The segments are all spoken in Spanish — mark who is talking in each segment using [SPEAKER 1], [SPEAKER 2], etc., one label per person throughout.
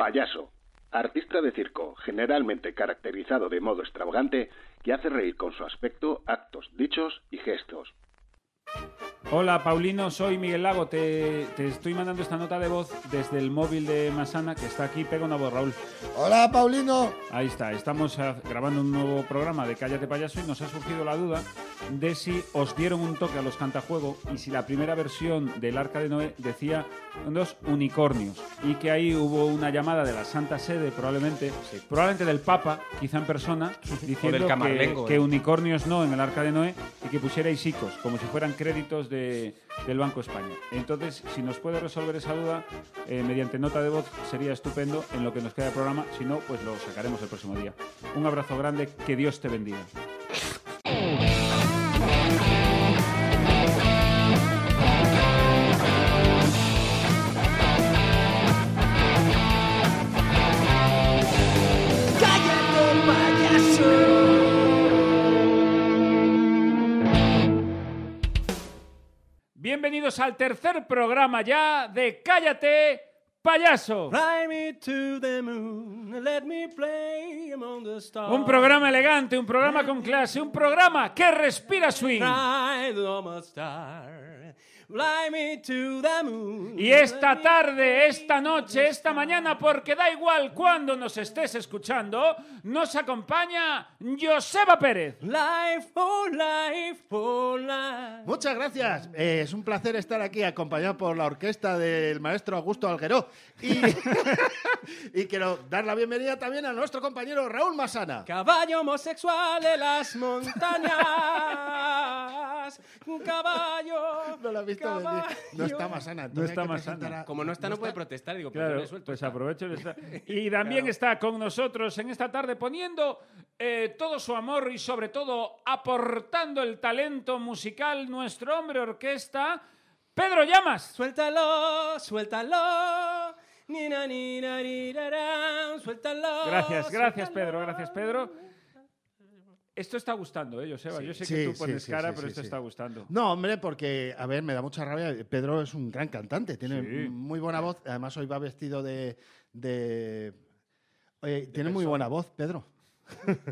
[SPEAKER 1] Payaso. Artista de circo, generalmente caracterizado de modo extravagante, que hace reír con su aspecto, actos, dichos y gestos.
[SPEAKER 2] Hola Paulino, soy Miguel Lago. Te, te estoy mandando esta nota de voz desde el móvil de Masana, que está aquí. Pega una voz, Raúl.
[SPEAKER 3] Hola, Paulino.
[SPEAKER 2] Ahí está, estamos ah, grabando un nuevo programa de Cállate Payaso y nos ha surgido la duda de si os dieron un toque a los cantajuego y si la primera versión del Arca de Noé decía dos unicornios y que ahí hubo una llamada de la Santa Sede, probablemente, probablemente del Papa, quizá en persona, diciendo que,
[SPEAKER 4] camarlengo,
[SPEAKER 2] que
[SPEAKER 4] eh.
[SPEAKER 2] unicornios no en el Arca de Noé y que pusierais icos, como si fueran créditos de- del Banco España. Entonces, si nos puede resolver esa duda eh, mediante nota de voz, sería estupendo en lo que nos queda de programa. Si no, pues lo sacaremos el próximo día. Un abrazo grande, que Dios te bendiga.
[SPEAKER 5] Cállate, payaso.
[SPEAKER 2] Bienvenidos al tercer programa ya de Cállate, payaso.
[SPEAKER 6] Fly me to the moon, let me play among the stars.
[SPEAKER 2] Un programa elegante, un programa con clase, un programa que respira swing.
[SPEAKER 6] Fly the normal star. Fly me to the moon.
[SPEAKER 2] Y esta tarde, esta noche, esta mañana, porque da igual cuando nos estés escuchando, nos acompaña Joseba Pérez.
[SPEAKER 6] Life, oh life, oh life.
[SPEAKER 3] Muchas gracias. Eh, es un placer estar aquí acompañado por la orquesta del maestro Augusto Alguero. Y, y quiero dar la bienvenida también a nuestro compañero Raúl Masana.
[SPEAKER 6] Caballo homosexual de las montañas. Un Caballo.
[SPEAKER 3] No lo has visto venir. No está
[SPEAKER 6] más.
[SPEAKER 3] Masana.
[SPEAKER 2] No está
[SPEAKER 3] más
[SPEAKER 2] Massana.
[SPEAKER 6] Como no está, no, puede protestar. Digo, pero
[SPEAKER 2] Claro,
[SPEAKER 6] no he suelto.
[SPEAKER 2] pues aprovecho. el esta- Y también está con nosotros en esta tarde poniendo eh, todo su amor y sobre todo aportando el talento musical nuestro hombre orquesta, Pedro Llamas.
[SPEAKER 6] Suéltalo, suéltalo. Ni na, ni na, ni na, na, Suéltalo.
[SPEAKER 2] Gracias, gracias
[SPEAKER 6] suéltalo.
[SPEAKER 2] Pedro, gracias Pedro. Esto está gustando, ¿eh, Joseba? Yo sé
[SPEAKER 3] Sí,
[SPEAKER 2] que
[SPEAKER 3] sí,
[SPEAKER 2] tú pones
[SPEAKER 3] sí,
[SPEAKER 2] cara,
[SPEAKER 3] sí,
[SPEAKER 2] pero
[SPEAKER 3] sí,
[SPEAKER 2] esto
[SPEAKER 3] sí.
[SPEAKER 2] está gustando.
[SPEAKER 3] No, hombre, porque, a ver, me da mucha rabia. Pedro es un gran cantante, tiene
[SPEAKER 2] Sí.
[SPEAKER 3] muy buena voz. Además, hoy va vestido de. de- Oye, tiene muy buena voz, Pedro.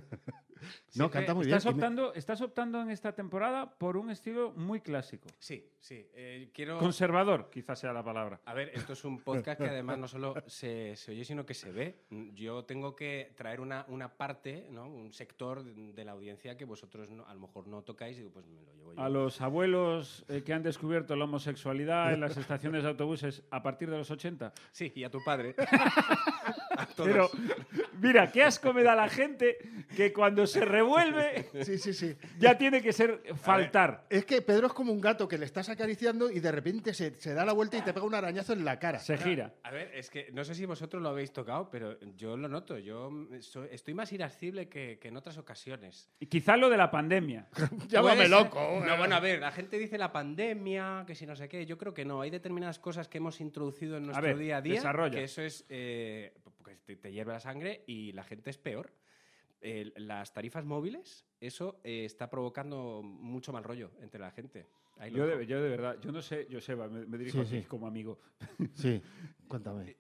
[SPEAKER 3] no, canta muy bien.
[SPEAKER 2] Eh, estás
[SPEAKER 3] Y me-
[SPEAKER 2] Optando, Estás optando en esta temporada por un estilo muy clásico.
[SPEAKER 6] Sí, sí. eh, quiero.
[SPEAKER 2] Conservador, quizás sea la palabra.
[SPEAKER 6] A ver, esto es un podcast que además no solo se, se oye, sino que se ve. Yo tengo que traer una, una parte, ¿no? un sector de de la audiencia que vosotros no- a lo mejor no tocáis y digo, pues me lo llevo yo.
[SPEAKER 2] A los abuelos eh, que han descubierto la homosexualidad en las estaciones de autobuses a partir de los 80.
[SPEAKER 6] Sí, y a tu padre. a todos.
[SPEAKER 2] Pero, mira, qué asco me da la gente que cuando se revuelve
[SPEAKER 3] Sí, sí, sí.
[SPEAKER 2] ya tiene que ser faltar.
[SPEAKER 3] Es que Pedro es como un gato que le estás acariciando y de repente se, se da la vuelta y te pega un arañazo en la cara.
[SPEAKER 2] Se gira.
[SPEAKER 6] A ver, es que no sé si vosotros lo habéis tocado, pero yo lo noto. Yo mm, so- estoy más irascible que- que en otras ocasiones.
[SPEAKER 2] Y quizá lo de la pandemia.
[SPEAKER 3] Llámame
[SPEAKER 6] Puede ser.
[SPEAKER 3] loco.
[SPEAKER 6] No, bueno, a ver, la gente dice la pandemia, que si no sé qué. Yo creo que no. Hay determinadas cosas que hemos introducido en nuestro
[SPEAKER 2] ver,
[SPEAKER 6] día a día.
[SPEAKER 2] desarrolla.
[SPEAKER 6] Que eso es. eh, que te, te hierve la sangre y la gente es peor. El- las tarifas móviles, eso eh, está provocando mucho mal rollo entre la gente. Ahí lo
[SPEAKER 2] Yo
[SPEAKER 6] dejo.
[SPEAKER 2] de, yo de verdad, yo no sé, Joseba, me, me dirijo
[SPEAKER 3] Sí,
[SPEAKER 2] a ti
[SPEAKER 3] sí.
[SPEAKER 2] como amigo.
[SPEAKER 3] Sí, cuéntame.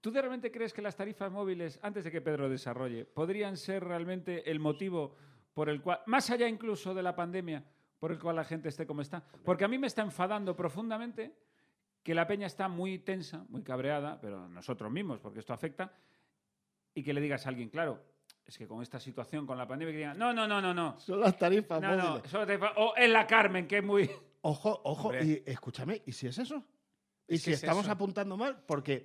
[SPEAKER 2] ¿Tú de realmente crees que las tarifas móviles, antes de que Pedro desarrolle, podrían ser realmente el motivo por el cual, más allá incluso de la pandemia, por el cual la gente esté como está? Porque a mí me está enfadando profundamente que la peña está muy tensa, muy cabreada, pero nosotros mismos, porque esto afecta, y que le digas a alguien, claro, es que con esta situación, con la pandemia, que digan, no, no, no, no, no.
[SPEAKER 3] Son las tarifas
[SPEAKER 2] No, no,
[SPEAKER 3] móviles.
[SPEAKER 2] solo te- o en la Carmen, que es muy...
[SPEAKER 3] Ojo, ojo,
[SPEAKER 6] Hombre.
[SPEAKER 3] y escúchame, ¿y si es eso? ¿Y
[SPEAKER 6] Es
[SPEAKER 3] si
[SPEAKER 6] que es
[SPEAKER 3] estamos
[SPEAKER 6] eso.
[SPEAKER 3] apuntando mal? Porque,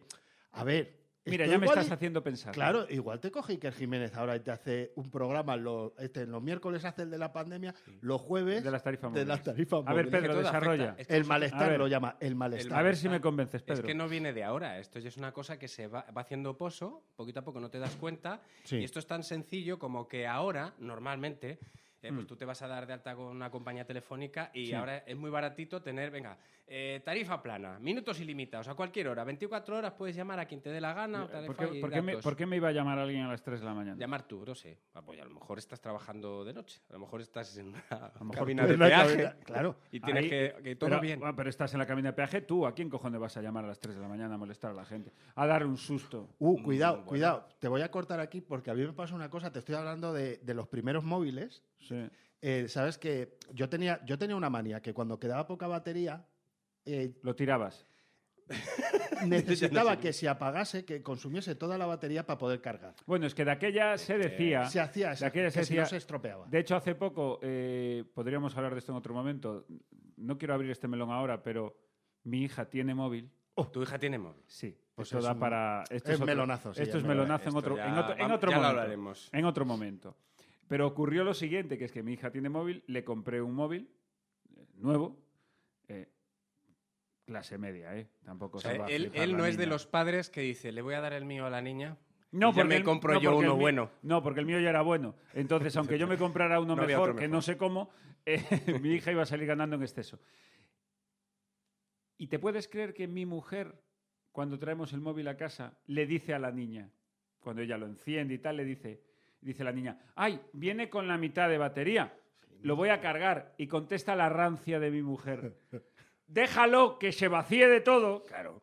[SPEAKER 3] a ver.
[SPEAKER 2] Mira,
[SPEAKER 3] esto
[SPEAKER 2] ya me
[SPEAKER 3] igual
[SPEAKER 2] estás
[SPEAKER 3] y-
[SPEAKER 2] haciendo pensar.
[SPEAKER 3] Claro, igual te coge Iker Jiménez ahora y te hace un programa. Los, este, los miércoles hace el de la pandemia, los jueves.
[SPEAKER 2] De las tarifas
[SPEAKER 3] de las
[SPEAKER 2] móviles.
[SPEAKER 3] tarifas
[SPEAKER 2] A ver,
[SPEAKER 3] móviles.
[SPEAKER 6] Es que
[SPEAKER 2] Pedro,
[SPEAKER 6] todo
[SPEAKER 2] desarrolla.
[SPEAKER 6] afecta. Es que
[SPEAKER 3] El
[SPEAKER 6] nosotros-
[SPEAKER 2] A
[SPEAKER 3] malestar
[SPEAKER 2] ver.
[SPEAKER 3] lo llama, el malestar.
[SPEAKER 2] A ver si me convences, Pedro.
[SPEAKER 6] Es que no viene de ahora, esto ya es una cosa que se va, va haciendo pozo, poquito a poco no te das cuenta.
[SPEAKER 3] Sí.
[SPEAKER 6] Y esto es tan sencillo como que ahora, normalmente, Eh,
[SPEAKER 2] Mm.
[SPEAKER 6] pues tú te vas a dar de alta con una compañía telefónica y ahora es muy baratito tener, venga, eh, tarifa plana, minutos ilimitados, a cualquier hora, 24 horas puedes llamar a quien te dé la gana, tarifa
[SPEAKER 2] Eh, ¿Por qué,
[SPEAKER 6] y
[SPEAKER 2] por qué me,
[SPEAKER 6] datos.
[SPEAKER 2] por qué me iba a llamar alguien a las 3 de la mañana?
[SPEAKER 6] Llamar tú, no sé. Ah, pues a lo mejor estás trabajando de noche, a lo mejor estás en una
[SPEAKER 2] mejor
[SPEAKER 6] cabina
[SPEAKER 3] tú
[SPEAKER 6] de
[SPEAKER 3] en la
[SPEAKER 6] peaje.
[SPEAKER 3] cabina, claro.
[SPEAKER 6] Y tienes
[SPEAKER 2] Ahí-
[SPEAKER 6] que, que todo
[SPEAKER 2] pero,
[SPEAKER 6] bien.
[SPEAKER 2] bueno, pero estás en la cabina de peaje, tú, ¿a quién cojones vas a llamar a las 3 de la mañana a molestar a la gente? A dar un susto.
[SPEAKER 3] Uh, cuidado,
[SPEAKER 6] bueno.
[SPEAKER 3] cuidado. Te voy a cortar aquí porque a mí me pasa una cosa. Te estoy hablando de, de los primeros móviles.
[SPEAKER 2] Sí.
[SPEAKER 3] Eh, Sabes que yo tenía, yo tenía una manía que cuando quedaba poca batería eh,
[SPEAKER 2] Lo tirabas.
[SPEAKER 3] necesitaba que se apagase, que consumiese toda la batería para poder cargar.
[SPEAKER 2] Bueno, es que de aquella se decía...
[SPEAKER 3] Se hacía
[SPEAKER 2] de
[SPEAKER 3] eso,
[SPEAKER 2] aquella
[SPEAKER 3] que
[SPEAKER 2] se
[SPEAKER 3] si no
[SPEAKER 2] hacía-
[SPEAKER 3] se estropeaba.
[SPEAKER 2] De hecho, hace poco, eh, podríamos hablar de esto en otro momento, no quiero abrir este melón ahora, pero mi hija tiene móvil.
[SPEAKER 6] Tu hija tiene móvil.
[SPEAKER 2] Sí,
[SPEAKER 3] Pues
[SPEAKER 2] esto
[SPEAKER 3] es
[SPEAKER 2] da
[SPEAKER 3] un-
[SPEAKER 2] para... Esto
[SPEAKER 3] es
[SPEAKER 2] otro-
[SPEAKER 3] melonazo, sí,
[SPEAKER 2] esto
[SPEAKER 3] es
[SPEAKER 2] es melonazo en
[SPEAKER 6] Esto
[SPEAKER 2] otro,
[SPEAKER 6] ya
[SPEAKER 2] en otro, en
[SPEAKER 6] va-
[SPEAKER 2] otro
[SPEAKER 6] ya lo
[SPEAKER 2] momento.
[SPEAKER 6] hablaremos.
[SPEAKER 2] En otro momento. Pero ocurrió lo siguiente, que es que mi hija tiene móvil, le compré un móvil eh, nuevo, eh, clase media, ¿eh? Tampoco
[SPEAKER 6] O
[SPEAKER 2] se
[SPEAKER 6] sea,
[SPEAKER 2] va a
[SPEAKER 6] él,
[SPEAKER 2] flipar
[SPEAKER 6] él
[SPEAKER 2] la
[SPEAKER 6] no es de
[SPEAKER 2] niña.
[SPEAKER 6] los padres que dice, le voy a dar el mío a la niña.
[SPEAKER 2] No,
[SPEAKER 6] y ya
[SPEAKER 2] porque
[SPEAKER 6] me
[SPEAKER 2] el-
[SPEAKER 6] compro
[SPEAKER 2] no,
[SPEAKER 6] yo
[SPEAKER 2] porque el
[SPEAKER 6] uno
[SPEAKER 2] mío-
[SPEAKER 6] bueno.
[SPEAKER 2] No, porque el mío ya era bueno. Entonces, aunque yo me comprara uno
[SPEAKER 6] No había
[SPEAKER 2] mejor,
[SPEAKER 6] otro
[SPEAKER 2] que
[SPEAKER 6] mejor.
[SPEAKER 2] no sé cómo, eh, mi hija iba a salir ganando en exceso. ¿Y te puedes creer que mi mujer, cuando traemos el móvil a casa, le dice a la niña, cuando ella lo enciende y tal, le dice, dice la niña, ay, viene con la mitad de batería, lo voy a cargar. Y contesta la rancia de mi mujer, déjalo que se vacíe de todo. Claro.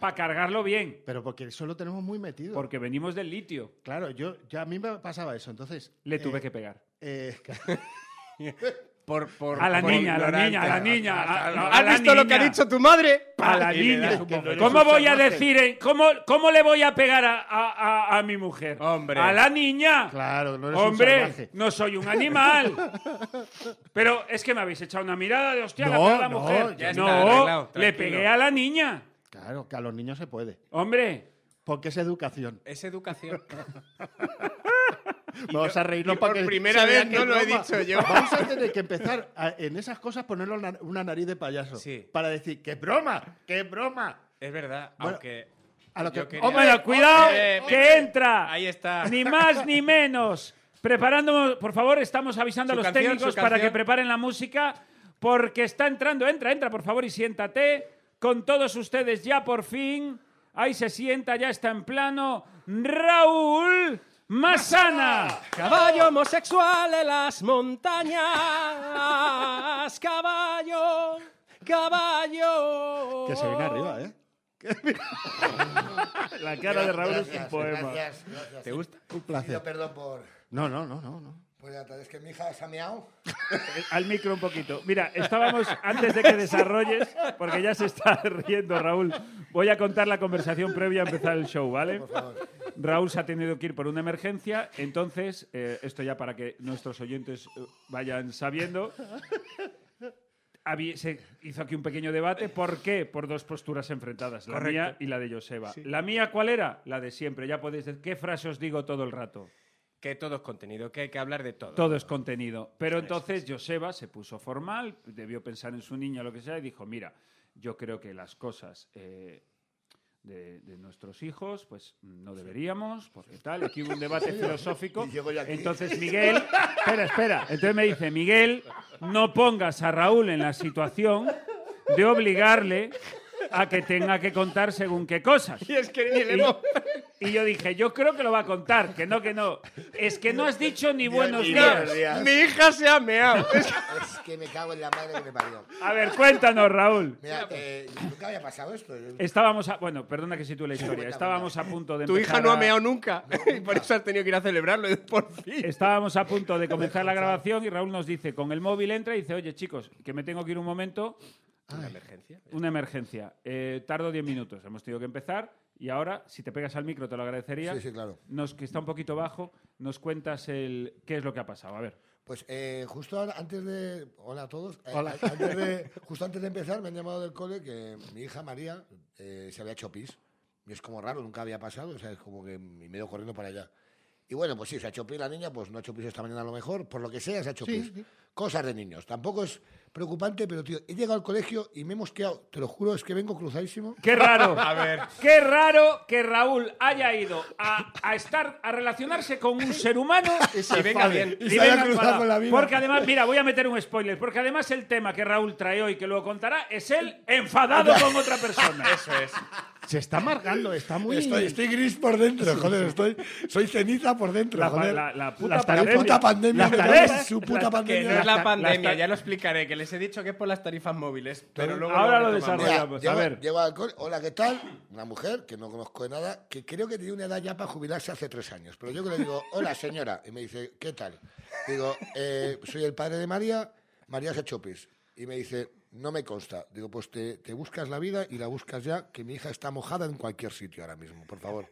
[SPEAKER 2] Para cargarlo bien,
[SPEAKER 3] Pero porque eso lo tenemos muy metido.
[SPEAKER 2] porque venimos del litio.
[SPEAKER 3] Claro, yo, yo- a mí me pasaba eso. Entonces.
[SPEAKER 2] Le tuve
[SPEAKER 3] eh,
[SPEAKER 2] que pegar.
[SPEAKER 3] eh,
[SPEAKER 6] Por, por-
[SPEAKER 2] A la
[SPEAKER 6] por
[SPEAKER 2] niña, a la
[SPEAKER 6] ignorante.
[SPEAKER 2] niña, a la niña. a-
[SPEAKER 6] ¿Has
[SPEAKER 2] no, a la
[SPEAKER 6] visto lo que ha
[SPEAKER 2] niña,
[SPEAKER 6] dicho tu madre?
[SPEAKER 2] A la
[SPEAKER 6] Y le das
[SPEAKER 2] niña.
[SPEAKER 6] un bofetón.
[SPEAKER 2] ¿Cómo voy a decir, eh, cómo, cómo le voy a pegar a, a- a- a mi mujer?
[SPEAKER 6] Hombre.
[SPEAKER 2] A la niña.
[SPEAKER 3] claro, no eres un
[SPEAKER 2] Hombre,
[SPEAKER 3] salvaje.
[SPEAKER 2] no soy un animal. Pero es que me habéis echado una mirada de hostia la
[SPEAKER 3] No,
[SPEAKER 2] pega a la
[SPEAKER 3] no,
[SPEAKER 2] mujer.
[SPEAKER 3] ya
[SPEAKER 6] está, arreglado,
[SPEAKER 2] no, le
[SPEAKER 6] tranquilo.
[SPEAKER 2] pegué a la niña.
[SPEAKER 3] Claro, que a los niños se puede.
[SPEAKER 2] Hombre,
[SPEAKER 3] Porque es educación.
[SPEAKER 6] Es educación.
[SPEAKER 3] Vamos a reírnos
[SPEAKER 6] y
[SPEAKER 3] para
[SPEAKER 6] por
[SPEAKER 3] que
[SPEAKER 6] primera
[SPEAKER 3] se vea
[SPEAKER 6] vez
[SPEAKER 3] que
[SPEAKER 6] no lo he
[SPEAKER 3] broma.
[SPEAKER 6] dicho yo.
[SPEAKER 3] Vamos a tener que empezar a- en esas cosas ponerle una, una nariz de payaso.
[SPEAKER 6] Sí.
[SPEAKER 3] Para decir, ¡qué broma! ¡Qué broma!
[SPEAKER 6] Es verdad,
[SPEAKER 3] Bueno,
[SPEAKER 6] aunque...
[SPEAKER 3] a lo
[SPEAKER 6] yo
[SPEAKER 3] que-
[SPEAKER 6] quería-
[SPEAKER 3] ¡Hombre,
[SPEAKER 2] bueno, cuidado,
[SPEAKER 6] eh,
[SPEAKER 2] que
[SPEAKER 6] eh,
[SPEAKER 2] entra.
[SPEAKER 6] Ahí está.
[SPEAKER 2] Ni más ni menos. Preparándonos, por favor, estamos avisando a
[SPEAKER 6] Su
[SPEAKER 2] los
[SPEAKER 6] canción,
[SPEAKER 2] técnicos
[SPEAKER 6] su
[SPEAKER 2] para
[SPEAKER 6] canción.
[SPEAKER 2] que preparen la música porque está entrando. Entra, entra, por favor, y siéntate con todos ustedes ya por fin. Ahí se sienta, ya está en plano. Raúl Masana.
[SPEAKER 6] Caballo homosexual en las montañas. Caballo, caballo.
[SPEAKER 3] Que se viene arriba, ¿eh?
[SPEAKER 2] La cara de Raúl
[SPEAKER 4] Gracias, Gracias, gracias.
[SPEAKER 6] ¿Te gusta?
[SPEAKER 3] Un
[SPEAKER 4] Pido
[SPEAKER 3] placer.
[SPEAKER 4] perdón por...
[SPEAKER 3] No, no, no, no. no.
[SPEAKER 4] Pues ya está, es que mi hija se ha meado.
[SPEAKER 2] Al micro un poquito. Mira, estábamos antes de que desarrolles, porque ya se está riendo Raúl. Voy a contar la conversación previa a empezar el show, ¿vale?
[SPEAKER 4] Por favor.
[SPEAKER 2] Raúl se ha tenido que ir por una emergencia, entonces, eh, esto ya para que nuestros oyentes eh, vayan sabiendo. Habí- se hizo aquí un pequeño debate. ¿Por qué? Por dos posturas enfrentadas, la
[SPEAKER 6] Correcto.
[SPEAKER 2] mía y la de Joseba. ¿La mía cuál era? La de siempre. Ya podéis decir, ¿qué frase os digo todo el rato?
[SPEAKER 6] Que todo es contenido, que hay que hablar de todo.
[SPEAKER 2] Todo es contenido. Pero entonces Joseba se puso formal, debió pensar en su niña o lo que sea, y dijo, mira, yo creo que las cosas eh, de, de nuestros hijos, pues no deberíamos, porque tal, aquí hubo un debate filosófico.
[SPEAKER 4] Y llego yo aquí.
[SPEAKER 2] Entonces Miguel, espera, espera, entonces me dice, Miguel, no pongas a Raúl en la situación de obligarle a que tenga que contar según qué cosas.
[SPEAKER 6] Y es que ni le
[SPEAKER 2] Y- Y yo dije, yo creo que lo va a contar, que no, que no. Es que no has dicho ni buenos
[SPEAKER 4] Y
[SPEAKER 2] días.
[SPEAKER 4] buenos días.
[SPEAKER 6] Mi hija se ha meado.
[SPEAKER 4] Es que me cago en la madre que me parió.
[SPEAKER 2] A ver, cuéntanos, Raúl.
[SPEAKER 4] Mira, eh, nunca había pasado esto. Yo-
[SPEAKER 2] Estábamos a... Bueno, perdona que sitúe la historia.
[SPEAKER 4] cuenta,
[SPEAKER 2] Estábamos a punto de
[SPEAKER 6] Tu
[SPEAKER 2] empezar
[SPEAKER 6] hija no ha
[SPEAKER 2] a-
[SPEAKER 6] meado nunca. Y por eso has tenido que ir a celebrarlo y por fin.
[SPEAKER 2] Estábamos a punto de comenzar la grabación y Raúl nos dice, con el móvil entra y dice, oye, chicos, que me tengo que ir un momento,
[SPEAKER 6] Una emergencia.
[SPEAKER 2] una emergencia. Eh, tardo 10 minutos, hemos tenido que empezar y ahora, si te pegas al micro, te lo agradecería.
[SPEAKER 4] Sí, sí, claro.
[SPEAKER 2] Nos, que está un poquito bajo, nos cuentas el qué es lo que ha pasado. A ver.
[SPEAKER 4] Pues eh, justo ahora- antes de... Hola a todos. Eh, antes de- justo antes de empezar me han llamado del cole que mi hija María eh, se había hecho pis. Y es como raro, nunca había pasado. O sea, es como que me he ido corriendo para allá. Y bueno, pues sí, se ha hecho pis la niña, pues no ha hecho pis esta mañana a lo mejor, por lo que sea, se ha hecho
[SPEAKER 3] Sí,
[SPEAKER 4] pis.
[SPEAKER 3] sí.
[SPEAKER 4] Cosas de niños. Tampoco es preocupante, pero tío, he llegado al colegio y me hemos quedado, te lo juro, es que vengo cruzadísimo.
[SPEAKER 2] Qué raro.
[SPEAKER 6] A ver.
[SPEAKER 2] Qué raro que Raúl haya ido a, a estar a relacionarse con un ser humano
[SPEAKER 6] Y venga bien.
[SPEAKER 4] Y
[SPEAKER 2] y
[SPEAKER 4] se
[SPEAKER 2] venga
[SPEAKER 4] haya cruzado
[SPEAKER 2] enfadado.
[SPEAKER 4] con la vida.
[SPEAKER 2] Porque además, mira, voy a meter un spoiler, porque además el tema que Raúl trae hoy, que luego contará, es él enfadado con otra persona.
[SPEAKER 6] Eso es.
[SPEAKER 3] Se está amargando, está muy.
[SPEAKER 4] Estoy, estoy gris por dentro, joder, estoy, soy ceniza por dentro,
[SPEAKER 2] La, pa-
[SPEAKER 4] joder.
[SPEAKER 2] la- la puta
[SPEAKER 3] Las
[SPEAKER 4] La
[SPEAKER 3] tarefas.
[SPEAKER 2] pandemia.
[SPEAKER 4] puta pandemia,
[SPEAKER 3] Las
[SPEAKER 4] me
[SPEAKER 3] tareas,
[SPEAKER 4] cago en su puta
[SPEAKER 3] las-
[SPEAKER 6] Que no
[SPEAKER 4] pandemia.
[SPEAKER 6] es la pandemia,
[SPEAKER 2] las-
[SPEAKER 6] ya lo explicaré, que les he dicho que es por las tarifas móviles. Pero luego
[SPEAKER 2] Ahora lo
[SPEAKER 6] retomamos.
[SPEAKER 2] desarrollamos.
[SPEAKER 4] Mira,
[SPEAKER 2] Vamos,
[SPEAKER 4] llego-
[SPEAKER 2] a ver.
[SPEAKER 4] llego al cole, hola, ¿qué tal? Una mujer que no conozco de nada, que creo que tiene una edad ya para jubilarse hace tres años. Pero yo que le digo, hola, señora. Y me dice, ¿qué tal? Digo, "Eh, soy el padre de María, María se ha hecho pis". Y me dice, no me consta. Digo, pues te, te buscas la vida y la buscas ya, que mi hija está mojada en cualquier sitio ahora mismo, por favor.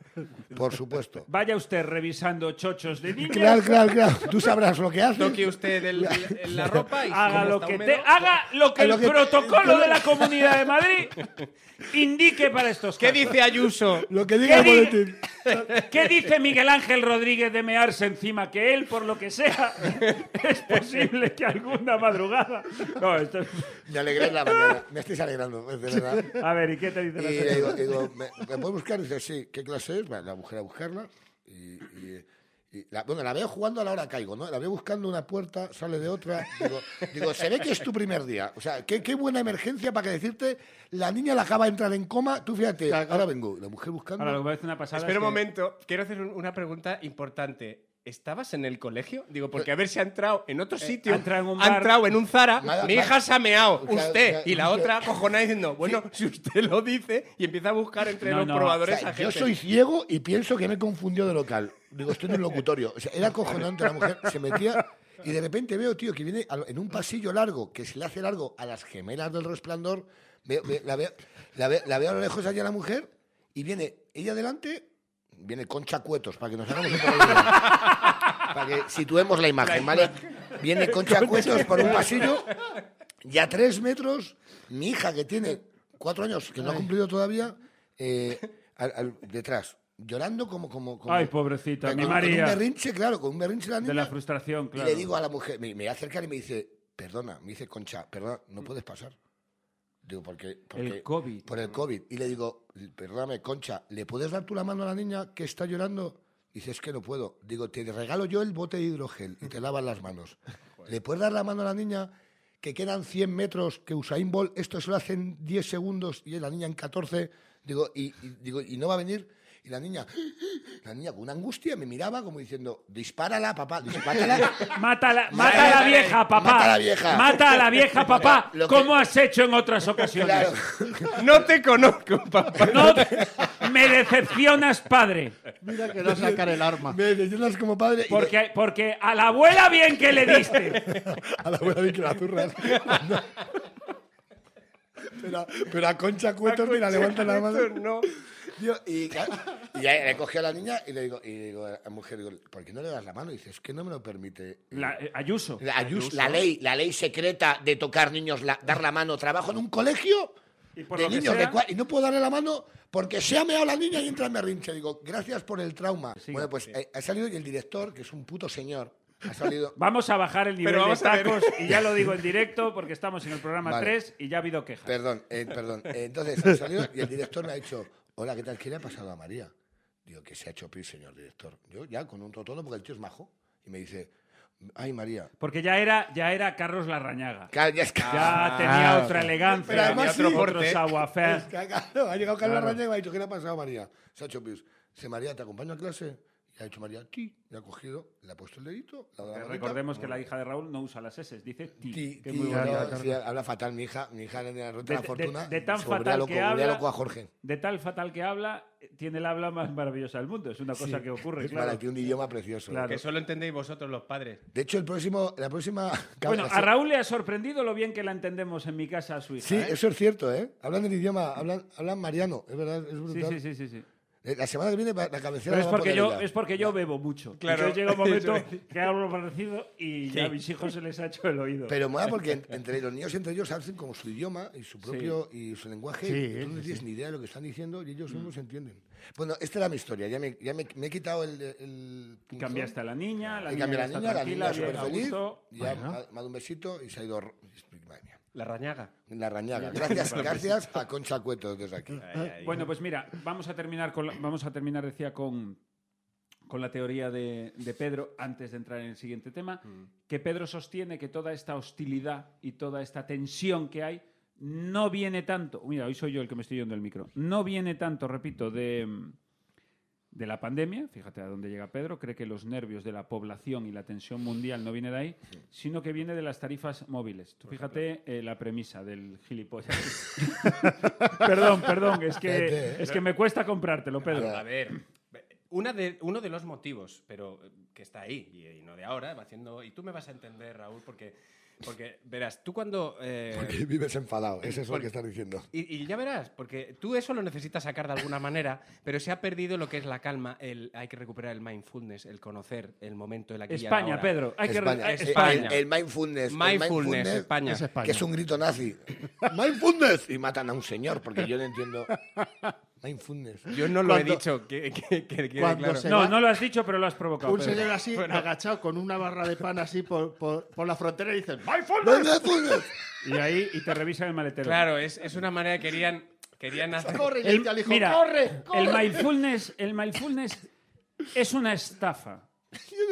[SPEAKER 4] Por supuesto.
[SPEAKER 2] Vaya usted revisando chochos de niños.
[SPEAKER 4] Claro, claro, claro. Tú sabrás lo que haces.
[SPEAKER 6] Toque usted el- el- el- la ropa y
[SPEAKER 2] Haga
[SPEAKER 6] como
[SPEAKER 2] lo,
[SPEAKER 6] está
[SPEAKER 2] que
[SPEAKER 6] húmedo,
[SPEAKER 2] te, haga lo que
[SPEAKER 4] Lo
[SPEAKER 2] el
[SPEAKER 4] que-
[SPEAKER 2] protocolo de la Comunidad de Madrid indique para estos
[SPEAKER 6] ¿Qué
[SPEAKER 2] casos.
[SPEAKER 6] dice Ayuso?
[SPEAKER 4] Lo que diga el
[SPEAKER 2] ¿Qué di-
[SPEAKER 4] boletín.
[SPEAKER 2] ¿Qué dice Miguel Ángel Rodríguez de mearse encima que él, por lo que sea? Es posible que alguna madrugada. No, esto es-
[SPEAKER 4] Me alegré en la mañana. Me estáis alegrando, pues, de verdad.
[SPEAKER 2] A ver, ¿y qué te dice
[SPEAKER 4] Y
[SPEAKER 2] la
[SPEAKER 4] le
[SPEAKER 2] señora?
[SPEAKER 4] digo, digo, ¿me, me puedes buscar? Y dice, sí, ¿qué clase es? Va la mujer a buscarla. Y, y- y la- bueno, la veo jugando a la hora caigo, ¿no? La veo buscando una puerta, sale de otra. Digo, digo, se ve que es tu primer día. O sea, qué, qué buena emergencia para que decirte, la niña la acaba de entrar en coma, tú fíjate, ahora vengo, la mujer buscando.
[SPEAKER 2] Ahora, lo que parece una pasada.
[SPEAKER 6] Espera
[SPEAKER 2] es
[SPEAKER 6] un
[SPEAKER 2] que-
[SPEAKER 6] momento, quiero hacer un- una pregunta importante. ¿Estabas en el colegio? Digo, porque a ver si ha entrado en otro sitio.
[SPEAKER 2] ha entrado en un
[SPEAKER 6] Eh, ha
[SPEAKER 2] bar.
[SPEAKER 6] entrado en un Zara.
[SPEAKER 4] Nada,
[SPEAKER 6] mi
[SPEAKER 4] nada.
[SPEAKER 6] hija se ha meado.
[SPEAKER 4] Claro,
[SPEAKER 6] usted.
[SPEAKER 4] claro,
[SPEAKER 6] y la
[SPEAKER 4] claro.
[SPEAKER 6] otra acojonada diciendo, bueno, si usted lo dice y empieza a buscar entre
[SPEAKER 2] No,
[SPEAKER 6] los
[SPEAKER 2] no.
[SPEAKER 4] O sea,
[SPEAKER 6] probadores a
[SPEAKER 4] yo
[SPEAKER 6] gente.
[SPEAKER 4] soy ciego y pienso que me confundió de local. Digo, estoy en un locutorio. O sea, era acojonante la mujer, se metía y de repente veo, tío, que viene al- en un pasillo largo, que se le hace largo a las gemelas del resplandor. Veo- ve- la, veo, la, veo, la veo a lo lejos allá la mujer y viene ella delante, viene Concha Cuetos, para que nos hagamos un poco de idea. Para que situemos la imagen, ¿vale? Viene Concha Cuetos por un pasillo y a tres metros, mi hija, que tiene cuatro años, que no ha cumplido todavía, eh, al- al- detrás, llorando como... como, como
[SPEAKER 2] Ay, pobrecita,
[SPEAKER 4] con-
[SPEAKER 2] mi
[SPEAKER 4] con
[SPEAKER 2] María.
[SPEAKER 4] un berrinche, claro, con un berrinche la niña.
[SPEAKER 2] De la frustración, claro.
[SPEAKER 4] Y le digo a la mujer, me, me acerca y me dice, perdona, me dice Concha, perdona, no puedes pasar. Digo, porque... porque
[SPEAKER 2] El COVID.
[SPEAKER 4] Por el COVID. Y le digo, perdóname, Concha, ¿le puedes dar tú la mano a la niña que está llorando? Dice, es que no puedo. Digo, te regalo yo el bote de hidrogel y te lavas las manos. ¿Le puedes dar la mano a la niña que quedan 100 metros, que Usain Bolt, esto se lo hacen 10 segundos y la niña en 14? Digo, y, y- digo, y no va a venir. Y la niña, la niña con una angustia me miraba como diciendo, dispárala, papá, dispárala.
[SPEAKER 2] Mátala,
[SPEAKER 4] Mátala,
[SPEAKER 2] mata a la vieja, papá.
[SPEAKER 4] mata a la vieja.
[SPEAKER 2] Mata a la vieja, papá.
[SPEAKER 4] Lo que-
[SPEAKER 2] Como has hecho en otras ocasiones.
[SPEAKER 4] Claro.
[SPEAKER 6] No te conozco, papá.
[SPEAKER 2] No me decepcionas, padre.
[SPEAKER 3] Mira que no sacar el arma.
[SPEAKER 4] Me decepcionas como padre. y me-
[SPEAKER 2] Porque, porque a la abuela bien que le diste.
[SPEAKER 4] A la abuela vi que la zurras. Pero, pero a Concha Cuetos, mira, levanta la mano.
[SPEAKER 6] No.
[SPEAKER 4] Tío, y, claro, y ya le cogí a la niña y le digo, y digo a la mujer, digo, ¿por qué no le das la mano? Y dice, es que no me lo permite.
[SPEAKER 2] La- eh, Ayuso.
[SPEAKER 4] La, Ayuso, la ley, la ley secreta de tocar niños, la- dar la mano. Trabajo en un colegio
[SPEAKER 2] Y por
[SPEAKER 4] de
[SPEAKER 2] lo que
[SPEAKER 4] niños de
[SPEAKER 2] sea-
[SPEAKER 4] cua- y no puedo darle la mano porque se ha meado la niña y entra en berrinche. Digo, gracias por el trauma. bueno, pues eh, ha salido y el director, que es un puto señor, ha salido.
[SPEAKER 2] Vamos a bajar el nivel
[SPEAKER 6] Pero
[SPEAKER 2] de
[SPEAKER 6] vamos a ver.
[SPEAKER 2] tacos y ya lo digo en directo porque estamos en el programa
[SPEAKER 4] Vale.
[SPEAKER 2] 3 y ya ha habido quejas.
[SPEAKER 4] Perdón, eh, perdón. Eh, entonces ha salido y el director le ha dicho, hola, ¿qué tal? ¿Qué le ha pasado a María? Digo, que se ha hecho pis, señor director. Yo ya con un totono porque el tío es majo. Y me dice, ay, María.
[SPEAKER 2] Porque ya era, ya era Carlos Larrañaga.
[SPEAKER 4] Claro, ya es que...
[SPEAKER 2] Ya tenía otra elegancia,
[SPEAKER 4] Ah, Pero además
[SPEAKER 2] tenía
[SPEAKER 4] sí.
[SPEAKER 2] otro, otro savoir-faire.
[SPEAKER 4] Es que, claro, ha llegado Carlos
[SPEAKER 2] Claro.
[SPEAKER 4] Raña y me ha dicho, ¿qué le ha pasado a María? Se ha hecho pis. Dice, María, ¿te acompaño a clase? Y ha dicho María, ti. Le ha cogido, le ha puesto el dedito, le ha dado la
[SPEAKER 2] Eh,
[SPEAKER 4] manita.
[SPEAKER 2] Recordemos que la hija de Raúl no usa las S, dice ti.
[SPEAKER 4] Ti,
[SPEAKER 2] que es
[SPEAKER 4] ti,
[SPEAKER 2] muy
[SPEAKER 4] habla-
[SPEAKER 2] bonito.
[SPEAKER 4] sí, habla fatal mi hija, mi hija le la ruta
[SPEAKER 2] De-
[SPEAKER 4] de, la
[SPEAKER 2] de-
[SPEAKER 4] fortuna.
[SPEAKER 2] de tan
[SPEAKER 4] Sobre
[SPEAKER 2] fatal
[SPEAKER 4] loco,
[SPEAKER 2] que
[SPEAKER 4] volvía
[SPEAKER 2] habla-
[SPEAKER 4] loco a Jorge.
[SPEAKER 2] De tal fatal que habla, eh, tiene el habla más maravillosa del mundo. Es una cosa que ocurre,
[SPEAKER 4] Es
[SPEAKER 2] claro.
[SPEAKER 4] para ti un idioma precioso. ¿eh?
[SPEAKER 2] Claro.
[SPEAKER 6] Que solo entendéis vosotros los padres.
[SPEAKER 4] De hecho, el próximo, la próxima.
[SPEAKER 2] Bueno,
[SPEAKER 4] Sí,
[SPEAKER 2] a Raúl le ha sorprendido lo bien que la entendemos en mi casa a su hija.
[SPEAKER 4] Sí,
[SPEAKER 2] ¿eh?
[SPEAKER 4] eso es cierto, ¿eh? Hablan el idioma, hablan, hablan mariano, es verdad, es
[SPEAKER 2] sí,
[SPEAKER 4] brutal.
[SPEAKER 2] sí, sí, sí, sí.
[SPEAKER 4] Eh, La semana que viene va- la cabecera.
[SPEAKER 2] Pero es
[SPEAKER 4] la va a
[SPEAKER 2] porque,
[SPEAKER 4] poner
[SPEAKER 2] yo,
[SPEAKER 4] ella.
[SPEAKER 2] es porque yo bebo mucho.
[SPEAKER 6] Claro.
[SPEAKER 2] Entonces llega un momento que hablo parecido y ya a mis hijos se les ha hecho el oído.
[SPEAKER 4] Pero mola porque en- entre los niños entre ellos hacen como su idioma y su propio y su lenguaje.
[SPEAKER 3] Sí,
[SPEAKER 4] y tú no
[SPEAKER 3] sí,
[SPEAKER 2] Mm.
[SPEAKER 4] tienes ni idea de lo que están diciendo y ellos mismos se entienden. Bueno, esta era mi historia. Ya me, ya me, me he quitado el. el punzón.
[SPEAKER 2] Cambiaste a la niña, la
[SPEAKER 4] He
[SPEAKER 2] niña
[SPEAKER 4] cambiado
[SPEAKER 2] ya
[SPEAKER 4] a
[SPEAKER 2] está
[SPEAKER 4] la niña,
[SPEAKER 2] tranquila,
[SPEAKER 4] la niña
[SPEAKER 2] bien,
[SPEAKER 4] súper
[SPEAKER 2] a
[SPEAKER 4] feliz.
[SPEAKER 2] gusto.
[SPEAKER 4] Ya
[SPEAKER 3] Bueno.
[SPEAKER 4] me ha me ha dado un besito y se ha ido. r- madre mía.
[SPEAKER 6] La rañaga.
[SPEAKER 4] La rañaga. Gracias, gracias a Concha Cueto desde aquí.
[SPEAKER 6] Ah,
[SPEAKER 2] Bueno, pues mira, vamos a terminar, con la- vamos a terminar decía, con, con la teoría de, de Pedro antes de entrar en el siguiente tema, que Pedro sostiene que toda esta hostilidad y toda esta tensión que hay no viene tanto, mira, hoy soy yo el que me estoy yendo el micro, no viene tanto, repito, de, de la pandemia, fíjate a dónde llega Pedro, cree que los nervios de la población y la tensión mundial no viene de ahí, sino que viene de las tarifas móviles. Tú fíjate eh, la premisa del gilipollas. perdón, perdón, es
[SPEAKER 4] Vete, eh.
[SPEAKER 2] que, es que me cuesta comprártelo, Pedro.
[SPEAKER 6] A ver, una de, uno de los motivos, pero eh, que está ahí y, y no de ahora, va haciendo. Y tú me vas a entender, Raúl, porque, porque verás, tú cuando. eh,
[SPEAKER 4] Porque vives enfadado. Eso es lo
[SPEAKER 6] Porque-
[SPEAKER 4] que estás diciendo.
[SPEAKER 6] y, y ya verás, porque tú eso lo necesitas sacar de alguna manera, pero se ha perdido lo que es la calma, el hay que recuperar el mindfulness, el conocer el momento, el aquí y el
[SPEAKER 2] España,
[SPEAKER 6] ahora.
[SPEAKER 2] Pedro. Hay que
[SPEAKER 4] España, Eh,
[SPEAKER 2] re- eh,
[SPEAKER 4] es-
[SPEAKER 2] España.
[SPEAKER 4] El, el mindfulness. el
[SPEAKER 6] Mindfulness, España.
[SPEAKER 3] Es España.
[SPEAKER 4] Que es un grito nazi. ¡Mindfulness! Y matan a un señor, porque yo no entiendo. Mindfulness.
[SPEAKER 6] Yo no lo
[SPEAKER 3] Cuando-
[SPEAKER 6] he dicho, que, que- que quede
[SPEAKER 3] Cuando
[SPEAKER 6] claro.
[SPEAKER 3] se-
[SPEAKER 2] No, no lo has dicho, pero lo has provocado.
[SPEAKER 3] Un
[SPEAKER 2] Pedro.
[SPEAKER 3] señor así, agachado, con una barra de pan así por, por- por la frontera y dicen
[SPEAKER 4] ¡Mindfulness!
[SPEAKER 2] Y ahí y te revisan el maletero.
[SPEAKER 6] Claro, es, es una manera que querían, querían hacer.
[SPEAKER 3] ¡Corre!
[SPEAKER 2] El-
[SPEAKER 3] y al hijo,
[SPEAKER 2] mira,
[SPEAKER 3] ¡corre! corre".
[SPEAKER 2] El mindfulness, el mindfulness es una estafa.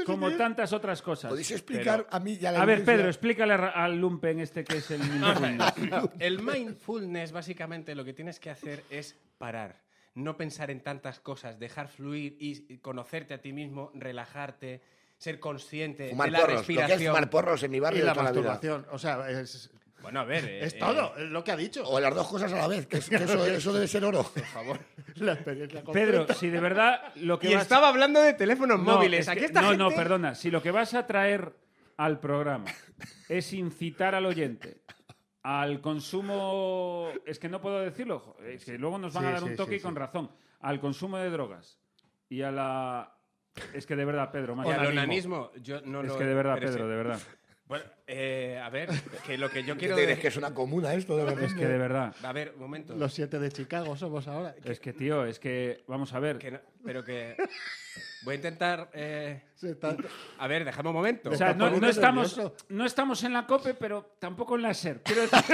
[SPEAKER 2] Como tantas otras cosas.
[SPEAKER 4] ¿Podéis explicar
[SPEAKER 2] Pero-
[SPEAKER 4] a mí ya la
[SPEAKER 2] A ver,
[SPEAKER 4] audiencia?
[SPEAKER 2] Pedro, explícale a Ra- al lumpen este que es el
[SPEAKER 6] Ah, pues,
[SPEAKER 2] mindfulness.
[SPEAKER 6] El mindfulness, básicamente, lo que tienes que hacer es parar. No pensar en tantas cosas, dejar fluir y conocerte a ti mismo, relajarte, ser consciente
[SPEAKER 4] Fumar
[SPEAKER 6] de la
[SPEAKER 4] porros. Lo que es
[SPEAKER 6] respiración.
[SPEAKER 4] fumar porros en mi
[SPEAKER 3] Y
[SPEAKER 4] barrio
[SPEAKER 3] la
[SPEAKER 4] de toda la vida.
[SPEAKER 3] masturbación. O sea, es,
[SPEAKER 6] Bueno, a ver. eh,
[SPEAKER 3] es
[SPEAKER 6] eh,
[SPEAKER 3] todo, es lo que ha dicho.
[SPEAKER 4] O las dos cosas a la vez, que, es- que eso, eso debe ser oro.
[SPEAKER 6] por favor.
[SPEAKER 3] La experiencia
[SPEAKER 2] Pedro,
[SPEAKER 3] completa.
[SPEAKER 2] si de verdad lo que
[SPEAKER 6] pues, Y
[SPEAKER 2] vas-
[SPEAKER 6] estaba hablando de teléfonos
[SPEAKER 2] No,
[SPEAKER 6] móviles.
[SPEAKER 2] es que-
[SPEAKER 6] Aquí está
[SPEAKER 2] No, no,
[SPEAKER 6] gente-
[SPEAKER 2] perdona. Si lo que vas a traer al programa es incitar al oyente al consumo... Es que no puedo decirlo. jo- Es que luego nos van
[SPEAKER 3] Sí,
[SPEAKER 2] a dar
[SPEAKER 3] sí,
[SPEAKER 2] un toque
[SPEAKER 3] sí,
[SPEAKER 2] y con
[SPEAKER 3] sí.
[SPEAKER 2] razón. Al consumo de drogas y a la... Es que de verdad, Pedro,
[SPEAKER 6] Y al
[SPEAKER 2] macho.
[SPEAKER 6] onanismo, yo no
[SPEAKER 2] Es
[SPEAKER 6] lo-
[SPEAKER 2] que de verdad,
[SPEAKER 6] pero sí.
[SPEAKER 2] Pedro, de verdad.
[SPEAKER 6] Bueno, eh, a ver, que lo que yo
[SPEAKER 4] ¿Qué
[SPEAKER 6] quiero
[SPEAKER 4] te crees
[SPEAKER 6] de-
[SPEAKER 4] que es una comuna esto? De verdad?
[SPEAKER 2] Es que de verdad.
[SPEAKER 6] A ver, un momento.
[SPEAKER 3] Los siete de Chicago somos ahora.
[SPEAKER 2] Es que, tío, es que... Vamos a ver.
[SPEAKER 6] Que no- pero que... Voy a intentar... eh,
[SPEAKER 3] Se está-
[SPEAKER 6] A ver, déjame un momento.
[SPEAKER 2] O sea, no,
[SPEAKER 3] poniendo
[SPEAKER 2] no estamos,
[SPEAKER 3] nervioso.
[SPEAKER 2] no estamos en la COPE, pero tampoco en la SER. Quiero decir,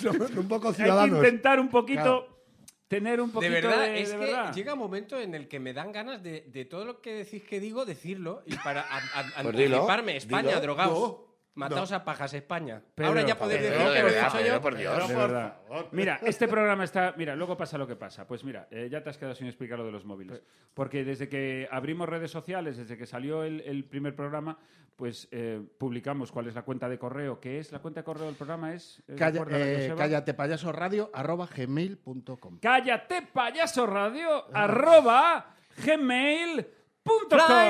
[SPEAKER 4] Somos un poco
[SPEAKER 2] hay que
[SPEAKER 4] ciudadanos.
[SPEAKER 2] intentar un poquito, tener un
[SPEAKER 6] de
[SPEAKER 2] poquito de
[SPEAKER 6] verdad, es
[SPEAKER 2] de
[SPEAKER 6] que
[SPEAKER 2] verdad.
[SPEAKER 6] llega un momento en el que me dan ganas de, de todo lo que decís que digo, decirlo y para a- a-
[SPEAKER 4] Pues dilo,
[SPEAKER 6] anticiparme. España,
[SPEAKER 4] dilo.
[SPEAKER 6] drogaos.
[SPEAKER 3] No,
[SPEAKER 6] mataos a pajas, España.
[SPEAKER 2] Pedro,
[SPEAKER 6] Ahora ya podéis
[SPEAKER 4] Pedro,
[SPEAKER 6] decir que
[SPEAKER 4] de
[SPEAKER 6] lo
[SPEAKER 4] verdad,
[SPEAKER 6] he dicho yo.
[SPEAKER 4] Pedro, por Dios.
[SPEAKER 2] De verdad. Mira, este programa está. Mira, luego pasa lo que pasa. Pues mira, eh, ya te has quedado sin explicar lo de los móviles. Porque desde que abrimos redes sociales, desde que salió el, el primer programa, pues eh, publicamos cuál es la cuenta de correo. ¿Qué es la cuenta de correo del programa? Es. eh,
[SPEAKER 3] Calla-
[SPEAKER 2] recuerda,
[SPEAKER 3] eh,
[SPEAKER 2] Joseba.
[SPEAKER 3] cállate payaso radio arroba gmail.com.
[SPEAKER 2] Cállate, payaso radio, arroba
[SPEAKER 6] Fly
[SPEAKER 2] gmail.com.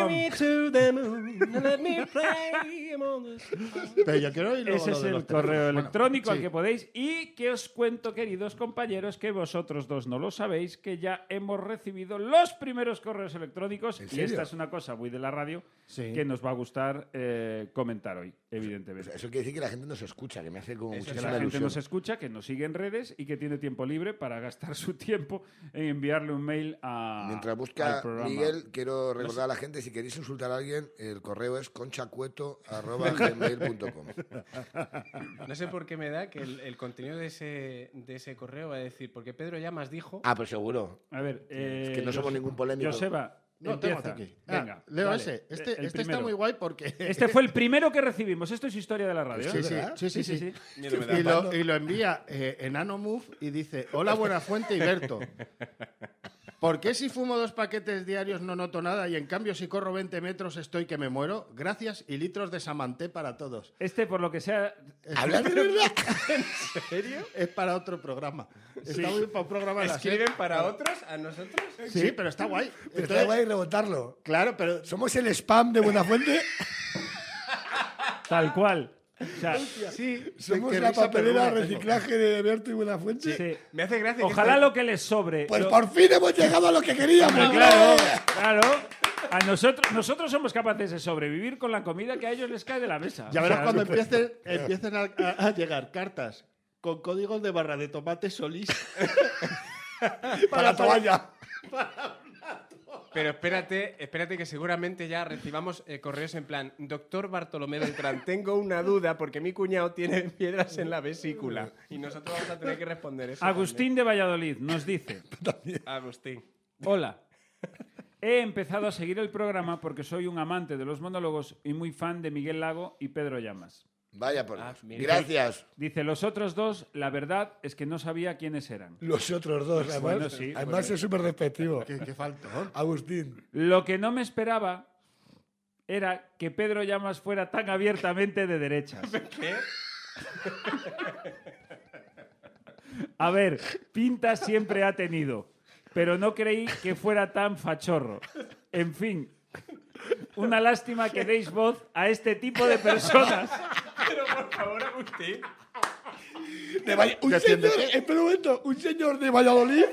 [SPEAKER 6] me to the moon and let me play among the stars.
[SPEAKER 3] Pero yo quiero oír luego
[SPEAKER 2] Ese
[SPEAKER 3] lo
[SPEAKER 2] es
[SPEAKER 3] de
[SPEAKER 2] el
[SPEAKER 3] los
[SPEAKER 2] correo
[SPEAKER 3] teléfonos. Bueno,
[SPEAKER 2] electrónico al
[SPEAKER 3] sí.
[SPEAKER 2] que podéis. Y que os cuento, queridos compañeros, que vosotros dos no lo sabéis, que ya hemos recibido los primeros correos electrónicos.
[SPEAKER 4] ¿En
[SPEAKER 2] Y
[SPEAKER 4] serio?
[SPEAKER 2] esta es una cosa muy de la radio
[SPEAKER 3] Sí.
[SPEAKER 2] que nos va a gustar eh, comentar hoy, evidentemente.
[SPEAKER 4] Eso quiere decir que la gente nos escucha, que me hace como
[SPEAKER 6] Eso es
[SPEAKER 2] que
[SPEAKER 4] muchísima
[SPEAKER 2] la gente
[SPEAKER 4] ilusión.
[SPEAKER 2] nos escucha, que nos sigue en redes y que tiene tiempo libre para gastar su tiempo en enviarle un mail a.
[SPEAKER 4] Mientras
[SPEAKER 2] al
[SPEAKER 4] busca
[SPEAKER 2] programa.
[SPEAKER 4] Miguel, quiero recordar a la gente, si queréis insultar a alguien, el correo es conchacueto.gmail.com.
[SPEAKER 6] No sé por qué me da que el, el contenido de ese, de ese correo va a decir, porque Pedro Llamas dijo.
[SPEAKER 4] Ah, pero seguro.
[SPEAKER 2] A ver.
[SPEAKER 4] Es
[SPEAKER 2] eh,
[SPEAKER 4] que no somos
[SPEAKER 2] Jose-
[SPEAKER 4] ningún polémico.
[SPEAKER 2] Joseba.
[SPEAKER 3] No, tengo
[SPEAKER 2] empieza.
[SPEAKER 3] aquí. Ah,
[SPEAKER 2] Venga.
[SPEAKER 3] leo
[SPEAKER 2] dale. Eh,
[SPEAKER 3] ese. Este,
[SPEAKER 2] El
[SPEAKER 3] este está
[SPEAKER 2] primero.
[SPEAKER 3] muy guay porque.
[SPEAKER 2] Este fue el primero que recibimos. Esto es historia de la radio.
[SPEAKER 3] Sí,
[SPEAKER 2] ¿eh?
[SPEAKER 3] sí,
[SPEAKER 4] ¿verdad?
[SPEAKER 3] sí, sí, sí.
[SPEAKER 6] Miedo me
[SPEAKER 3] Y
[SPEAKER 6] da.
[SPEAKER 3] lo, y lo envía eh, Enano Move y dice: Hola, buena fuente y Berto. ¿Por qué si fumo dos paquetes diarios no noto nada y en cambio si corro 20 metros estoy que me muero? Gracias y litros de samanté para todos.
[SPEAKER 2] Este, por lo que sea,
[SPEAKER 4] ¿Hablas de verdad?
[SPEAKER 3] ¿En serio? Es para otro programa. Está muy para un programa de la SER.
[SPEAKER 6] ¿Escriben para otros? ¿A nosotros?
[SPEAKER 3] Sí, pero está guay.
[SPEAKER 4] Pero
[SPEAKER 3] Entonces,
[SPEAKER 4] está guay rebotarlo.
[SPEAKER 3] Claro, pero
[SPEAKER 4] Somos el spam de Buenafuente.
[SPEAKER 2] tal cual. O sea,
[SPEAKER 6] Sí.
[SPEAKER 4] Somos
[SPEAKER 3] qué
[SPEAKER 4] la
[SPEAKER 3] risa, pero
[SPEAKER 4] papelera
[SPEAKER 3] no la tengo.
[SPEAKER 4] reciclaje de Berto y Buenafuente.
[SPEAKER 2] sí.
[SPEAKER 6] Me hace gracia. que
[SPEAKER 2] Ojalá
[SPEAKER 6] este-
[SPEAKER 2] lo que les sobre.
[SPEAKER 4] Pues
[SPEAKER 2] lo-
[SPEAKER 4] por fin hemos llegado a lo que queríamos.
[SPEAKER 2] Hombre, claro,
[SPEAKER 4] ¡Ole!
[SPEAKER 2] claro. A nosotros, nosotros somos capaces de sobrevivir con la comida que a ellos les cae de la mesa.
[SPEAKER 3] Ah, Ya
[SPEAKER 2] O
[SPEAKER 3] verás
[SPEAKER 2] sea,
[SPEAKER 3] cuando empiecen, empiecen a, a- a llegar cartas con códigos de barra de tomate solís
[SPEAKER 4] Para la toalla.
[SPEAKER 6] Pero espérate, espérate que seguramente ya recibamos eh, correos en plan, doctor Bartolomé Beltrán, tengo una duda porque mi cuñado tiene piedras en la vesícula. Y nosotros vamos a tener que responder eso.
[SPEAKER 2] Agustín de Valladolid nos dice,
[SPEAKER 6] también. Agustín.
[SPEAKER 2] hola, he empezado a seguir el programa porque soy un amante de los monólogos y muy fan de Miguel Lago y Pedro Llamas.
[SPEAKER 4] Vaya por
[SPEAKER 6] Ah, mira.
[SPEAKER 4] Gracias.
[SPEAKER 2] Dice, los otros dos, la verdad es que no sabía quiénes eran.
[SPEAKER 4] Los otros dos, además,
[SPEAKER 2] bueno, sí,
[SPEAKER 4] además
[SPEAKER 2] porque-
[SPEAKER 4] es súper despectivo.
[SPEAKER 3] Qué, qué faltón.
[SPEAKER 4] Agustín,
[SPEAKER 2] Lo que no me esperaba era que Pedro Llamas fuera tan abiertamente de derechas.
[SPEAKER 6] ¿Qué?
[SPEAKER 2] A ver, pinta siempre ha tenido, pero no creí que fuera tan fachorro. En fin, una lástima que deis voz a este tipo de personas.
[SPEAKER 6] Pero por favor, Agustín.
[SPEAKER 4] de Vall- un señor, espera un momento, un señor de Valladolid.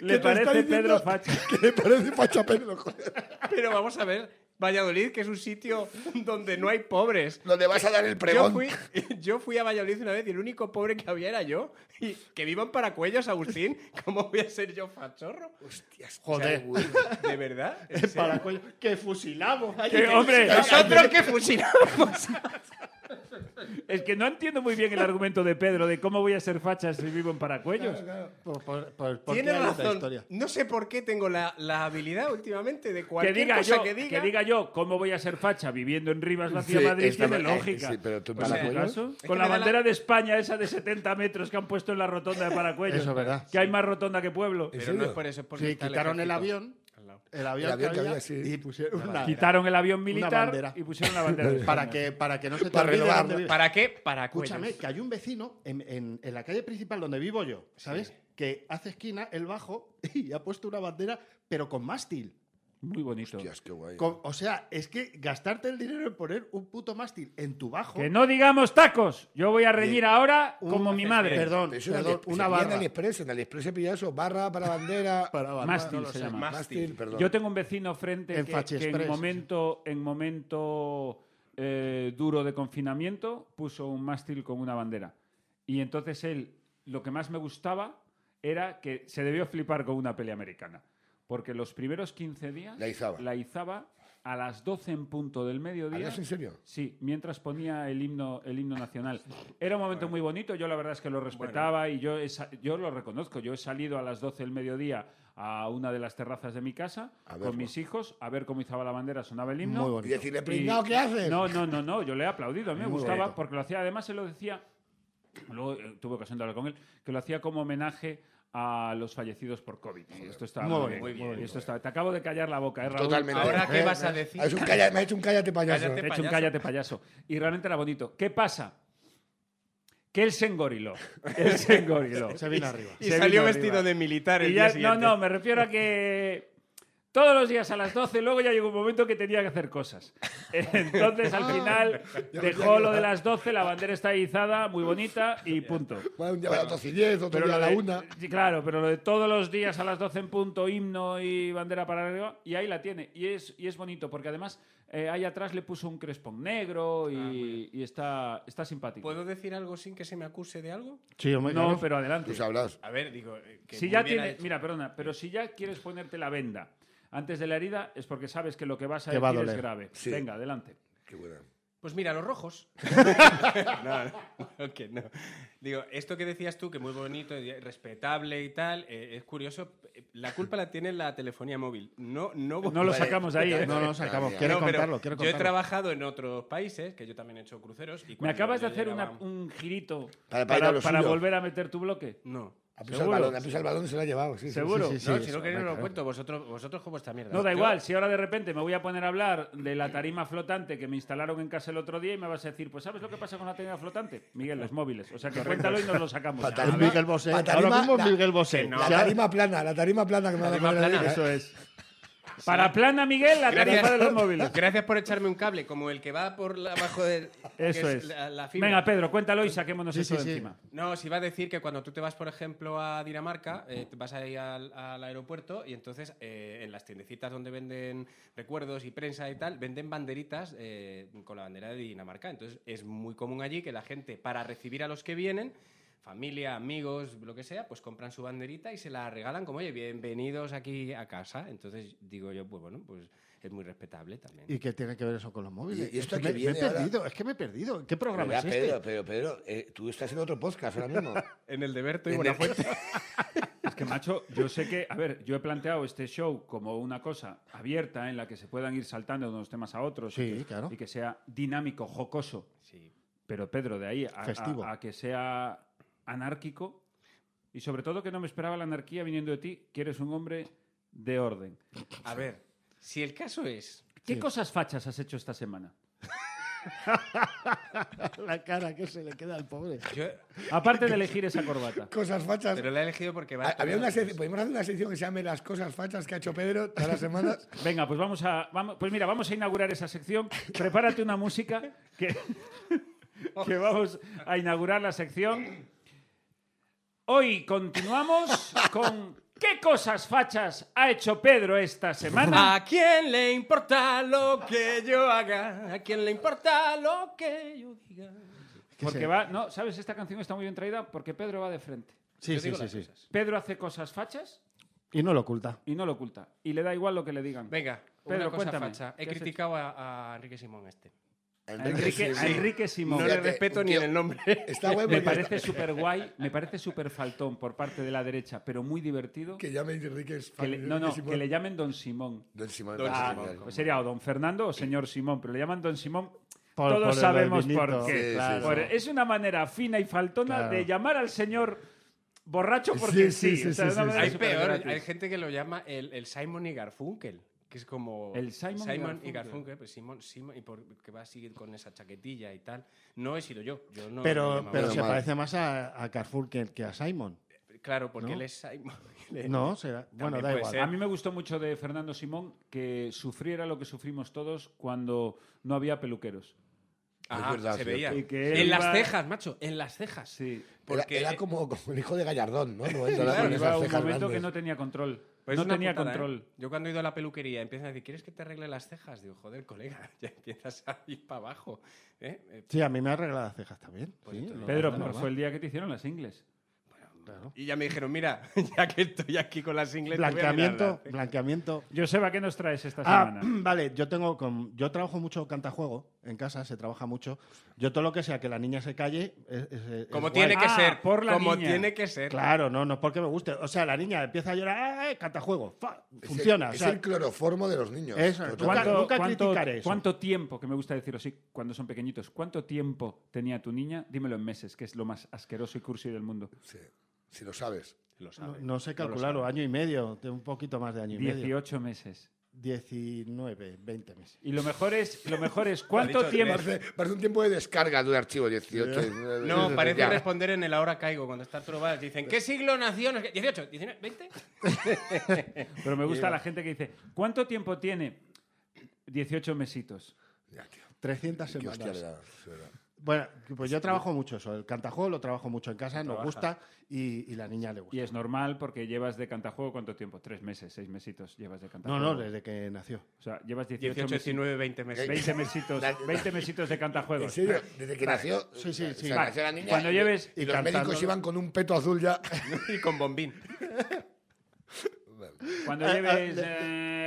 [SPEAKER 2] Le
[SPEAKER 4] te está
[SPEAKER 2] parece
[SPEAKER 4] diciendo
[SPEAKER 2] Pedro Facha.
[SPEAKER 4] Que le parece Facha Pedro, joder.
[SPEAKER 6] Pero vamos a ver, Valladolid, que es un sitio donde no hay pobres.
[SPEAKER 4] Donde vas a dar el
[SPEAKER 6] Yo
[SPEAKER 4] pregón.
[SPEAKER 6] fui, yo fui a Valladolid una vez y el único pobre que había era yo. Y que vivan para cuellos, Agustín. ¿Cómo voy a ser yo fachorro?
[SPEAKER 4] Hostias,
[SPEAKER 3] Joder.
[SPEAKER 4] o sea,
[SPEAKER 6] ¿De verdad? ¿En serio?
[SPEAKER 3] Para cuello. Que fusilamos. Ay,
[SPEAKER 2] Que, hombre,
[SPEAKER 6] Nosotros que fusilamos.
[SPEAKER 2] es que no entiendo muy bien el argumento de Pedro de cómo voy a ser facha si vivo en Paracuellos.
[SPEAKER 3] Por, por, por- por
[SPEAKER 6] Tiene
[SPEAKER 3] qué hay esta
[SPEAKER 6] razón.
[SPEAKER 3] historia?
[SPEAKER 6] No sé por qué tengo la, la habilidad últimamente de
[SPEAKER 2] Que
[SPEAKER 6] cualquier
[SPEAKER 2] diga,
[SPEAKER 6] cosa
[SPEAKER 2] yo,
[SPEAKER 6] que diga.
[SPEAKER 2] yo cómo voy a ser facha viviendo en Rivas Vacía
[SPEAKER 4] Sí,
[SPEAKER 2] Madrid
[SPEAKER 4] está
[SPEAKER 2] tiene
[SPEAKER 4] bien, eh,
[SPEAKER 2] lógica. Pues
[SPEAKER 4] sí, pero tú en
[SPEAKER 2] O sea,
[SPEAKER 4] Paracuellos-
[SPEAKER 2] ¿acaso?
[SPEAKER 6] que
[SPEAKER 2] Con
[SPEAKER 6] me
[SPEAKER 2] la
[SPEAKER 6] da la-
[SPEAKER 2] bandera de España esa de 70 metros que han puesto en la rotonda de Paracuellos.
[SPEAKER 3] Eso es verdad.
[SPEAKER 2] Que hay más rotonda que pueblo.
[SPEAKER 6] Pero
[SPEAKER 4] serio?
[SPEAKER 6] no es por eso, es porque
[SPEAKER 3] Sí,
[SPEAKER 6] está
[SPEAKER 3] quitaron el
[SPEAKER 6] ejército.
[SPEAKER 3] avión.
[SPEAKER 6] Al lado.
[SPEAKER 3] El avión,
[SPEAKER 4] El avión
[SPEAKER 3] que había,
[SPEAKER 4] sí.
[SPEAKER 3] y pusieron una-
[SPEAKER 2] Quitaron el avión
[SPEAKER 3] Una
[SPEAKER 2] militar
[SPEAKER 3] bandera.
[SPEAKER 2] y pusieron la bandera. de
[SPEAKER 3] para
[SPEAKER 2] España.
[SPEAKER 3] que para que no se te
[SPEAKER 4] Para
[SPEAKER 3] olvide
[SPEAKER 4] renovar,
[SPEAKER 3] dónde
[SPEAKER 4] ¿no?
[SPEAKER 3] vives.
[SPEAKER 6] ¿Para qué? Para
[SPEAKER 3] Escúchame,
[SPEAKER 6] cuellos.
[SPEAKER 3] que hay un vecino en, en- en la calle principal donde vivo yo, ¿sabes? Que hace esquina, el bajo, y ha puesto una bandera, pero con mástil.
[SPEAKER 2] Muy bonito.
[SPEAKER 4] Hostias, qué guay.
[SPEAKER 3] Con- o sea, es que gastarte el dinero en poner un puto mástil en tu bajo.
[SPEAKER 2] Que no digamos tacos. Yo voy a reñir ahora
[SPEAKER 3] un-
[SPEAKER 2] como mi madre.
[SPEAKER 3] Perdón,
[SPEAKER 4] Pero eso en
[SPEAKER 3] perdón,
[SPEAKER 4] Ali-
[SPEAKER 3] una
[SPEAKER 4] sería En
[SPEAKER 3] barra.
[SPEAKER 4] Aliexpress, en Aliexpress he pillado eso, barra para bandera.
[SPEAKER 3] Para barra.
[SPEAKER 2] Mástil
[SPEAKER 3] No lo
[SPEAKER 2] se
[SPEAKER 3] sé.
[SPEAKER 2] llama.
[SPEAKER 4] Mástil, perdón.
[SPEAKER 2] Yo tengo un vecino frente
[SPEAKER 3] En
[SPEAKER 2] que,
[SPEAKER 3] Fachi
[SPEAKER 2] que en
[SPEAKER 3] Express.
[SPEAKER 2] momento, en momento eh, duro de confinamiento puso un mástil con una bandera. Y entonces él, lo que más me gustaba era que se debió flipar con una peli americana. Porque los primeros 15 días
[SPEAKER 4] La izaba.
[SPEAKER 2] la izaba a las 12 en punto del mediodía.
[SPEAKER 4] ¿Hablas en serio?
[SPEAKER 2] Sí, mientras ponía el himno, el himno nacional. Era un momento muy bonito, yo la verdad es que lo respetaba y yo, he sa- yo lo reconozco. Yo he salido a las 12 del mediodía a una de las terrazas de mi casa
[SPEAKER 4] A
[SPEAKER 2] con
[SPEAKER 4] verlo.
[SPEAKER 2] mis hijos a ver cómo izaba la bandera, sonaba el himno.
[SPEAKER 3] Muy
[SPEAKER 4] Y
[SPEAKER 3] bonito.
[SPEAKER 4] decirle, pringao, ¿qué haces?
[SPEAKER 2] No, no, no, no, yo le he aplaudido, a mí me
[SPEAKER 3] Muy
[SPEAKER 2] gustaba
[SPEAKER 3] bonito.
[SPEAKER 2] porque lo hacía, además se lo decía, luego eh, tuve ocasión de hablar con él, que lo hacía como homenaje a los fallecidos por COVID. Y esto está
[SPEAKER 3] Muy
[SPEAKER 2] muy
[SPEAKER 3] bien,
[SPEAKER 2] bien.
[SPEAKER 6] muy bien.
[SPEAKER 2] Esto está- te acabo de callar la boca, ¿eh, Raúl?
[SPEAKER 4] Totalmente.
[SPEAKER 6] Ahora, ¿qué
[SPEAKER 4] Eh,
[SPEAKER 6] vas a
[SPEAKER 4] eh,
[SPEAKER 6] decir?
[SPEAKER 4] ha hecho un calla- me ha hecho un cállate payaso.
[SPEAKER 2] Te
[SPEAKER 6] Cállate
[SPEAKER 2] he hecho un
[SPEAKER 6] payaso.
[SPEAKER 2] cállate payaso. Y realmente era bonito. ¿Qué pasa? Que él se engoriló. Él se engoriló.
[SPEAKER 3] Se vino arriba.
[SPEAKER 6] Y
[SPEAKER 2] Se
[SPEAKER 6] salió
[SPEAKER 2] vino
[SPEAKER 6] vestido
[SPEAKER 2] arriba.
[SPEAKER 6] de militar el
[SPEAKER 2] Y ya-
[SPEAKER 6] día
[SPEAKER 2] no,
[SPEAKER 6] siguiente.
[SPEAKER 2] no, me refiero a que todos los días a las 12, luego ya llegó un momento que tenía que hacer cosas. Entonces
[SPEAKER 6] Ah.
[SPEAKER 2] al final
[SPEAKER 4] Ya
[SPEAKER 2] dejó
[SPEAKER 4] lo
[SPEAKER 2] lo de
[SPEAKER 4] tenía.
[SPEAKER 2] las 12, la bandera está izada, muy bonita y punto.
[SPEAKER 4] Bueno, un día a las 12 y 10, otro día a
[SPEAKER 2] lo
[SPEAKER 4] la
[SPEAKER 2] de-
[SPEAKER 4] una.
[SPEAKER 2] sí, claro, pero lo de todos los días a las 12 en punto, himno y bandera para arriba, y ahí la tiene. Y es, y es bonito, porque además eh, ahí atrás le puso un crespón negro
[SPEAKER 6] Ah,
[SPEAKER 2] y, y está, está simpático.
[SPEAKER 6] ¿Puedo decir algo sin que se me acuse de algo?
[SPEAKER 3] Sí, hombre,
[SPEAKER 2] No,
[SPEAKER 3] claro.
[SPEAKER 2] pero adelante.
[SPEAKER 4] Tú sabrás.
[SPEAKER 6] A ver, digo. eh, que
[SPEAKER 2] Si
[SPEAKER 6] muy
[SPEAKER 2] ya
[SPEAKER 6] bien ha
[SPEAKER 2] tiene,
[SPEAKER 6] hecho.
[SPEAKER 2] mira, perdona, pero si ya quieres ponerte la venda antes de la herida es porque sabes que lo que vas a
[SPEAKER 3] Te va a
[SPEAKER 2] decir es
[SPEAKER 3] doler.
[SPEAKER 2] grave.
[SPEAKER 4] Sí.
[SPEAKER 2] Venga, adelante.
[SPEAKER 4] Qué buena.
[SPEAKER 6] Pues mira, los rojos. no, no, que no. Digo, esto que decías tú, que muy bonito, y respetable y tal, eh, es curioso. eh, La culpa la tiene la telefonía móvil. No, no,
[SPEAKER 2] No lo sacamos de ahí, ¿eh?
[SPEAKER 3] No, no, sacamos.
[SPEAKER 4] No,
[SPEAKER 3] Quiere
[SPEAKER 6] No, pero
[SPEAKER 3] contarlo, quiere
[SPEAKER 6] Yo he
[SPEAKER 3] contarlo.
[SPEAKER 6] trabajado en otros países, que yo también he hecho cruceros. Y
[SPEAKER 2] Me
[SPEAKER 6] cuando
[SPEAKER 2] acabas de
[SPEAKER 6] yo
[SPEAKER 2] hacer una-
[SPEAKER 6] llegaba-
[SPEAKER 2] un girito
[SPEAKER 4] Para- para ir a lo suyo.
[SPEAKER 2] volver a meter tu bloque.
[SPEAKER 6] No.
[SPEAKER 4] Ha pisado el
[SPEAKER 2] ¿Seguro?
[SPEAKER 4] balón, ha pisado el balón y se lo ha llevado. sí, sí,
[SPEAKER 2] ¿Seguro?
[SPEAKER 4] sí, sí.
[SPEAKER 6] no,
[SPEAKER 3] sí,
[SPEAKER 6] si
[SPEAKER 3] eso,
[SPEAKER 6] no queréis no lo
[SPEAKER 3] hombre, claro.
[SPEAKER 6] cuento. Vosotros, vosotros con vuestra mierda.
[SPEAKER 2] No, da
[SPEAKER 6] Yo-
[SPEAKER 2] igual, si ahora de repente me voy a poner a hablar de la tarima flotante que me instalaron en casa el otro día y me vas a decir, pues ¿sabes lo que pasa con la tarima flotante? Miguel, los móviles. O sea, que cuéntalo y nos lo sacamos.
[SPEAKER 4] Fatal.
[SPEAKER 3] Es Miguel Bosé.
[SPEAKER 4] La
[SPEAKER 3] Ahora
[SPEAKER 4] tarima-
[SPEAKER 3] mismo
[SPEAKER 4] la-
[SPEAKER 3] es Miguel Bosé.
[SPEAKER 6] que no.
[SPEAKER 4] La
[SPEAKER 3] Se ha-
[SPEAKER 4] tarima plana, la tarima plana que me va a
[SPEAKER 6] Tarima
[SPEAKER 4] poner
[SPEAKER 6] plana.
[SPEAKER 4] ahí.
[SPEAKER 3] Eso es.
[SPEAKER 2] Para plana, Miguel, la tarifa de los móviles.
[SPEAKER 6] Gracias por echarme un cable, como el que va por la- abajo de que
[SPEAKER 2] Eso es.
[SPEAKER 6] La, la fibra.
[SPEAKER 2] Venga, Pedro, cuéntalo y saquémonos
[SPEAKER 3] Sí,
[SPEAKER 2] eso
[SPEAKER 3] sí,
[SPEAKER 2] de
[SPEAKER 3] sí.
[SPEAKER 2] encima.
[SPEAKER 6] No, os iba a decir que cuando tú te vas, por ejemplo, a Dinamarca, eh, te vas ahí al, al aeropuerto y entonces eh, en las tiendecitas donde venden recuerdos y prensa y tal, venden banderitas eh, con la bandera de Dinamarca. Entonces es muy común allí que la gente, para recibir a los que vienen, familia, amigos, lo que sea, pues compran su banderita y se la regalan como, oye, bienvenidos aquí a casa. Entonces digo yo, pues bueno, pues es muy respetable también.
[SPEAKER 3] ¿Y qué tiene que ver eso con los móviles?
[SPEAKER 4] Y- y esto
[SPEAKER 3] es que
[SPEAKER 4] que
[SPEAKER 3] me, me
[SPEAKER 4] viene
[SPEAKER 3] he
[SPEAKER 4] ahora-
[SPEAKER 3] perdido, es que me he perdido. ¿En qué programa
[SPEAKER 4] Ya,
[SPEAKER 3] es este?
[SPEAKER 4] Pedro, pero Pedro, eh, tú estás en otro podcast ahora mismo.
[SPEAKER 6] En el de Berto y
[SPEAKER 4] En
[SPEAKER 6] Buenafuente.
[SPEAKER 2] Es que, macho, yo sé que, a ver, yo he planteado este show como una cosa abierta en la que se puedan ir saltando de unos temas a otros
[SPEAKER 3] Sí,
[SPEAKER 2] y, que,
[SPEAKER 3] claro.
[SPEAKER 2] y que sea dinámico, jocoso.
[SPEAKER 6] Sí.
[SPEAKER 2] Pero, Pedro, de ahí a, a-
[SPEAKER 3] Festivo.
[SPEAKER 2] a que sea anárquico y sobre todo que no me esperaba la anarquía viniendo de ti, que eres un hombre de orden.
[SPEAKER 6] A ver, si el caso es
[SPEAKER 2] ¿Qué cosas fachas has hecho esta semana?
[SPEAKER 3] La cara que se le queda al pobre.
[SPEAKER 6] Yo,
[SPEAKER 2] Aparte de elegir esa corbata.
[SPEAKER 4] Cosas fachas.
[SPEAKER 6] pero la he elegido porque va.
[SPEAKER 4] Ha- Había una sección, podemos hacer una sección que se llame Las cosas fachas que ha hecho Pedro todas las semanas.
[SPEAKER 2] Venga, pues vamos a. vamos- pues mira, vamos a inaugurar esa sección. Prepárate una música que, que vamos a inaugurar la sección. Hoy continuamos con ¿Qué cosas fachas ha hecho Pedro esta semana?
[SPEAKER 6] ¿A quién le importa lo que yo haga? ¿A quién le importa lo que yo diga?
[SPEAKER 2] Porque
[SPEAKER 3] sé.
[SPEAKER 2] va. No, ¿sabes? Esta canción está muy bien traída porque Pedro va de frente.
[SPEAKER 3] Sí,
[SPEAKER 6] Yo
[SPEAKER 3] sí,
[SPEAKER 6] digo
[SPEAKER 3] sí,
[SPEAKER 6] las
[SPEAKER 3] sí.
[SPEAKER 6] cosas.
[SPEAKER 2] Pedro hace cosas fachas
[SPEAKER 3] Y no lo oculta.
[SPEAKER 2] y no lo oculta. Y le da igual lo que le digan.
[SPEAKER 6] Venga,
[SPEAKER 2] Pedro,
[SPEAKER 6] una cosa
[SPEAKER 2] cuéntame,
[SPEAKER 6] facha.
[SPEAKER 2] ¿qué
[SPEAKER 6] He
[SPEAKER 2] has hecho?
[SPEAKER 6] criticado a, a Enrique Simón este.
[SPEAKER 2] A Enrique, a Enrique Simón.
[SPEAKER 6] No
[SPEAKER 4] Fíjate,
[SPEAKER 6] le respeto
[SPEAKER 4] un
[SPEAKER 6] ni
[SPEAKER 4] tío-
[SPEAKER 6] en el nombre.
[SPEAKER 4] Está bueno
[SPEAKER 2] Me
[SPEAKER 4] porque
[SPEAKER 2] parece súper guay, me parece súper faltón por parte de la derecha, pero muy divertido.
[SPEAKER 4] que llame Enrique es
[SPEAKER 2] Que le-
[SPEAKER 4] fan de
[SPEAKER 2] no, no,
[SPEAKER 4] Enrique
[SPEAKER 2] que le
[SPEAKER 4] Simón.
[SPEAKER 2] llamen Don Simón.
[SPEAKER 4] Don Simón.
[SPEAKER 6] Don
[SPEAKER 4] Ah,
[SPEAKER 6] Simón,
[SPEAKER 4] genial.
[SPEAKER 2] Pues sería o Don Fernando o Señor Simón, pero le llaman Don Simón.
[SPEAKER 3] Por-
[SPEAKER 2] Todos
[SPEAKER 3] por el
[SPEAKER 2] sabemos
[SPEAKER 3] albinito.
[SPEAKER 2] por qué.
[SPEAKER 4] Sí, sí,
[SPEAKER 3] claro.
[SPEAKER 2] Por- es una manera fina y faltona
[SPEAKER 3] Claro.
[SPEAKER 2] de llamar al señor borracho porque sí.
[SPEAKER 3] Sí, sí, sí,
[SPEAKER 2] o sea,
[SPEAKER 3] sí,
[SPEAKER 2] de una
[SPEAKER 3] sí,
[SPEAKER 2] manera
[SPEAKER 6] Hay
[SPEAKER 3] sí.
[SPEAKER 2] súper
[SPEAKER 6] peor,
[SPEAKER 2] gratis.
[SPEAKER 6] hay gente que lo llama el, el Simon y Garfunkel, que es como...
[SPEAKER 2] El Simon y
[SPEAKER 6] y
[SPEAKER 2] Garfunkel.
[SPEAKER 6] Garfunkel, pues Simon, Simon, y por, que va a seguir con esa chaquetilla y tal. No he sido yo, yo no... lo
[SPEAKER 3] Pero,
[SPEAKER 6] llamaba
[SPEAKER 3] pero
[SPEAKER 4] Menos
[SPEAKER 6] así.
[SPEAKER 3] se
[SPEAKER 4] mal.
[SPEAKER 3] parece más a, a Carfulker que a Simon.
[SPEAKER 6] Claro, porque
[SPEAKER 3] ¿No?
[SPEAKER 6] él es Simon.
[SPEAKER 3] No, será. Bueno, da
[SPEAKER 6] puede
[SPEAKER 3] igual.
[SPEAKER 6] ser.
[SPEAKER 2] A mí me gustó mucho de Fernando Simón que sufriera lo que sufrimos todos cuando no había peluqueros.
[SPEAKER 6] Ajá,
[SPEAKER 4] Es verdad,
[SPEAKER 6] Ah, se
[SPEAKER 4] cierto.
[SPEAKER 6] veía.
[SPEAKER 2] Y que él
[SPEAKER 6] en
[SPEAKER 2] iba-
[SPEAKER 6] las cejas, macho, en las cejas.
[SPEAKER 2] Sí.
[SPEAKER 4] Era-
[SPEAKER 6] Porque-
[SPEAKER 4] era, como, como el hijo de Gallardón, ¿no? En un momento,
[SPEAKER 6] Claro,
[SPEAKER 4] con esas
[SPEAKER 2] Iba un
[SPEAKER 4] cejas
[SPEAKER 2] momento que
[SPEAKER 4] grandes.
[SPEAKER 2] no tenía control.
[SPEAKER 6] Pues
[SPEAKER 2] no
[SPEAKER 6] es una
[SPEAKER 2] tenía
[SPEAKER 6] putada, ¿eh?
[SPEAKER 2] control.
[SPEAKER 6] Yo cuando he ido a la peluquería empiezan a decir, ¿quieres que te arregle las cejas? Digo, joder, colega, ya empiezas a ir para abajo. ¿eh? Eh,
[SPEAKER 3] Sí, a mí me ha arreglado las cejas también.
[SPEAKER 6] Pues
[SPEAKER 3] sí,
[SPEAKER 6] entonces-
[SPEAKER 3] lo-
[SPEAKER 2] Pedro,
[SPEAKER 3] lo-
[SPEAKER 2] pero
[SPEAKER 3] lo-
[SPEAKER 2] fue el día que te hicieron las ingles.
[SPEAKER 3] claro.
[SPEAKER 6] Y ya me dijeron, mira, ya que estoy aquí con las ingles... te voy a mirar ¿eh? las
[SPEAKER 3] Blanqueamiento,
[SPEAKER 6] cejas".
[SPEAKER 3] blanqueamiento.
[SPEAKER 2] Joseba, ¿qué nos traes esta
[SPEAKER 3] Ah,
[SPEAKER 2] semana?
[SPEAKER 3] vale, yo tengo con- yo trabajo mucho cantajuego en casa, se trabaja mucho. Yo todo lo que sea que la niña se calle es, es- es
[SPEAKER 6] Como
[SPEAKER 3] guay.
[SPEAKER 6] tiene que
[SPEAKER 2] Ah,
[SPEAKER 6] ser.
[SPEAKER 2] por la
[SPEAKER 6] como
[SPEAKER 2] niña.
[SPEAKER 6] tiene que ser.
[SPEAKER 3] Claro, no, no es porque me guste. O sea, la niña empieza a llorar, ¡eh, cantajuego! fa,
[SPEAKER 4] Es el-
[SPEAKER 3] Funciona. o
[SPEAKER 4] Es,
[SPEAKER 3] sea,
[SPEAKER 4] el cloroformo de los niños.
[SPEAKER 3] Eso,
[SPEAKER 4] Total.
[SPEAKER 3] tú nunca-
[SPEAKER 2] ¿Cuánto,
[SPEAKER 3] nunca
[SPEAKER 2] cuánto-
[SPEAKER 3] criticaré eso.
[SPEAKER 2] cuánto tiempo, que me gusta decirlo así cuando son pequeñitos, cuánto tiempo tenía tu niña? Dímelo en meses, que es lo más asqueroso y cursi del mundo.
[SPEAKER 4] Sí, si lo sabes.
[SPEAKER 6] Lo sabe.
[SPEAKER 3] no, no sé calcularlo, año y medio, de un poquito más de año y medio.
[SPEAKER 2] 18 meses.
[SPEAKER 3] 19, 20 meses.
[SPEAKER 2] Y lo mejor es, lo mejor es cuánto
[SPEAKER 6] dicho
[SPEAKER 2] tiempo.
[SPEAKER 4] Parece, parece un tiempo de descarga de un archivo 18. 19,
[SPEAKER 6] No, parece
[SPEAKER 4] ya.
[SPEAKER 6] responder en el ahora caigo cuando estás probado. Dicen, ¿qué siglo nació? No sé qué. 18, 19, 20.
[SPEAKER 2] Pero me gusta la gente que dice, ¿cuánto tiempo tiene? 18 mesitos.
[SPEAKER 4] Ya, tío,
[SPEAKER 3] 300
[SPEAKER 4] qué
[SPEAKER 3] semanas.
[SPEAKER 4] hostia le da, se da.
[SPEAKER 3] Bueno, pues yo trabajo mucho eso. El cantajuego lo trabajo mucho en casa, nos
[SPEAKER 6] Trabaja.
[SPEAKER 3] gusta y, y la niña le gusta.
[SPEAKER 2] Y es normal porque llevas de cantajuego cuánto tiempo? Tres meses, seis mesitos llevas de
[SPEAKER 3] No,
[SPEAKER 2] cantajuego.
[SPEAKER 3] no, desde que nació.
[SPEAKER 2] O sea, llevas 18,
[SPEAKER 6] 18,
[SPEAKER 2] mesitos.
[SPEAKER 6] 19, 20 meses.
[SPEAKER 2] 20 mesitos,
[SPEAKER 4] La-
[SPEAKER 2] 20 mesitos de
[SPEAKER 4] ¿En
[SPEAKER 2] cantajuegos.
[SPEAKER 4] serio? Desde que nació,
[SPEAKER 3] Sí, sí,
[SPEAKER 4] o sea,
[SPEAKER 3] sí.
[SPEAKER 4] nació
[SPEAKER 2] Vale.
[SPEAKER 4] la niña
[SPEAKER 2] Cuando
[SPEAKER 4] y-
[SPEAKER 2] lleves-
[SPEAKER 4] y,
[SPEAKER 3] y
[SPEAKER 4] los
[SPEAKER 3] cantando-
[SPEAKER 4] médicos iban con un peto azul ya.
[SPEAKER 6] Y con bombín.
[SPEAKER 2] Cuando
[SPEAKER 3] Ah, ah,
[SPEAKER 2] lleves,
[SPEAKER 3] le-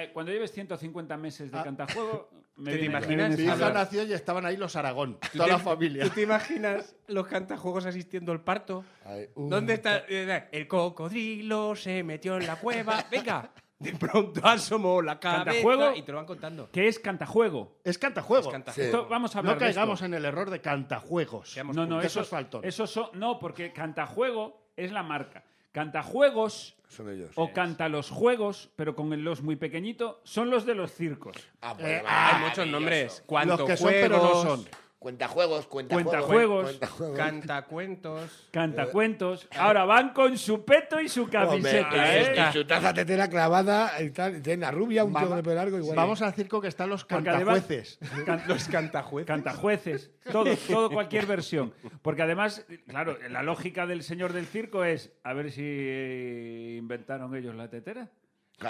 [SPEAKER 2] eh, cuando lleves 150 meses de
[SPEAKER 3] Ah.
[SPEAKER 2] cantajuego, me
[SPEAKER 6] ¿Te
[SPEAKER 2] viene- me
[SPEAKER 6] imaginas?
[SPEAKER 3] Mi
[SPEAKER 2] viene
[SPEAKER 3] hija
[SPEAKER 2] esa-
[SPEAKER 3] nació y estaban ahí los Aragón, toda la familia.
[SPEAKER 6] ¿Tú te imaginas los cantajuegos asistiendo al parto?
[SPEAKER 4] Ay, un-
[SPEAKER 6] ¿Dónde está? eh, El cocodrilo se metió en la cueva. Venga, de pronto asomó la
[SPEAKER 2] ¿Cantajuego?
[SPEAKER 6] cabeza y te lo van contando. Pues
[SPEAKER 2] ¿Qué es cantajuego?
[SPEAKER 3] Es cantajuego.
[SPEAKER 6] Cantajuego.
[SPEAKER 2] Esto- vamos a hablar
[SPEAKER 3] Eh, No
[SPEAKER 2] de esto.
[SPEAKER 3] caigamos en el error de cantajuegos.
[SPEAKER 6] Seamos
[SPEAKER 2] No, no,
[SPEAKER 3] que
[SPEAKER 2] eso,
[SPEAKER 3] eso es faltón.
[SPEAKER 2] Eso so- no, porque cantajuego es la marca. Cantajuegos
[SPEAKER 4] Son ellos.
[SPEAKER 2] o
[SPEAKER 6] Pues
[SPEAKER 2] canta los juegos, pero con el los muy pequeñito, son los de los circos.
[SPEAKER 4] Ah, bueno,
[SPEAKER 3] Eh,
[SPEAKER 4] vale.
[SPEAKER 6] Hay muchos nombres. Cuanto
[SPEAKER 3] Los que son, pero no son.
[SPEAKER 4] Cuentajuegos, cuentajuegos.
[SPEAKER 2] Cuentajuegos.
[SPEAKER 4] cuentajuegos.
[SPEAKER 6] Cantacuentos.
[SPEAKER 2] Cantacuentos. Ahora van con su peto y su
[SPEAKER 4] Hombre,
[SPEAKER 2] camiseta.
[SPEAKER 6] eh.
[SPEAKER 3] Ah,
[SPEAKER 6] ahí
[SPEAKER 2] ¿eh?
[SPEAKER 6] está.
[SPEAKER 4] y su taza tetera clavada y tal. y Tiene la rubia, un tío
[SPEAKER 3] Vamos-
[SPEAKER 4] de pelo largo igual.
[SPEAKER 3] Vamos al circo que están los
[SPEAKER 2] Porque además-
[SPEAKER 3] cantajueces.
[SPEAKER 2] Can-
[SPEAKER 6] Los cantajueces.
[SPEAKER 2] Cantajueces, todo, todo cualquier versión. Porque además, claro, la lógica del señor del circo es a ver si inventaron ellos la tetera.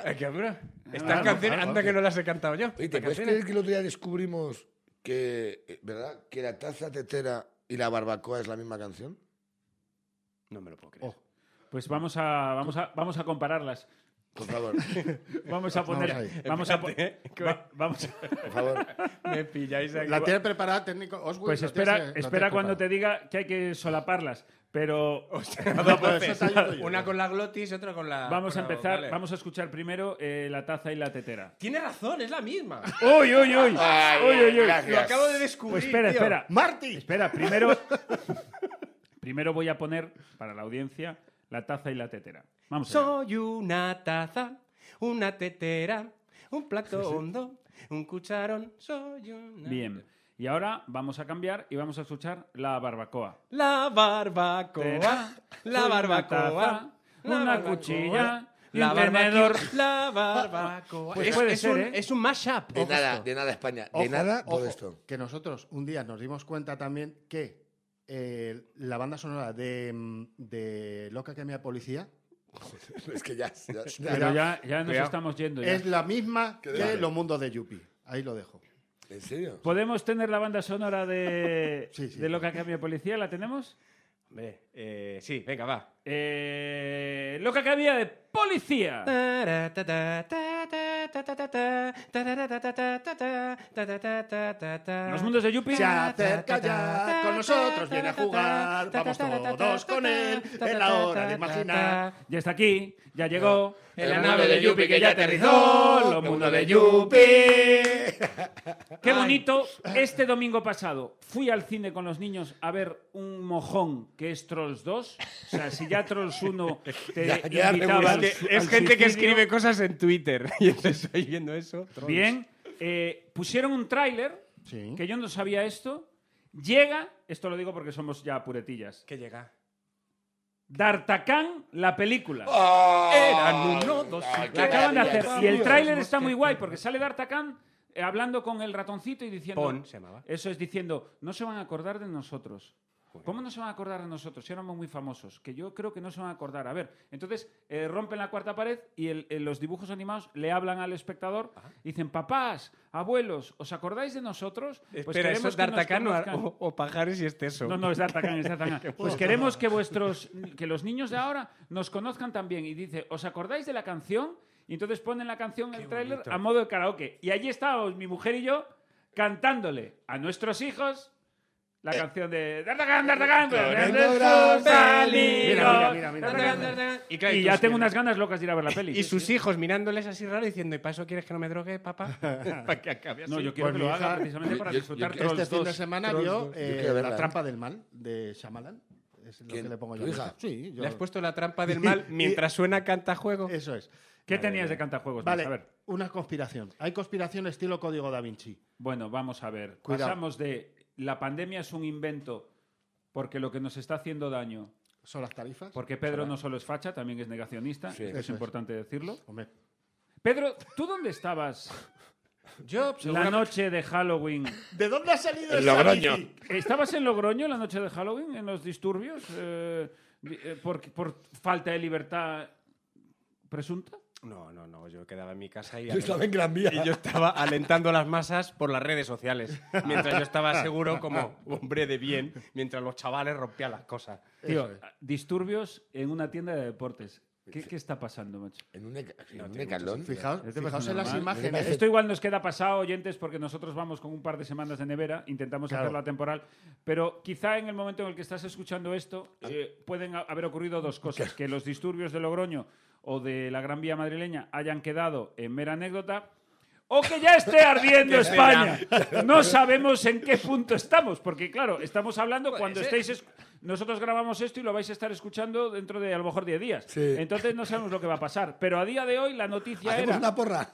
[SPEAKER 6] Eh, que, hombre, Estas
[SPEAKER 3] claro,
[SPEAKER 6] canciones,
[SPEAKER 3] claro,
[SPEAKER 6] anda
[SPEAKER 3] claro.
[SPEAKER 6] que no las he cantado yo.
[SPEAKER 4] Oye, ¿te
[SPEAKER 6] Estas
[SPEAKER 4] puedes
[SPEAKER 6] canciones.
[SPEAKER 4] creer que el otro día descubrimos que, eh, ¿verdad? que la taza tetera y la barbacoa es la misma canción?
[SPEAKER 6] No me lo puedo creer.
[SPEAKER 2] Pues vamos a, vamos a, vamos a compararlas.
[SPEAKER 4] Por favor,
[SPEAKER 2] Vamos a poner.
[SPEAKER 3] ahí.
[SPEAKER 2] Vamos a, po-
[SPEAKER 6] Espérate, ¿eh?
[SPEAKER 2] va- vamos a-
[SPEAKER 4] por favor.
[SPEAKER 6] Me pilláis aquí.
[SPEAKER 3] La tiene preparada técnico. Oswald,
[SPEAKER 2] Pues
[SPEAKER 3] la
[SPEAKER 2] espera,
[SPEAKER 3] tienes- la
[SPEAKER 2] espera
[SPEAKER 3] tienes
[SPEAKER 2] cuando te
[SPEAKER 3] preparada.
[SPEAKER 2] diga que hay que solaparlas. Pero
[SPEAKER 6] Dos
[SPEAKER 3] pues
[SPEAKER 6] veces.
[SPEAKER 3] eso te ayudo yo.
[SPEAKER 6] Una con la glotis, otra con la.
[SPEAKER 2] vamos a
[SPEAKER 6] con la
[SPEAKER 2] empezar.
[SPEAKER 6] vocales.
[SPEAKER 2] Vamos a escuchar primero eh, la taza y la tetera.
[SPEAKER 6] Tiene razón, es la misma.
[SPEAKER 2] ¡Uy, uy, uy!
[SPEAKER 4] Ay,
[SPEAKER 2] ¡Uy, uy, uy!
[SPEAKER 4] gracias.
[SPEAKER 6] Lo acabo de descubrir.
[SPEAKER 2] Pues espera,
[SPEAKER 6] tío.
[SPEAKER 2] espera.
[SPEAKER 3] ¡Marty!
[SPEAKER 2] Espera, primero. primero voy a poner para la audiencia la taza y la tetera. Vamos allá.
[SPEAKER 6] Soy una taza, una tetera, un plato hondo, un cucharón. Soy una.
[SPEAKER 2] Bien. Y ahora vamos a cambiar y vamos a escuchar la barbacoa.
[SPEAKER 6] La barbacoa,
[SPEAKER 2] Tera,
[SPEAKER 6] la
[SPEAKER 2] una
[SPEAKER 6] barbacoa,
[SPEAKER 2] taza,
[SPEAKER 6] la
[SPEAKER 2] una
[SPEAKER 6] barbacoa,
[SPEAKER 2] cuchilla y
[SPEAKER 6] la
[SPEAKER 2] un
[SPEAKER 6] barbacoa,
[SPEAKER 2] tenedor.
[SPEAKER 6] La barbacoa.
[SPEAKER 2] Pues
[SPEAKER 6] es,
[SPEAKER 2] puede
[SPEAKER 6] es
[SPEAKER 2] ser,
[SPEAKER 6] un,
[SPEAKER 2] ¿eh?
[SPEAKER 6] es un mashup.
[SPEAKER 4] De
[SPEAKER 6] Ojo
[SPEAKER 4] nada,
[SPEAKER 6] esto.
[SPEAKER 4] de nada España.
[SPEAKER 3] Ojo,
[SPEAKER 4] de nada todo
[SPEAKER 3] ojo,
[SPEAKER 4] esto.
[SPEAKER 3] Que nosotros un día nos dimos cuenta también que eh, la banda sonora de, mm, de Loca que me policía
[SPEAKER 4] Es que ya. ya-
[SPEAKER 2] Pero ya, ya nos
[SPEAKER 6] Cuidado.
[SPEAKER 2] estamos yendo. ya.
[SPEAKER 3] es la misma que
[SPEAKER 4] Vale.
[SPEAKER 3] Los Mundos de Yuppie. Ahí lo dejo.
[SPEAKER 4] ¿En serio?
[SPEAKER 2] ¿Podemos tener la banda sonora de,
[SPEAKER 3] Sí, sí.
[SPEAKER 2] de Loca Academia Policía? ¿La tenemos?
[SPEAKER 6] Hombre, eh, sí, venga, va.
[SPEAKER 2] Eh, Loca Academia de Policía.
[SPEAKER 6] Eh.
[SPEAKER 2] Los
[SPEAKER 6] Los
[SPEAKER 2] mundos de Yuppie.
[SPEAKER 3] Se acerca ya con nosotros, viene a jugar. Vamos todos con él, es la hora de imaginar.
[SPEAKER 2] Ya está aquí, ya llegó.
[SPEAKER 6] En la nave de Yuppie que ya
[SPEAKER 2] aterrizó.
[SPEAKER 4] Los
[SPEAKER 2] mundos
[SPEAKER 4] mundos de Yupi.
[SPEAKER 2] Qué bonito. Este domingo pasado fui al cine con los niños a ver un mojón que es Trolls 2. O sea, si ya Trolls 1 te
[SPEAKER 4] Ya- ya
[SPEAKER 2] invitaba
[SPEAKER 4] regular.
[SPEAKER 2] al-
[SPEAKER 6] Es, que- es
[SPEAKER 2] al
[SPEAKER 6] gente que
[SPEAKER 2] suicidio.
[SPEAKER 6] escribe cosas en Twitter y entonces estoy viendo eso.
[SPEAKER 2] Bien. Eh, pusieron un tráiler,
[SPEAKER 3] Sí. Este
[SPEAKER 2] que yo no sabía esto. Llega, esto lo digo porque somos ya puretillas,
[SPEAKER 6] Que llega.
[SPEAKER 2] D'Artacán, la película.
[SPEAKER 6] Eran uno, dos,
[SPEAKER 4] Ah,
[SPEAKER 6] y-
[SPEAKER 4] qué
[SPEAKER 2] la acaban de hacer.
[SPEAKER 4] maravilla.
[SPEAKER 2] Y el tráiler está muy guay porque sale D'Artacán eh, hablando con el ratoncito y diciendo...
[SPEAKER 6] Pon se llamaba.
[SPEAKER 2] Eso es diciendo, no se van a acordar de nosotros. ¿Cómo no se van a acordar de nosotros si éramos muy famosos? Que yo creo que no se van a acordar. A ver, entonces eh, rompen la cuarta pared y el- eh, los dibujos animados le hablan al espectador y dicen, papás, abuelos, ¿os acordáis de nosotros? Pues
[SPEAKER 6] Espera, eso es
[SPEAKER 2] queremos que nos
[SPEAKER 6] D'Artacano
[SPEAKER 2] conozcan".
[SPEAKER 6] o, o Pajares y Esteso.
[SPEAKER 2] No, no, es D'Artagnan, es D'Artagnan. Pues queremos que vuestros, que los niños de ahora nos conozcan también. Y dice, ¿os acordáis de la canción? Y entonces ponen la canción, el tráiler, a modo de karaoke. Y allí estábamos mi mujer y yo cantándole a nuestros hijos la
[SPEAKER 3] Eh.
[SPEAKER 2] canción de D'Artagnan, D'Artagnan,
[SPEAKER 4] Correcto,
[SPEAKER 2] sus
[SPEAKER 6] bravo,
[SPEAKER 2] amigos,
[SPEAKER 3] mira, mira, mira,
[SPEAKER 2] D'Artagnan,
[SPEAKER 3] mira.
[SPEAKER 2] D'Artagnan".
[SPEAKER 6] Y claro,
[SPEAKER 2] Y
[SPEAKER 6] y
[SPEAKER 2] ya
[SPEAKER 6] tus-
[SPEAKER 2] tengo unas ganas locas de ir a ver la peli.
[SPEAKER 6] Y sus hijos mirándoles así raro diciendo, ¿y para eso quieres que no me drogue, papá? para que acabe así.
[SPEAKER 2] No, yo quiero
[SPEAKER 3] Pues
[SPEAKER 2] que lo
[SPEAKER 3] mi
[SPEAKER 2] haga
[SPEAKER 3] hija-
[SPEAKER 2] precisamente
[SPEAKER 4] yo-
[SPEAKER 2] para
[SPEAKER 4] yo-
[SPEAKER 2] disfrutar
[SPEAKER 4] yo-
[SPEAKER 2] Trolls
[SPEAKER 3] Este fin de
[SPEAKER 2] 2.
[SPEAKER 3] semana
[SPEAKER 6] Trolls
[SPEAKER 3] vio
[SPEAKER 6] dos.
[SPEAKER 3] eh,
[SPEAKER 4] Yo quiero verla,
[SPEAKER 3] La
[SPEAKER 4] ¿eh?
[SPEAKER 3] trampa del mal de Shyamalan. Es lo
[SPEAKER 4] ¿Quién?
[SPEAKER 3] que le pongo
[SPEAKER 4] ¿Tu
[SPEAKER 3] yo. este.
[SPEAKER 4] hija?
[SPEAKER 3] Sí, yo. eh,
[SPEAKER 6] Le has puesto la trampa del mal mientras suena canta juego.
[SPEAKER 3] Eso es.
[SPEAKER 2] ¿Qué tenías de cantajuegos? Luis?
[SPEAKER 3] Vale,
[SPEAKER 2] Pues A ver.
[SPEAKER 3] una conspiración. Hay conspiración estilo Código Da Vinci.
[SPEAKER 2] Bueno, vamos a ver.
[SPEAKER 3] Cuidado.
[SPEAKER 2] Pasamos de la pandemia es un invento porque lo que nos está haciendo daño,
[SPEAKER 3] Son las tarifas.
[SPEAKER 2] porque Pedro no solo es facha, también es negacionista,
[SPEAKER 4] Sí.
[SPEAKER 2] esto es
[SPEAKER 3] Eso es.
[SPEAKER 2] importante decirlo.
[SPEAKER 3] Hombre,
[SPEAKER 2] Pedro, ¿tú dónde estabas
[SPEAKER 6] Yo,
[SPEAKER 2] la
[SPEAKER 6] seguramente-
[SPEAKER 2] noche de Halloween?
[SPEAKER 3] ¿De dónde ha salido
[SPEAKER 4] En
[SPEAKER 3] esa
[SPEAKER 4] Logroño.
[SPEAKER 3] bici?
[SPEAKER 2] ¿Estabas en Logroño la noche de Halloween, en los disturbios, eh, di- eh, por, por falta de libertad presunta?
[SPEAKER 6] No, no, no, yo quedaba en mi casa y,
[SPEAKER 4] Yo estaba en Gran Vía.
[SPEAKER 6] y yo estaba alentando a las masas por las redes sociales, mientras yo estaba seguro como hombre de bien, mientras los chavales rompían las cosas.
[SPEAKER 2] Tío,
[SPEAKER 3] Eso es.
[SPEAKER 2] disturbios en una tienda de deportes. ¿Qué, qué está pasando, macho?
[SPEAKER 4] En un, eca- en un ecalón.
[SPEAKER 3] Fijaos,
[SPEAKER 2] Este
[SPEAKER 3] fijaos
[SPEAKER 2] parece
[SPEAKER 3] en las
[SPEAKER 2] normal.
[SPEAKER 3] imágenes.
[SPEAKER 2] Esto igual nos queda pasado, oyentes, porque nosotros vamos con un par de semanas de nevera, intentamos
[SPEAKER 3] Claro.
[SPEAKER 2] hacerlo a temporal, pero quizá en el momento en el que estás escuchando esto
[SPEAKER 3] Ah.
[SPEAKER 2] eh, pueden ha- haber ocurrido dos cosas, que los disturbios de Logroño o de la Gran Vía madrileña hayan quedado en mera anécdota. O que ya esté ardiendo
[SPEAKER 6] Que será.
[SPEAKER 2] España. No sabemos en qué punto estamos, porque claro, estamos hablando
[SPEAKER 3] Pues
[SPEAKER 2] cuando
[SPEAKER 6] ser.
[SPEAKER 2] estéis... esc- Nosotros grabamos esto y lo vais a estar escuchando dentro de a lo mejor 10 días.
[SPEAKER 4] Sí.
[SPEAKER 2] Entonces no sabemos lo que va a pasar. Pero a día de hoy la noticia
[SPEAKER 4] Hacemos
[SPEAKER 2] era...
[SPEAKER 4] una porra.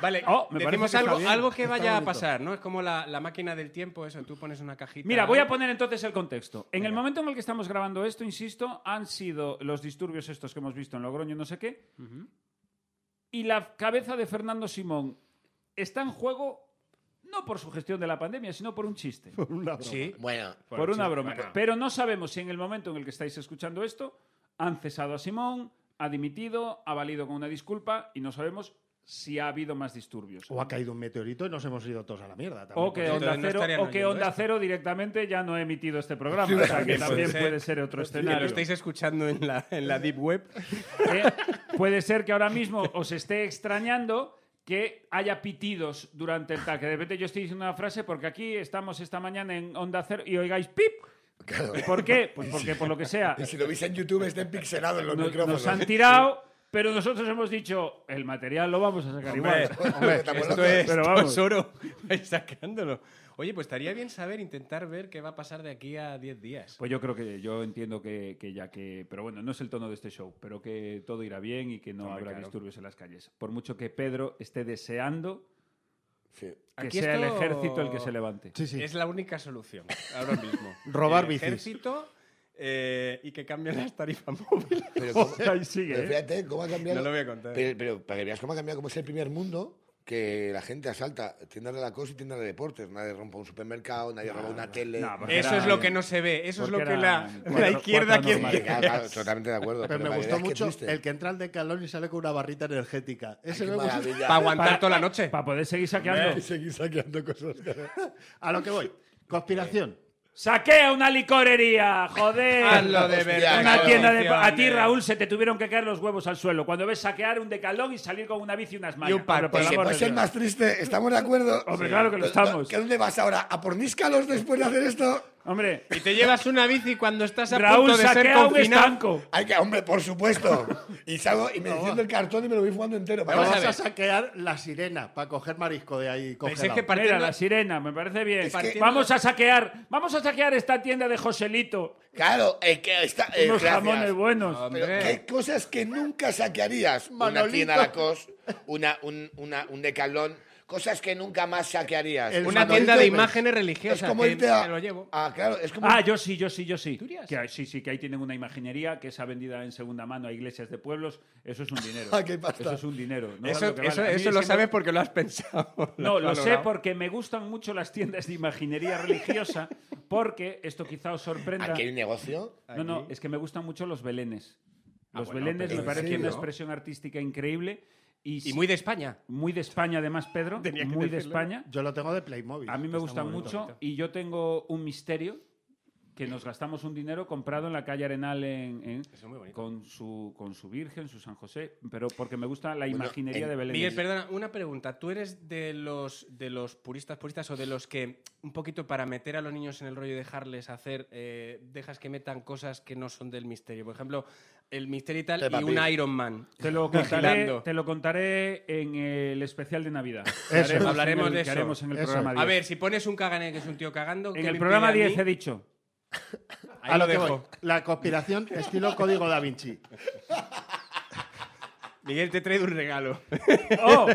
[SPEAKER 6] Vale,
[SPEAKER 2] Oh, me
[SPEAKER 6] decimos
[SPEAKER 2] parece que está
[SPEAKER 6] algo,
[SPEAKER 2] bien.
[SPEAKER 6] algo que vaya a
[SPEAKER 3] bonito.
[SPEAKER 6] pasar, ¿no? Es como la, la máquina del tiempo, eso, tú pones una cajita.
[SPEAKER 2] Mira, voy a poner entonces el contexto. En el momento en el que estamos grabando esto, insisto, han sido los disturbios estos que hemos visto en Logroño, no sé qué. Y la cabeza de Fernando Simón está en juego no por su gestión de la pandemia, sino por un chiste, por,
[SPEAKER 6] Sí,
[SPEAKER 4] Bueno.
[SPEAKER 2] una broma. Pero no sabemos si en el momento en el que estáis escuchando esto han cesado a Simón, ha dimitido, ha valido con una disculpa y no sabemos si ha habido más disturbios.
[SPEAKER 3] O ha caído un meteorito y nos hemos ido todos a la mierda. también
[SPEAKER 2] O que
[SPEAKER 3] puede ser.
[SPEAKER 2] Onda
[SPEAKER 6] Entonces Pues no
[SPEAKER 2] Cero,
[SPEAKER 6] estarían
[SPEAKER 2] o que
[SPEAKER 6] oyendo
[SPEAKER 2] Onda
[SPEAKER 6] esto.
[SPEAKER 2] Cero directamente ya no ha emitido este programa.
[SPEAKER 4] Sí,
[SPEAKER 2] o sea, que
[SPEAKER 4] también
[SPEAKER 2] también
[SPEAKER 6] puede ser.
[SPEAKER 2] puede ser otro
[SPEAKER 6] lo
[SPEAKER 2] escenario.
[SPEAKER 6] estáis escuchando en la, en la Deep Web.
[SPEAKER 2] Eh, puede ser que ahora mismo os esté extrañando que haya pitidos durante el tal. Que de repente yo estoy diciendo una frase porque aquí estamos esta mañana en Onda Cero y oigáis pip.
[SPEAKER 4] Claro.
[SPEAKER 2] ¿Por qué? Pues porque por lo que sea
[SPEAKER 4] Y si lo veis en YouTube, estén pixelados los
[SPEAKER 2] nos,
[SPEAKER 4] micrófonos.
[SPEAKER 2] nos han tirado, pero nosotros hemos dicho el material lo vamos a sacar
[SPEAKER 6] Hombre,
[SPEAKER 2] igual.
[SPEAKER 4] Hombre, estamos
[SPEAKER 6] esto
[SPEAKER 4] locos.
[SPEAKER 6] es
[SPEAKER 2] Pero vamos.
[SPEAKER 6] tesoro. Vais sacándolo. Oye, pues estaría bien saber, intentar ver qué va a pasar de aquí a 10 días.
[SPEAKER 2] Pues yo creo que yo entiendo que, que ya que, pero bueno, no es el tono de este show, pero que todo irá bien y que no
[SPEAKER 6] Hombre,
[SPEAKER 2] habrá
[SPEAKER 6] claro.
[SPEAKER 2] disturbios en las calles. Por mucho que Pedro esté deseando
[SPEAKER 4] Sí.
[SPEAKER 2] que
[SPEAKER 6] Aquí
[SPEAKER 2] sea el
[SPEAKER 6] esto-
[SPEAKER 2] ejército el que se levante.
[SPEAKER 3] Sí, sí.
[SPEAKER 6] Es la única solución ahora mismo.
[SPEAKER 3] Robar
[SPEAKER 6] El
[SPEAKER 3] bicis.
[SPEAKER 6] Ejército eh, y que cambien las tarifas móviles.
[SPEAKER 4] Pero, ¿cómo-
[SPEAKER 2] Ahí sigue,
[SPEAKER 4] pero
[SPEAKER 2] ¿eh?
[SPEAKER 4] fíjate cómo ha cambiado.
[SPEAKER 6] No lo voy a contar.
[SPEAKER 4] Pero, pero para que veas cómo ha cambiado, cómo es el primer mundo, que la gente asalta tiendas de la cosa y tiendas de deportes. Nadie rompa un supermercado, nadie roba una tele.
[SPEAKER 2] no, porque
[SPEAKER 6] Eso
[SPEAKER 2] era-
[SPEAKER 6] es lo que no se ve. Eso es lo
[SPEAKER 2] porque
[SPEAKER 6] que la,
[SPEAKER 2] eran
[SPEAKER 6] la
[SPEAKER 2] cuatro-
[SPEAKER 6] izquierda
[SPEAKER 2] cuatro
[SPEAKER 4] Vale,
[SPEAKER 6] quiere
[SPEAKER 2] normales.
[SPEAKER 6] que
[SPEAKER 4] claro, claro, totalmente de acuerdo.
[SPEAKER 3] Pero me
[SPEAKER 4] para que
[SPEAKER 3] gustó
[SPEAKER 4] veas qué
[SPEAKER 3] mucho
[SPEAKER 4] triste.
[SPEAKER 3] el que entra al de Calón y sale con una barrita energética. Ese
[SPEAKER 4] Qué
[SPEAKER 3] me gustó.
[SPEAKER 4] maravilla.
[SPEAKER 6] Para aguantar toda la noche.
[SPEAKER 2] Para poder seguir saqueando.
[SPEAKER 4] Y seguir saqueando cosas.
[SPEAKER 3] A lo que voy. Conspiración.
[SPEAKER 2] ¡Saquea una licorería! ¡Joder!
[SPEAKER 6] Hazlo de verdad.
[SPEAKER 2] Una
[SPEAKER 4] Claro.
[SPEAKER 2] tienda de... A ti, Raúl, se te tuvieron que caer los huevos al suelo. Cuando ves saquear un decalón y salir con una bici y unas mallas.
[SPEAKER 6] un par,
[SPEAKER 2] Hombre, por
[SPEAKER 4] Pues
[SPEAKER 2] el
[SPEAKER 4] se
[SPEAKER 2] amor
[SPEAKER 4] puede
[SPEAKER 2] de
[SPEAKER 4] ser
[SPEAKER 2] Dios.
[SPEAKER 4] más triste, ¿estamos de acuerdo?
[SPEAKER 2] Hombre, claro que lo estamos.
[SPEAKER 4] ¿Que dónde vas ahora? ¿A por níscalos después de hacer esto?
[SPEAKER 2] Hombre,
[SPEAKER 6] Y te llevas una bici cuando estás a
[SPEAKER 2] Raúl
[SPEAKER 6] punto de ser
[SPEAKER 2] saquea un
[SPEAKER 6] confinado.
[SPEAKER 2] estanco.
[SPEAKER 4] Hay que, hombre, por supuesto. Y salgo y me enciendo el cartón y me lo voy jugando entero. Para
[SPEAKER 3] Vamos
[SPEAKER 4] que-
[SPEAKER 6] a
[SPEAKER 3] a,
[SPEAKER 6] ver.
[SPEAKER 3] saquear la sirena para coger marisco de ahí
[SPEAKER 6] Pensé
[SPEAKER 3] congelado.
[SPEAKER 6] que
[SPEAKER 2] Mira,
[SPEAKER 6] partiendo,
[SPEAKER 2] la sirena, me parece bien.
[SPEAKER 4] que- Partiendo-
[SPEAKER 2] Vamos a saquear, vamos a saquear esta tienda de Joselito.
[SPEAKER 4] Claro, eh, que está. eh,
[SPEAKER 2] unos
[SPEAKER 4] gracias. Ah.
[SPEAKER 2] jamones buenos.
[SPEAKER 4] Pero
[SPEAKER 6] Hombre.
[SPEAKER 4] que hay cosas que nunca saquearías. Una
[SPEAKER 3] Manolito.
[SPEAKER 4] tienda Lacoste, pues una, un, una, un decalón, cosas que nunca más saquearías.
[SPEAKER 3] El
[SPEAKER 6] una
[SPEAKER 3] Manolito
[SPEAKER 6] tienda de
[SPEAKER 4] y ves.
[SPEAKER 6] imágenes religiosas.
[SPEAKER 4] Es como
[SPEAKER 6] que
[SPEAKER 4] irte a.
[SPEAKER 6] me lo llevo.
[SPEAKER 4] Ah, claro, es como.
[SPEAKER 2] Ah, yo sí, yo sí, yo sí.
[SPEAKER 6] ¿Asturias?
[SPEAKER 2] Que, ahí- sí, sí, que ahí tienen una imaginería que es vendida en segunda mano a iglesias de pueblos. Eso es un dinero.
[SPEAKER 4] Ah, qué pasta.
[SPEAKER 2] Eso es un dinero. No
[SPEAKER 6] Eso,
[SPEAKER 2] sabes que vale.
[SPEAKER 6] eso-
[SPEAKER 2] A mí
[SPEAKER 6] eso
[SPEAKER 2] es
[SPEAKER 6] lo
[SPEAKER 2] que
[SPEAKER 6] sabes
[SPEAKER 2] no-
[SPEAKER 6] porque lo has pensado.
[SPEAKER 2] No,
[SPEAKER 6] has
[SPEAKER 2] lo sé
[SPEAKER 6] valorado.
[SPEAKER 2] porque me gustan mucho las tiendas de imaginería religiosa, porque esto quizá os sorprenda.
[SPEAKER 4] Aquí hay un negocio.
[SPEAKER 2] No, no, es que me gustan mucho los belenes. Los
[SPEAKER 6] Ah, bueno,
[SPEAKER 2] belenes
[SPEAKER 6] pero
[SPEAKER 2] me
[SPEAKER 4] ¿en
[SPEAKER 2] parecen
[SPEAKER 4] serio?
[SPEAKER 2] una expresión artística increíble. Y,
[SPEAKER 6] Y
[SPEAKER 2] sí-
[SPEAKER 6] muy de España.
[SPEAKER 2] muy de España, además, Pedro.
[SPEAKER 6] Tenía que
[SPEAKER 2] muy de
[SPEAKER 6] decirlo. ¿eh?
[SPEAKER 2] España.
[SPEAKER 3] Yo lo tengo de Playmobil.
[SPEAKER 2] A mí me
[SPEAKER 3] Está
[SPEAKER 2] gusta
[SPEAKER 3] muy
[SPEAKER 2] mucho
[SPEAKER 3] bonito.
[SPEAKER 2] y yo tengo un misterio que nos gastamos un dinero comprado en la calle Arenal en, en-
[SPEAKER 6] Eso es muy bonito.
[SPEAKER 2] con, su, con su Virgen, su San José, pero porque me gusta la imaginería
[SPEAKER 4] en-
[SPEAKER 2] de Belén.
[SPEAKER 6] Miguel, perdona, una pregunta. ¿Tú eres de los, de los puristas puristas o de los que un poquito para meter a los niños en el rollo y dejarles hacer, eh, dejas que metan cosas que no son del misterio? Por ejemplo, el misterio y tal
[SPEAKER 4] Peppa
[SPEAKER 6] y
[SPEAKER 4] Pig.
[SPEAKER 6] un Iron Man.
[SPEAKER 2] Te lo, contaré,
[SPEAKER 6] Vigilando.
[SPEAKER 2] te lo contaré en el especial de Navidad. Que
[SPEAKER 3] Eso.
[SPEAKER 2] haremos en
[SPEAKER 6] Hablaremos
[SPEAKER 2] el-
[SPEAKER 6] de
[SPEAKER 2] que
[SPEAKER 6] eso.
[SPEAKER 2] haremos en el
[SPEAKER 3] Eso.
[SPEAKER 2] programa 10.
[SPEAKER 6] A ver, si pones un cagané que es un tío cagando. ¿qué
[SPEAKER 2] en
[SPEAKER 6] me
[SPEAKER 2] el
[SPEAKER 6] impide
[SPEAKER 2] programa
[SPEAKER 6] a mí?
[SPEAKER 2] 10 he dicho.
[SPEAKER 6] Ahí
[SPEAKER 4] Ah,
[SPEAKER 3] a
[SPEAKER 6] lo
[SPEAKER 3] lo que voy.
[SPEAKER 6] dejo.
[SPEAKER 3] La conspiración estilo código da Vinci.
[SPEAKER 6] Miguel, te he traído un regalo.
[SPEAKER 2] ¡Oh!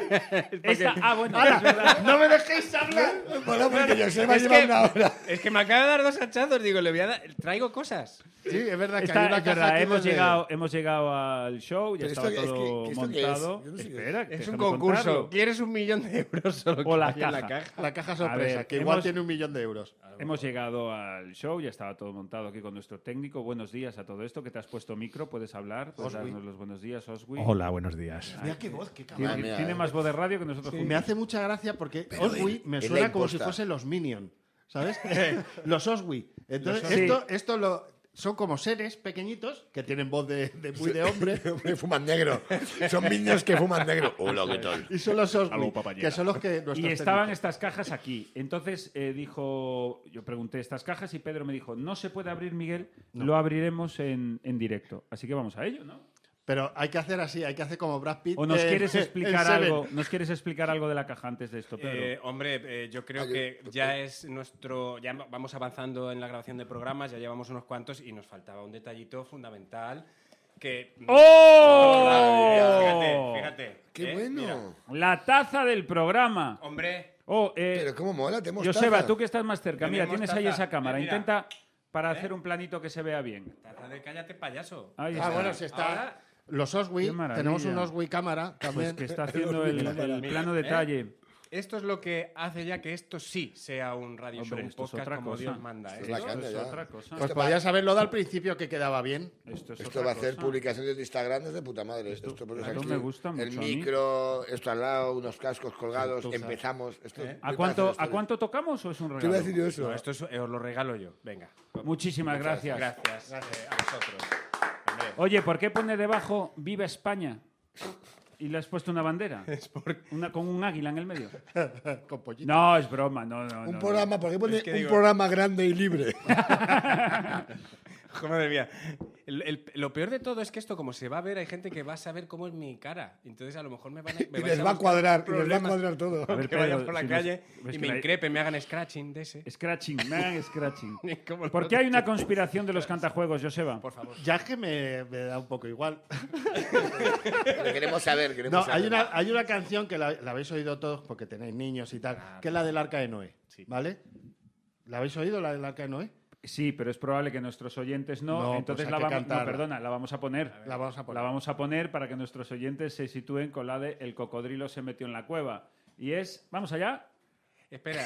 [SPEAKER 2] Esta- ah, bueno, es verdad.
[SPEAKER 3] ¡No me dejéis hablar!
[SPEAKER 4] Bueno, porque yo se me ha
[SPEAKER 6] Es
[SPEAKER 4] llevado
[SPEAKER 6] que-
[SPEAKER 4] una hora.
[SPEAKER 6] es que me acaba de dar dos hachazos. Digo, le voy a dar. Traigo cosas.
[SPEAKER 3] Sí, es verdad que
[SPEAKER 2] Está-
[SPEAKER 3] hay una
[SPEAKER 2] es
[SPEAKER 3] caja
[SPEAKER 2] verdad,
[SPEAKER 3] aquí
[SPEAKER 2] hemos
[SPEAKER 3] donde-
[SPEAKER 2] llegado, hemos llegado al show, ya
[SPEAKER 4] Pero
[SPEAKER 2] estaba
[SPEAKER 4] esto que- es
[SPEAKER 2] todo
[SPEAKER 4] que- que esto que es,
[SPEAKER 2] montado.
[SPEAKER 4] yo no sé qué es.
[SPEAKER 2] Espera,
[SPEAKER 6] Es un
[SPEAKER 2] déjame
[SPEAKER 6] concurso.
[SPEAKER 2] contarlo.
[SPEAKER 6] ¿Quieres un millón de euros o, lo que
[SPEAKER 2] O la
[SPEAKER 6] hay en
[SPEAKER 2] caja.
[SPEAKER 3] La caja sorpresa,
[SPEAKER 2] A ver,
[SPEAKER 3] que igual
[SPEAKER 2] hemos-
[SPEAKER 3] tiene un millón de euros.
[SPEAKER 2] Hemos llegado al show, ya estaba todo montado aquí con nuestro técnico. Buenos días a todo esto, que te has puesto micro, puedes hablar, puedes darnos los buenos días, Oswi.
[SPEAKER 7] Hola, buenos días.
[SPEAKER 3] Mira qué voz, qué
[SPEAKER 2] Tiene,
[SPEAKER 4] Madre mía,
[SPEAKER 2] tiene
[SPEAKER 4] eh.
[SPEAKER 2] más voz de radio que nosotros
[SPEAKER 3] Me
[SPEAKER 2] juntos.
[SPEAKER 3] hace mucha gracia porque
[SPEAKER 4] Pero
[SPEAKER 3] Oswi
[SPEAKER 4] es-
[SPEAKER 3] me
[SPEAKER 4] es la
[SPEAKER 3] suena como si
[SPEAKER 4] imposta.
[SPEAKER 3] fuesen los Minion, ¿sabes?
[SPEAKER 2] Eh.
[SPEAKER 3] los Oswi. Entonces,
[SPEAKER 2] Los Oswi.
[SPEAKER 3] esto, esto lo, son como seres pequeñitos que tienen voz de, de muy de hombre.
[SPEAKER 4] Hombre, fuman negro. Son niños que fuman negro. Hola, ¿qué tal?
[SPEAKER 3] Y son los
[SPEAKER 2] Algo
[SPEAKER 3] Oswi,
[SPEAKER 2] papayera.
[SPEAKER 3] que son los que nuestros
[SPEAKER 2] Y estaban
[SPEAKER 3] técnicos.
[SPEAKER 2] estas cajas aquí. Entonces eh, dijo, yo pregunté estas cajas y Pedro me dijo, no se puede abrir, Miguel, lo abriremos en, en directo. Así que vamos a ello, ¿no?
[SPEAKER 3] Pero hay que hacer así, hay que hacer como Brad Pitt.
[SPEAKER 2] ¿O nos
[SPEAKER 4] Eh,
[SPEAKER 3] en-
[SPEAKER 2] quieres
[SPEAKER 3] en
[SPEAKER 2] explicar
[SPEAKER 3] Seven.
[SPEAKER 2] algo? ¿Nos quieres explicar algo de la caja antes de esto, Pedro?
[SPEAKER 6] Eh, hombre, eh, yo creo que ya es nuestro. Ya vamos avanzando en la grabación de programas, ya llevamos unos cuantos y nos faltaba un detallito fundamental que. mm,
[SPEAKER 2] ¡Oh!
[SPEAKER 6] Fíjate, fíjate.
[SPEAKER 4] ¡Qué
[SPEAKER 6] eh,
[SPEAKER 4] bueno!
[SPEAKER 6] mira.
[SPEAKER 2] La taza del programa.
[SPEAKER 6] Hombre,
[SPEAKER 2] Oh, eh,
[SPEAKER 4] Pero cómo mola, te hemos
[SPEAKER 2] Joseba, tú que estás más cerca, mira,
[SPEAKER 6] Tenemos
[SPEAKER 2] tienes ahí
[SPEAKER 6] taza.
[SPEAKER 2] esa cámara.
[SPEAKER 6] Eh, mira. ¿Eh?
[SPEAKER 2] Intenta para hacer un planito que se vea bien.
[SPEAKER 6] taza de cállate, payaso.
[SPEAKER 2] Ahí
[SPEAKER 3] Ah,
[SPEAKER 2] está.
[SPEAKER 3] bueno, si está.
[SPEAKER 6] Ahora-
[SPEAKER 3] los
[SPEAKER 2] Qué
[SPEAKER 3] Oswi,
[SPEAKER 2] maravilla.
[SPEAKER 3] tenemos un Oswi cámara
[SPEAKER 2] Pues
[SPEAKER 3] también.
[SPEAKER 2] que está haciendo el, el
[SPEAKER 6] Mira,
[SPEAKER 2] plano
[SPEAKER 6] ¿eh?
[SPEAKER 2] detalle.
[SPEAKER 6] esto es lo que hace ya que esto sí sea un radio
[SPEAKER 2] Hombre,
[SPEAKER 6] show, un
[SPEAKER 2] esto es
[SPEAKER 6] podcast
[SPEAKER 2] otra
[SPEAKER 6] como
[SPEAKER 2] cosa.
[SPEAKER 6] Dios manda.
[SPEAKER 4] Esto es
[SPEAKER 6] ¿eh?
[SPEAKER 4] la
[SPEAKER 6] Esto-
[SPEAKER 4] caña
[SPEAKER 2] es
[SPEAKER 4] ya.
[SPEAKER 2] otra cosa.
[SPEAKER 4] Esto
[SPEAKER 3] Pues
[SPEAKER 4] va-
[SPEAKER 3] podías haberlo dado al principio que quedaba bien.
[SPEAKER 2] Esto, es
[SPEAKER 4] Esto
[SPEAKER 2] otra
[SPEAKER 4] va a hacer
[SPEAKER 2] cosa.
[SPEAKER 4] publicaciones de Instagram de puta madre. Esto, pones
[SPEAKER 2] esto
[SPEAKER 4] aquí
[SPEAKER 2] me gusta mucho a
[SPEAKER 4] El
[SPEAKER 2] mí.
[SPEAKER 4] micro, esto al lado, unos cascos colgados.
[SPEAKER 6] Gentuza.
[SPEAKER 4] Empezamos. Esto,
[SPEAKER 6] ¿Eh?
[SPEAKER 4] me
[SPEAKER 2] ¿A cuánto,
[SPEAKER 4] parece
[SPEAKER 2] ¿A
[SPEAKER 4] esto-
[SPEAKER 2] cuánto tocamos o es un
[SPEAKER 4] Te iba
[SPEAKER 2] regalo?
[SPEAKER 4] a decir yo eso.
[SPEAKER 6] No, esto es- eh, os lo regalo yo. Venga.
[SPEAKER 2] Muchísimas gracias.
[SPEAKER 6] Gracias, eh, a vosotros. Hombre,
[SPEAKER 2] Oye, ¿por qué pone debajo Viva España? Y le has puesto una bandera. Una, con un águila en el medio.
[SPEAKER 3] Con pollito.
[SPEAKER 2] No, es broma, no, no. no,
[SPEAKER 4] Un
[SPEAKER 2] no.
[SPEAKER 4] programa, ¿por qué pone
[SPEAKER 6] Es que
[SPEAKER 4] un
[SPEAKER 6] digo-
[SPEAKER 4] programa grande y libre?
[SPEAKER 6] Joder, madre mía. El- el- lo peor de todo es que esto, como se va a ver, hay gente que va a saber cómo es mi cara. Entonces, a lo mejor me van a. me
[SPEAKER 4] y
[SPEAKER 6] vais
[SPEAKER 4] les va a
[SPEAKER 6] buscar
[SPEAKER 4] cuadrar, y les va a
[SPEAKER 6] problemas.
[SPEAKER 4] cuadrar todo.
[SPEAKER 2] A ver,
[SPEAKER 6] que vayan
[SPEAKER 2] Pedro,
[SPEAKER 6] por la
[SPEAKER 2] si nos-
[SPEAKER 6] calle
[SPEAKER 2] ves
[SPEAKER 6] y
[SPEAKER 2] que
[SPEAKER 6] me
[SPEAKER 2] la-
[SPEAKER 6] increpen, me hagan scratching de ese.
[SPEAKER 2] Scratching, me hagan scratching.
[SPEAKER 6] ¿Cómo lo
[SPEAKER 2] ¿Por qué hay una conspiración de los cantajuegos, Joseba?
[SPEAKER 6] Por favor.
[SPEAKER 3] Ya es que me, me da un poco igual.
[SPEAKER 4] Pero queremos saber, queremos
[SPEAKER 3] No,
[SPEAKER 4] saber.
[SPEAKER 3] hay una, hay una canción que la, la habéis oído todos porque tenéis niños y tal,
[SPEAKER 6] Ah,
[SPEAKER 3] que es la del Arca de Noé, ¿vale? ¿La habéis oído, la del Arca de Noé?
[SPEAKER 2] Sí, pero es probable que nuestros oyentes no.
[SPEAKER 3] No,
[SPEAKER 2] entonces
[SPEAKER 3] pues hay
[SPEAKER 2] la
[SPEAKER 3] que
[SPEAKER 2] vamos, no,
[SPEAKER 3] cantarla.
[SPEAKER 2] perdona, la vamos a poner.
[SPEAKER 3] La vamos a poner.
[SPEAKER 2] La vamos a poner para que nuestros oyentes se sitúen con la de El cocodrilo se metió en la cueva. Y es, vamos allá.
[SPEAKER 6] Espera.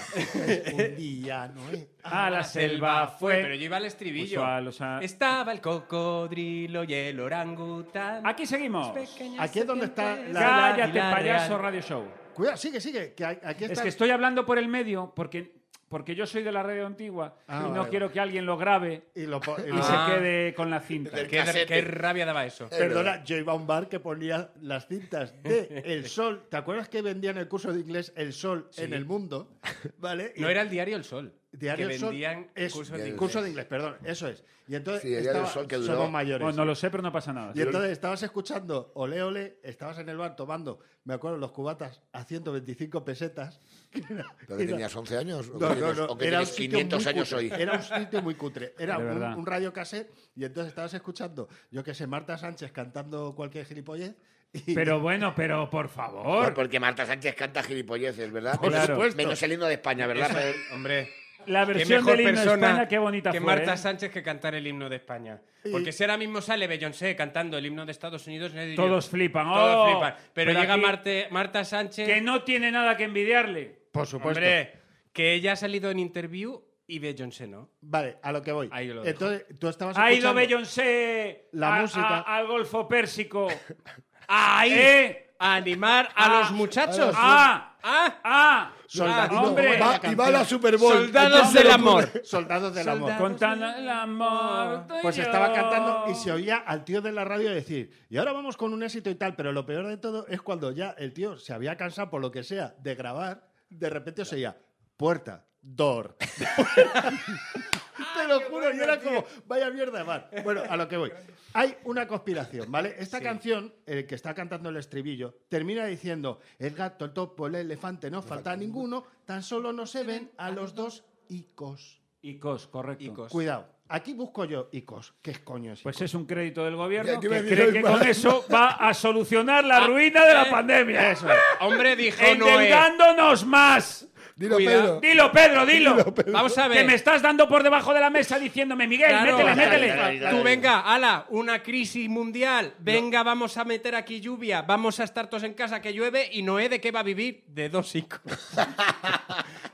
[SPEAKER 3] Un día Noé.
[SPEAKER 2] A la selva fue.
[SPEAKER 6] Pero yo iba al estribillo.
[SPEAKER 2] Puso a los a-
[SPEAKER 6] Estaba el cocodrilo y el orangután.
[SPEAKER 2] Aquí seguimos.
[SPEAKER 6] Pequeñas
[SPEAKER 3] Aquí es donde está
[SPEAKER 6] serpientes.
[SPEAKER 3] la-
[SPEAKER 2] Cállate,
[SPEAKER 6] la
[SPEAKER 2] payaso
[SPEAKER 6] real.
[SPEAKER 2] radio show.
[SPEAKER 3] Cuidado, sigue, sigue, que a- aquí está.
[SPEAKER 2] Es que estoy hablando por el medio porque, porque yo soy de la radio antigua
[SPEAKER 3] Ah,
[SPEAKER 2] y no
[SPEAKER 3] vale, vale.
[SPEAKER 2] quiero que alguien lo grabe
[SPEAKER 3] y lo po- y
[SPEAKER 2] y
[SPEAKER 3] lo-
[SPEAKER 6] Ah.
[SPEAKER 2] se quede con la cinta.
[SPEAKER 4] Del
[SPEAKER 6] ¿Qué,
[SPEAKER 4] casete. Eh,
[SPEAKER 6] qué rabia daba eso.
[SPEAKER 3] Perdona, yo iba a un bar que ponía las cintas de El Sol. ¿Te acuerdas que vendían el curso de inglés El Sol en el mundo? ¿Vale? Y
[SPEAKER 6] No era el diario El Sol.
[SPEAKER 3] Diario
[SPEAKER 6] que
[SPEAKER 3] El Sol
[SPEAKER 6] vendían
[SPEAKER 3] es
[SPEAKER 6] cursos
[SPEAKER 4] Diario
[SPEAKER 6] de
[SPEAKER 4] El
[SPEAKER 6] inglés.
[SPEAKER 3] curso de inglés, perdón, eso es. Y entonces
[SPEAKER 4] Sí, el Diario del
[SPEAKER 3] estaba-
[SPEAKER 4] Sol que duró-
[SPEAKER 3] somos mayores.
[SPEAKER 2] Bueno, no lo sé, pero no pasa nada.
[SPEAKER 3] Y entonces estabas escuchando Ole Ole, estabas en el bar tomando, me acuerdo, los cubatas a 125 pesetas.
[SPEAKER 4] ¿Pero que tenías 11 años? ¿O que
[SPEAKER 3] No, no,
[SPEAKER 4] tienes-
[SPEAKER 3] no,
[SPEAKER 4] ¿O que
[SPEAKER 3] era un
[SPEAKER 4] tienes
[SPEAKER 3] sitio muy
[SPEAKER 4] 500 años
[SPEAKER 3] cutre,
[SPEAKER 4] hoy?
[SPEAKER 3] Era un sitio muy cutre. Era
[SPEAKER 2] De
[SPEAKER 3] un,
[SPEAKER 2] verdad.
[SPEAKER 3] un radio cassette y entonces estabas escuchando, yo que sé, Marta Sánchez cantando cualquier gilipollez. Y
[SPEAKER 2] Pero bueno, pero por favor.
[SPEAKER 4] Por- Pues Porque Marta Sánchez canta gilipolleces, ¿verdad?
[SPEAKER 2] Por
[SPEAKER 4] Menos-
[SPEAKER 2] supuesto.
[SPEAKER 4] Menos el himno de España, ¿verdad? Pedro?
[SPEAKER 6] Hombre.
[SPEAKER 2] La
[SPEAKER 6] Qué
[SPEAKER 2] versión
[SPEAKER 6] mejor
[SPEAKER 2] del himno de
[SPEAKER 6] persona
[SPEAKER 2] España, qué bonita
[SPEAKER 6] que
[SPEAKER 2] fue.
[SPEAKER 6] Marta
[SPEAKER 2] ¿eh?
[SPEAKER 6] Sánchez que cantar el himno de España. Porque si ahora mismo sale Beyoncé cantando el himno de Estados Unidos, nadie diría-
[SPEAKER 2] Todos flipan,
[SPEAKER 6] Todos
[SPEAKER 2] ¡oh!
[SPEAKER 6] flipan. Pero,
[SPEAKER 2] Pero
[SPEAKER 6] llega
[SPEAKER 2] aquí-
[SPEAKER 6] Marte- Marta Sánchez.
[SPEAKER 2] Que no tiene nada que envidiarle.
[SPEAKER 3] por supuesto.
[SPEAKER 6] Hombre, que ella ha salido en interview y Beyoncé no.
[SPEAKER 3] Vale, a lo que voy.
[SPEAKER 6] Ahí lo dejo.
[SPEAKER 3] entonces tú estabas
[SPEAKER 2] Ha ido
[SPEAKER 3] escuchando-
[SPEAKER 2] Beyoncé
[SPEAKER 3] La
[SPEAKER 2] a-
[SPEAKER 3] música.
[SPEAKER 2] a- al Golfo Pérsico.
[SPEAKER 6] Ahí.
[SPEAKER 2] ¿Eh?
[SPEAKER 6] A animar a
[SPEAKER 2] Ah.
[SPEAKER 6] los muchachos.
[SPEAKER 2] ¡Ah!
[SPEAKER 6] Ah.
[SPEAKER 2] ¡Ah!
[SPEAKER 3] Soldadito,
[SPEAKER 2] ¡Hombre!
[SPEAKER 3] va-
[SPEAKER 4] Va- y va a la Super Bowl. ¿A
[SPEAKER 6] Soldados
[SPEAKER 4] quién se
[SPEAKER 6] del
[SPEAKER 4] le
[SPEAKER 6] amor.
[SPEAKER 4] ocurre?
[SPEAKER 3] Soldados del amor.
[SPEAKER 6] Soldados.
[SPEAKER 2] Contando el amor. tú y
[SPEAKER 3] Pues
[SPEAKER 2] yo.
[SPEAKER 3] estaba cantando y se oía al tío de la radio decir, y ahora vamos con un éxito y tal, pero lo peor de todo es cuando ya el tío se había cansado por lo que sea de grabar, de repente se oía, puerta, door. Te lo juro, y era como, vaya mierda, de bar. Bueno, a lo que voy. Hay una conspiración, ¿vale? Esta canción, el que está cantando el estribillo, termina diciendo, el gato, el topo, el elefante, no falta ninguno, tan solo no se ven a los dos icos.
[SPEAKER 2] Icos, correcto.
[SPEAKER 6] Icos.
[SPEAKER 3] Cuidado, aquí busco yo icos. ¿Qué coño es
[SPEAKER 2] Pues es un crédito del gobierno
[SPEAKER 4] Ya te
[SPEAKER 2] que
[SPEAKER 4] iba a decir,
[SPEAKER 2] cree que
[SPEAKER 4] es
[SPEAKER 2] con
[SPEAKER 4] verdad.
[SPEAKER 2] eso va a solucionar la ruina de la pandemia.
[SPEAKER 3] Eso es.
[SPEAKER 6] Hombre, dijo Noé.
[SPEAKER 2] Endeudándonos más.
[SPEAKER 4] Dilo,
[SPEAKER 6] Cuidado.
[SPEAKER 4] Pedro.
[SPEAKER 2] Dilo, Pedro, dilo.
[SPEAKER 6] Vamos a ver.
[SPEAKER 2] Que me estás dando por debajo de la mesa diciéndome, Miguel,
[SPEAKER 6] Claro.
[SPEAKER 2] métele, métele.
[SPEAKER 6] Tú venga, ala, una crisis mundial. Venga, vamos a meter aquí lluvia. Vamos a estar todos en casa que llueve. ¿Y Noé de qué va a vivir? De dos hijos.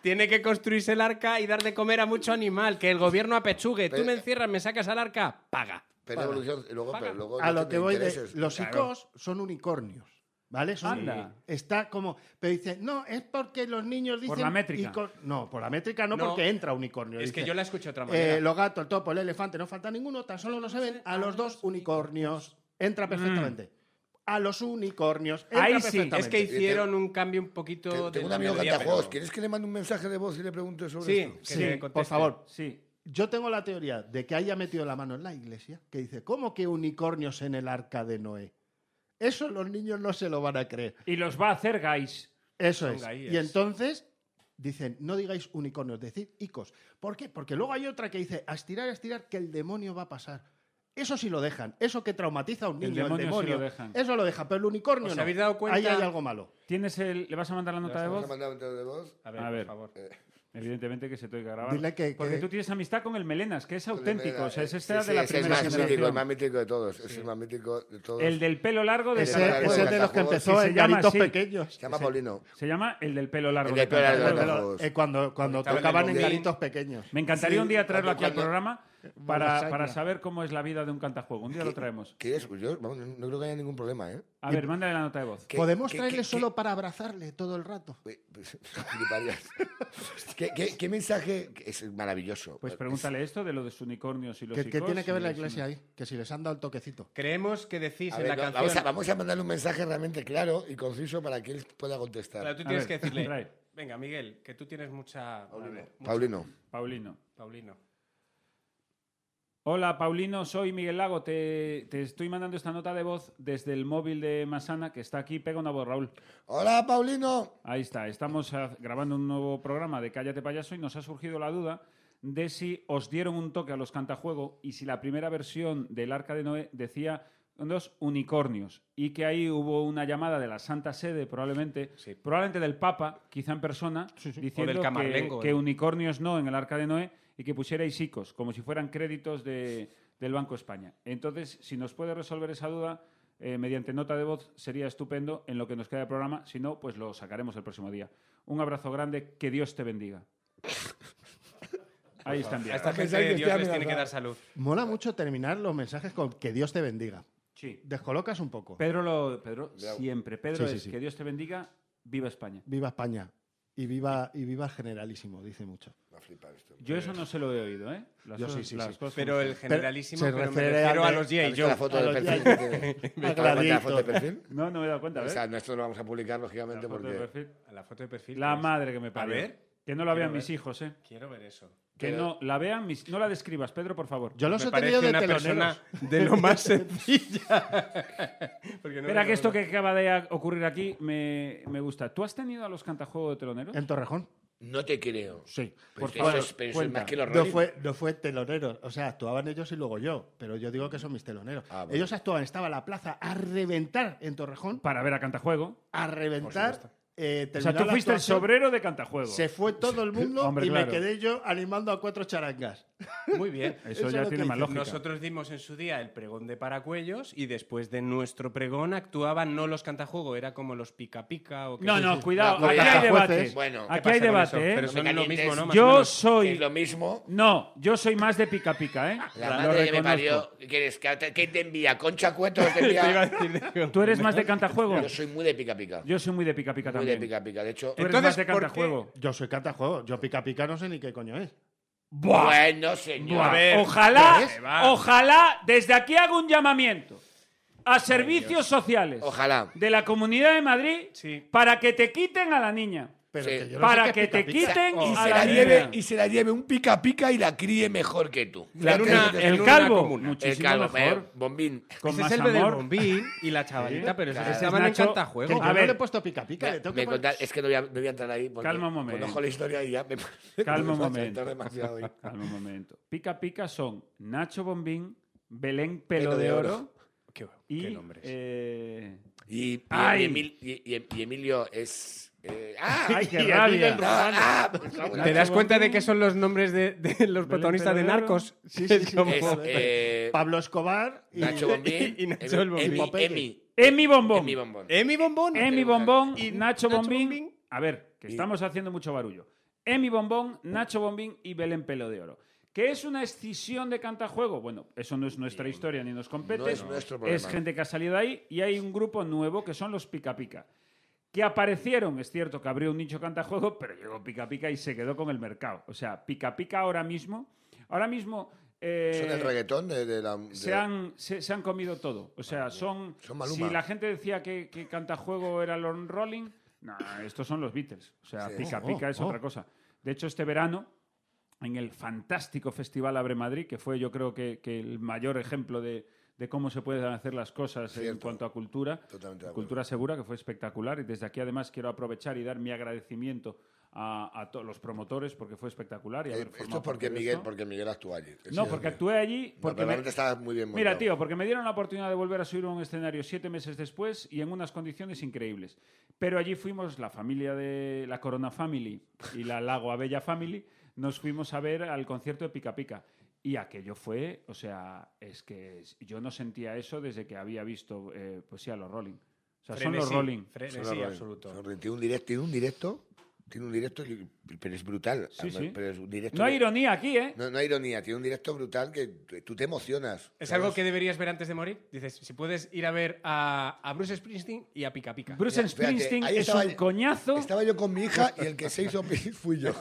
[SPEAKER 6] Tiene que construirse el arca y dar de comer a mucho animal. Que el gobierno apechugue. Tú me encierras, me sacas al arca, paga.
[SPEAKER 4] Pero evolución, y luego, pero luego
[SPEAKER 3] a
[SPEAKER 4] no
[SPEAKER 3] lo que
[SPEAKER 4] tiene
[SPEAKER 3] voy de
[SPEAKER 4] intereses.
[SPEAKER 3] los icos son unicornios vale son
[SPEAKER 2] Anda.
[SPEAKER 3] está como pero dice no es porque los niños dicen
[SPEAKER 2] la métrica.
[SPEAKER 3] ico- no por la métrica no,
[SPEAKER 6] No.
[SPEAKER 3] porque entra unicornio
[SPEAKER 6] Es
[SPEAKER 3] dice,
[SPEAKER 6] que yo la escucho de otra manera.
[SPEAKER 3] eh, los gatos el topo el elefante no falta ninguno tan solo no se ven a los dos unicornios entra perfectamente a los unicornios entra
[SPEAKER 2] Ahí sí,
[SPEAKER 6] Mm. Es que
[SPEAKER 3] perfectamente.
[SPEAKER 6] hicieron un cambio un poquito
[SPEAKER 4] Tengo
[SPEAKER 6] de
[SPEAKER 4] tengo un amigo
[SPEAKER 6] melodía,
[SPEAKER 4] cantajuegos.
[SPEAKER 6] pero-
[SPEAKER 4] ¿Quieres que le mande un mensaje de voz y le pregunte sobre
[SPEAKER 6] Sí,
[SPEAKER 4] esto?
[SPEAKER 6] que me
[SPEAKER 2] Sí,
[SPEAKER 6] conteste.
[SPEAKER 3] por favor
[SPEAKER 2] Sí.
[SPEAKER 3] yo tengo la teoría de que haya metido la mano en la iglesia, que dice, ¿cómo que unicornios en el arca de Noé? Eso los niños no se lo van a creer.
[SPEAKER 2] Y los va a hacer guys.
[SPEAKER 3] Eso
[SPEAKER 6] Son
[SPEAKER 3] es.
[SPEAKER 6] gaíes.
[SPEAKER 3] Y entonces dicen, no digáis unicornios, decid icos. ¿Por qué? Porque luego hay otra que dice, a estirar, a estirar, que el demonio va a pasar. Eso sí lo dejan. Eso que traumatiza a un
[SPEAKER 2] El
[SPEAKER 3] niño, el demonio.
[SPEAKER 2] demonio sí lo dejan.
[SPEAKER 3] Eso lo dejan, pero el unicornio
[SPEAKER 6] ¿Os
[SPEAKER 3] no.
[SPEAKER 6] habéis dado cuenta?
[SPEAKER 3] Ahí hay algo malo.
[SPEAKER 2] ¿Tienes el, ¿Le vas a mandar la nota de
[SPEAKER 4] ¿Me has
[SPEAKER 2] voz?
[SPEAKER 4] mandado un mensaje de voz?
[SPEAKER 6] A ver,
[SPEAKER 2] A ver.
[SPEAKER 6] por favor.
[SPEAKER 2] Evidentemente que se tenga que grabar.
[SPEAKER 3] Dile que-
[SPEAKER 2] Porque
[SPEAKER 3] que-
[SPEAKER 2] tú tienes amistad con el Melenas, que es auténtico. O sea, es
[SPEAKER 4] Sí,
[SPEAKER 2] este
[SPEAKER 4] sí,
[SPEAKER 2] de la
[SPEAKER 4] ese
[SPEAKER 2] primera
[SPEAKER 4] es más mítico, el más
[SPEAKER 2] generación.
[SPEAKER 4] mítico de todos. Es el más mítico de todos.
[SPEAKER 2] El del pelo largo de
[SPEAKER 4] Ese-
[SPEAKER 3] Ese,
[SPEAKER 2] Cantajuegos.
[SPEAKER 3] ese es de los que empezó
[SPEAKER 2] Sí, se
[SPEAKER 3] en
[SPEAKER 2] llama
[SPEAKER 3] garitos
[SPEAKER 2] así.
[SPEAKER 3] pequeños.
[SPEAKER 4] Se llama Paulino.
[SPEAKER 2] Se llama el del pelo largo.
[SPEAKER 4] El del
[SPEAKER 2] de
[SPEAKER 4] pelo largo de
[SPEAKER 2] Cantajuegos.
[SPEAKER 4] Cantajuegos.
[SPEAKER 3] Pero, eh, cuando cuando
[SPEAKER 6] Estaba en
[SPEAKER 3] tocaban
[SPEAKER 6] el
[SPEAKER 3] en
[SPEAKER 6] móvil.
[SPEAKER 3] garitos pequeños.
[SPEAKER 2] Me encantaría
[SPEAKER 4] Sí,
[SPEAKER 2] un día traerlo aquí al
[SPEAKER 4] cuando-
[SPEAKER 2] programa
[SPEAKER 3] Buena
[SPEAKER 2] para,
[SPEAKER 3] hazaña.
[SPEAKER 2] para saber cómo es la vida de un cantajuego. Un día lo traemos.
[SPEAKER 4] ¿Qué es? Pues yo vamos, no no creo que haya ningún problema, ¿eh?
[SPEAKER 2] A ver, mándale la nota de voz. Pues
[SPEAKER 4] ¿Qué-
[SPEAKER 3] Podemos
[SPEAKER 4] qué-
[SPEAKER 3] traerle
[SPEAKER 4] qué-
[SPEAKER 3] solo para abrazarle todo el rato.
[SPEAKER 4] qué- pues, fliparías. ¿Qué, qué, qué mensaje? Es maravilloso.
[SPEAKER 2] Pues pregúntale esto de lo de los unicornios y los
[SPEAKER 3] ¿Qué, qué
[SPEAKER 2] icos
[SPEAKER 3] tiene que ver
[SPEAKER 2] y
[SPEAKER 3] la
[SPEAKER 2] los-
[SPEAKER 3] iglesia ahí? Que si les han dado el toquecito.
[SPEAKER 6] Creemos que decís
[SPEAKER 4] A
[SPEAKER 6] en
[SPEAKER 4] ver,
[SPEAKER 6] la
[SPEAKER 4] no,
[SPEAKER 6] canción.
[SPEAKER 4] vamos, a, vamos a mandarle un mensaje realmente claro y conciso para que él pueda contestar.
[SPEAKER 6] Claro, tú
[SPEAKER 2] A
[SPEAKER 6] tienes
[SPEAKER 2] ver,
[SPEAKER 6] que decirle.
[SPEAKER 2] trae.
[SPEAKER 6] Venga, Miguel, que tú tienes mucha. a ver, mucha-
[SPEAKER 4] Paulino.
[SPEAKER 2] Paulino.
[SPEAKER 6] Paulino.
[SPEAKER 2] Hola, Paulino, soy Miguel Lago. Te, te estoy mandando esta nota de voz desde el móvil de Masana, que está aquí. Pega una voz, Raúl.
[SPEAKER 4] Hola, Paulino.
[SPEAKER 2] Ahí está, estamos ah, grabando un nuevo programa de Cállate Payaso y nos ha surgido la duda de si os dieron un toque a los cantajuego y si la primera versión del Arca de Noé decía dos unicornios y que ahí hubo una llamada de la Santa Sede, probablemente,
[SPEAKER 6] Sí.
[SPEAKER 2] probablemente del Papa, quizá en persona,
[SPEAKER 6] O
[SPEAKER 2] diciendo
[SPEAKER 6] del
[SPEAKER 2] que,
[SPEAKER 6] Camarlengo,
[SPEAKER 2] que
[SPEAKER 6] eh.
[SPEAKER 2] unicornios no en el Arca de Noé y que pusierais icos, como si fueran créditos de- del Banco España. Entonces, si nos puede resolver esa duda eh, mediante nota de voz, sería estupendo en lo que nos queda de programa. Si no, pues lo sacaremos el próximo día. Un abrazo grande, que Dios te bendiga. Ahí están bien.
[SPEAKER 6] A esta gente
[SPEAKER 4] Pensáis que
[SPEAKER 6] de Dios
[SPEAKER 4] estoy
[SPEAKER 6] les tiene
[SPEAKER 4] amenazado.
[SPEAKER 6] que dar salud.
[SPEAKER 3] Mola mucho terminar los mensajes con que Dios te bendiga.
[SPEAKER 2] Sí.
[SPEAKER 3] Descolocas un poco.
[SPEAKER 2] Pedro, lo, Pedro siempre. Pedro
[SPEAKER 3] Sí, sí,
[SPEAKER 2] es
[SPEAKER 3] sí.
[SPEAKER 2] que Dios te bendiga, viva España.
[SPEAKER 3] Viva España. Y viva, y viva el generalísimo, dice mucho.
[SPEAKER 4] Me flipa esto.
[SPEAKER 2] Yo eso no se lo he oído, ¿eh? Las
[SPEAKER 3] Yo
[SPEAKER 2] cosas-
[SPEAKER 3] sí, sí,
[SPEAKER 2] las
[SPEAKER 3] sí.
[SPEAKER 2] cosas como
[SPEAKER 6] Pero el
[SPEAKER 2] son.
[SPEAKER 6] generalísimo,
[SPEAKER 3] se
[SPEAKER 6] pero me
[SPEAKER 3] refiere
[SPEAKER 6] refiero
[SPEAKER 3] al
[SPEAKER 6] a
[SPEAKER 3] de-
[SPEAKER 6] los
[SPEAKER 4] ¿Has
[SPEAKER 6] G.I.
[SPEAKER 4] visto
[SPEAKER 6] Joe.
[SPEAKER 4] la foto del
[SPEAKER 3] a los
[SPEAKER 4] perfil? que tiene? ¿Te acuerdas de la foto del perfil?
[SPEAKER 2] No, no me he dado cuenta,
[SPEAKER 4] O
[SPEAKER 2] ¿ves?
[SPEAKER 4] sea, no, esto no lo vamos a publicar, lógicamente,
[SPEAKER 2] La foto de
[SPEAKER 4] porque...
[SPEAKER 2] perfil.
[SPEAKER 6] A la foto de perfil.
[SPEAKER 2] La
[SPEAKER 6] pues,
[SPEAKER 2] madre que me parió.
[SPEAKER 6] A ver.
[SPEAKER 2] Que no la vean
[SPEAKER 6] Quiero
[SPEAKER 2] mis
[SPEAKER 6] ver.
[SPEAKER 2] hijos, ¿eh?
[SPEAKER 6] Quiero ver eso.
[SPEAKER 2] Que
[SPEAKER 4] Pero-
[SPEAKER 2] no la vean mis... No la describas, Pedro, por favor.
[SPEAKER 3] Yo los
[SPEAKER 6] Me
[SPEAKER 3] he tenido
[SPEAKER 6] parece
[SPEAKER 3] de
[SPEAKER 6] una
[SPEAKER 3] teloneros.
[SPEAKER 6] persona de lo más sencilla. Porque no
[SPEAKER 2] Espera,
[SPEAKER 6] me
[SPEAKER 2] que esto
[SPEAKER 6] acuerdo.
[SPEAKER 2] que acaba de a- ocurrir aquí me, me gusta. ¿Tú has tenido a los cantajuegos de teloneros?
[SPEAKER 3] En Torrejón.
[SPEAKER 4] No te creo.
[SPEAKER 3] Sí.
[SPEAKER 4] Pero eso
[SPEAKER 3] favor,
[SPEAKER 4] es- pero eso es
[SPEAKER 3] cuenta.
[SPEAKER 4] más que los
[SPEAKER 3] no
[SPEAKER 4] Rolling.
[SPEAKER 3] fue, no fue teloneros. O sea, actuaban ellos y luego yo. Pero yo digo que son mis teloneros.
[SPEAKER 4] Ah, vale.
[SPEAKER 3] Ellos actuaban, estaba la plaza a reventar en Torrejón.
[SPEAKER 2] Para ver a cantajuego.
[SPEAKER 3] A reventar. eh,
[SPEAKER 2] O sea,
[SPEAKER 3] terminó
[SPEAKER 2] tú
[SPEAKER 3] la
[SPEAKER 2] fuiste el
[SPEAKER 3] actuación,
[SPEAKER 2] sobrero de cantajuego.
[SPEAKER 3] Se fue todo el mundo
[SPEAKER 2] Hombre,
[SPEAKER 3] y
[SPEAKER 2] claro.
[SPEAKER 3] me quedé yo animando a cuatro charangas.
[SPEAKER 6] Muy bien.
[SPEAKER 2] Eso,
[SPEAKER 3] Eso es
[SPEAKER 2] ya
[SPEAKER 3] lo
[SPEAKER 2] tiene
[SPEAKER 3] que
[SPEAKER 2] más
[SPEAKER 3] dicen.
[SPEAKER 2] lógica.
[SPEAKER 6] Nosotros dimos en su día el pregón de Paracuellos y después de nuestro pregón actuaban no los cantajuego, era como los pica pica o que
[SPEAKER 2] No, no, cuidado.
[SPEAKER 4] No,
[SPEAKER 2] aquí
[SPEAKER 4] cuidado.
[SPEAKER 2] hay debate.
[SPEAKER 4] Bueno,
[SPEAKER 2] aquí hay debate, ¿eh?
[SPEAKER 4] No me
[SPEAKER 6] Pero son lo
[SPEAKER 4] calientes.
[SPEAKER 6] mismo, ¿no? Más o
[SPEAKER 2] Yo
[SPEAKER 6] menos.
[SPEAKER 4] Que
[SPEAKER 2] soy...
[SPEAKER 4] es lo mismo.
[SPEAKER 2] No, yo soy más de pica pica, ¿eh?
[SPEAKER 4] La
[SPEAKER 2] Lo
[SPEAKER 4] madre que me
[SPEAKER 2] reconozco.
[SPEAKER 4] parió. ¿Qué es? ¿Qué te- qué te envía? ¿Concha Cueto te
[SPEAKER 6] Te iba a
[SPEAKER 4] envía?
[SPEAKER 6] decir, digo,
[SPEAKER 2] ¿Tú eres más de cantajuego?
[SPEAKER 4] Yo soy muy de pica pica.
[SPEAKER 2] Yo soy muy de pica pica
[SPEAKER 4] Muy de
[SPEAKER 2] también.
[SPEAKER 4] pica pica. De hecho,
[SPEAKER 2] Tú eres
[SPEAKER 6] Entonces,
[SPEAKER 2] más de
[SPEAKER 6] ¿por qué?
[SPEAKER 2] cantajuego.
[SPEAKER 3] Yo soy catajuego. Yo pica pica no sé ni qué coño es.
[SPEAKER 2] ¡Buah!
[SPEAKER 4] bueno,
[SPEAKER 2] Buah,
[SPEAKER 4] señor.
[SPEAKER 6] A ver,
[SPEAKER 2] ojalá,
[SPEAKER 6] ¿ves? Va.
[SPEAKER 2] ojalá, desde aquí hago un llamamiento a servicios sociales
[SPEAKER 4] Ojalá.
[SPEAKER 2] de la Comunidad de Madrid
[SPEAKER 6] Sí.
[SPEAKER 2] para que te quiten a la niña.
[SPEAKER 3] Pero
[SPEAKER 4] Sí.
[SPEAKER 3] que yo no
[SPEAKER 2] para
[SPEAKER 3] sé qué
[SPEAKER 2] que
[SPEAKER 3] es
[SPEAKER 2] te
[SPEAKER 3] pica-pica.
[SPEAKER 2] quiten
[SPEAKER 4] Y
[SPEAKER 2] a
[SPEAKER 4] se,
[SPEAKER 2] la
[SPEAKER 4] la
[SPEAKER 2] niña.
[SPEAKER 4] lleve, y se la lleve un pica pica y la críe mejor que tú.
[SPEAKER 6] En una- en
[SPEAKER 2] el
[SPEAKER 6] una
[SPEAKER 2] calvo,
[SPEAKER 6] comuna.
[SPEAKER 4] El
[SPEAKER 2] muchísimo
[SPEAKER 4] calvo, eh,
[SPEAKER 2] mejor.
[SPEAKER 4] bombín.
[SPEAKER 2] Con
[SPEAKER 6] Ese
[SPEAKER 2] más
[SPEAKER 6] es el del
[SPEAKER 2] amor.
[SPEAKER 6] bombín y la chavalita,
[SPEAKER 2] Sí,
[SPEAKER 6] pero eso
[SPEAKER 4] claro.
[SPEAKER 6] se estaban en
[SPEAKER 2] Nacho,
[SPEAKER 3] Que
[SPEAKER 2] que
[SPEAKER 6] cantajuego.
[SPEAKER 3] yo
[SPEAKER 2] A
[SPEAKER 3] no
[SPEAKER 2] ver.
[SPEAKER 3] le he puesto pica pica. le tengo
[SPEAKER 4] Me
[SPEAKER 3] que poner-
[SPEAKER 4] conta- es que no voy, a, no voy a entrar ahí. porque
[SPEAKER 2] Calma un momento.
[SPEAKER 4] Conozco la historia y ya me.
[SPEAKER 2] Calma un
[SPEAKER 4] me
[SPEAKER 2] momento.
[SPEAKER 4] entro demasiado ahí.
[SPEAKER 2] Calma un momento. Pica pica son Nacho Bombín, Belén Pelo,
[SPEAKER 4] Pelo
[SPEAKER 2] de,
[SPEAKER 4] de
[SPEAKER 2] Oro,
[SPEAKER 4] Oro.
[SPEAKER 6] Qué,
[SPEAKER 2] y
[SPEAKER 6] qué nombres.
[SPEAKER 2] eh,
[SPEAKER 4] Y, y-
[SPEAKER 2] Ay.
[SPEAKER 4] y Emil- y- Em-, y- y Emilio es. eh, ¡Ah!
[SPEAKER 2] ay qué
[SPEAKER 4] Y
[SPEAKER 2] rabia.
[SPEAKER 4] Emilio- ¡Ah! ah,
[SPEAKER 6] ¿Te das cuenta de que son los nombres de, de los protagonistas de
[SPEAKER 2] Pelo de Oro.
[SPEAKER 6] Narcos?
[SPEAKER 3] Sí, sí,
[SPEAKER 6] Es
[SPEAKER 3] sí.
[SPEAKER 6] como-
[SPEAKER 4] Es, eh,
[SPEAKER 3] Pablo Escobar y
[SPEAKER 4] Nacho Bombín.
[SPEAKER 6] y- y Nacho
[SPEAKER 4] Emi-
[SPEAKER 6] el Bombín.
[SPEAKER 4] Emi-
[SPEAKER 3] Popeye.
[SPEAKER 4] Emi.
[SPEAKER 2] Emi Bombón. Eh,
[SPEAKER 4] Emi Bombón.
[SPEAKER 6] Emi Bombón.
[SPEAKER 2] Emi Bombón
[SPEAKER 6] Y
[SPEAKER 2] Nacho,
[SPEAKER 6] Nacho
[SPEAKER 2] Bombín.
[SPEAKER 6] Bombín.
[SPEAKER 2] A ver, que estamos haciendo mucho barullo. Emi Bombón, Nacho Bombín y Belén Pelo de Oro. ¿Qué es una escisión de cantajuego? Bueno, eso no es nuestra historia ni nos compete.
[SPEAKER 4] No es nuestro problema.
[SPEAKER 2] Es gente que ha salido ahí y hay un grupo nuevo que son los Pica Pica. Que aparecieron, es cierto que abrió un nicho cantajuego, pero llegó Pica Pica y se quedó con el mercado. O sea, Pica Pica ahora mismo. Ahora mismo. eh,
[SPEAKER 4] Son el reggaetón de, de la. de- Eh,
[SPEAKER 2] se han, se, se han comido todo. O sea, son.
[SPEAKER 4] Son Maluma.
[SPEAKER 2] si la gente decía que, que Cantajuego era Lon Rolling, no, estos son los Beatles. O sea,
[SPEAKER 4] Sí.
[SPEAKER 2] pica,
[SPEAKER 3] Oh,
[SPEAKER 2] pica es
[SPEAKER 3] oh.
[SPEAKER 2] otra cosa. De hecho, este verano, en el fantástico Festival Abre Madrid, que fue yo creo que, que el mayor ejemplo de, de cómo se pueden hacer las cosas en
[SPEAKER 4] Cierto.
[SPEAKER 2] cuanto a cultura.
[SPEAKER 4] Totalmente de acuerdo.
[SPEAKER 2] cultura Segura, que fue espectacular. Y desde aquí, además, quiero aprovechar y dar mi agradecimiento a, a todos los promotores porque fue espectacular. Y haber
[SPEAKER 4] Eh, Esto
[SPEAKER 2] formado
[SPEAKER 4] es porque
[SPEAKER 2] parte de
[SPEAKER 4] Miguel,
[SPEAKER 2] esto.
[SPEAKER 4] porque Miguel actúa allí.
[SPEAKER 2] No, porque actué allí.
[SPEAKER 4] Porque
[SPEAKER 2] Porque me-
[SPEAKER 4] realmente está muy bien
[SPEAKER 2] Mira,
[SPEAKER 4] montado.
[SPEAKER 2] tío, porque me dieron la oportunidad de volver a subir a un escenario siete meses después y en unas condiciones increíbles. Pero allí fuimos la familia de la Corona Family y la Lago Abella Family, nos fuimos a ver al concierto de Pica Pica. Y aquello fue, o sea, es que es- yo no sentía eso desde que había visto, eh, pues sí, a los Rolling. O sea, son los
[SPEAKER 6] Frenesí,
[SPEAKER 2] Rolling.
[SPEAKER 4] Son
[SPEAKER 6] Frenesí
[SPEAKER 4] los Rolling.
[SPEAKER 6] absoluto.
[SPEAKER 4] Son Rolling. Tiene un directo, tiene un directo, tiene un directo, que- pero es brutal.
[SPEAKER 2] Sí, sí.
[SPEAKER 4] Pero es un directo
[SPEAKER 2] No hay
[SPEAKER 4] que-
[SPEAKER 2] ironía aquí, ¿eh?
[SPEAKER 4] No, no hay ironía, tiene un directo brutal que t- tú te emocionas.
[SPEAKER 6] ¿Es algo que deberías ver antes de morir? Dices, si puedes ir a ver a, a Bruce Springsteen y a Pica Pica.
[SPEAKER 2] Bruce
[SPEAKER 4] Espérate, ahí
[SPEAKER 2] Springsteen es
[SPEAKER 4] estaba
[SPEAKER 2] un
[SPEAKER 4] yo-
[SPEAKER 2] coñazo.
[SPEAKER 4] Estaba yo con mi hija y el que se hizo pis fui yo.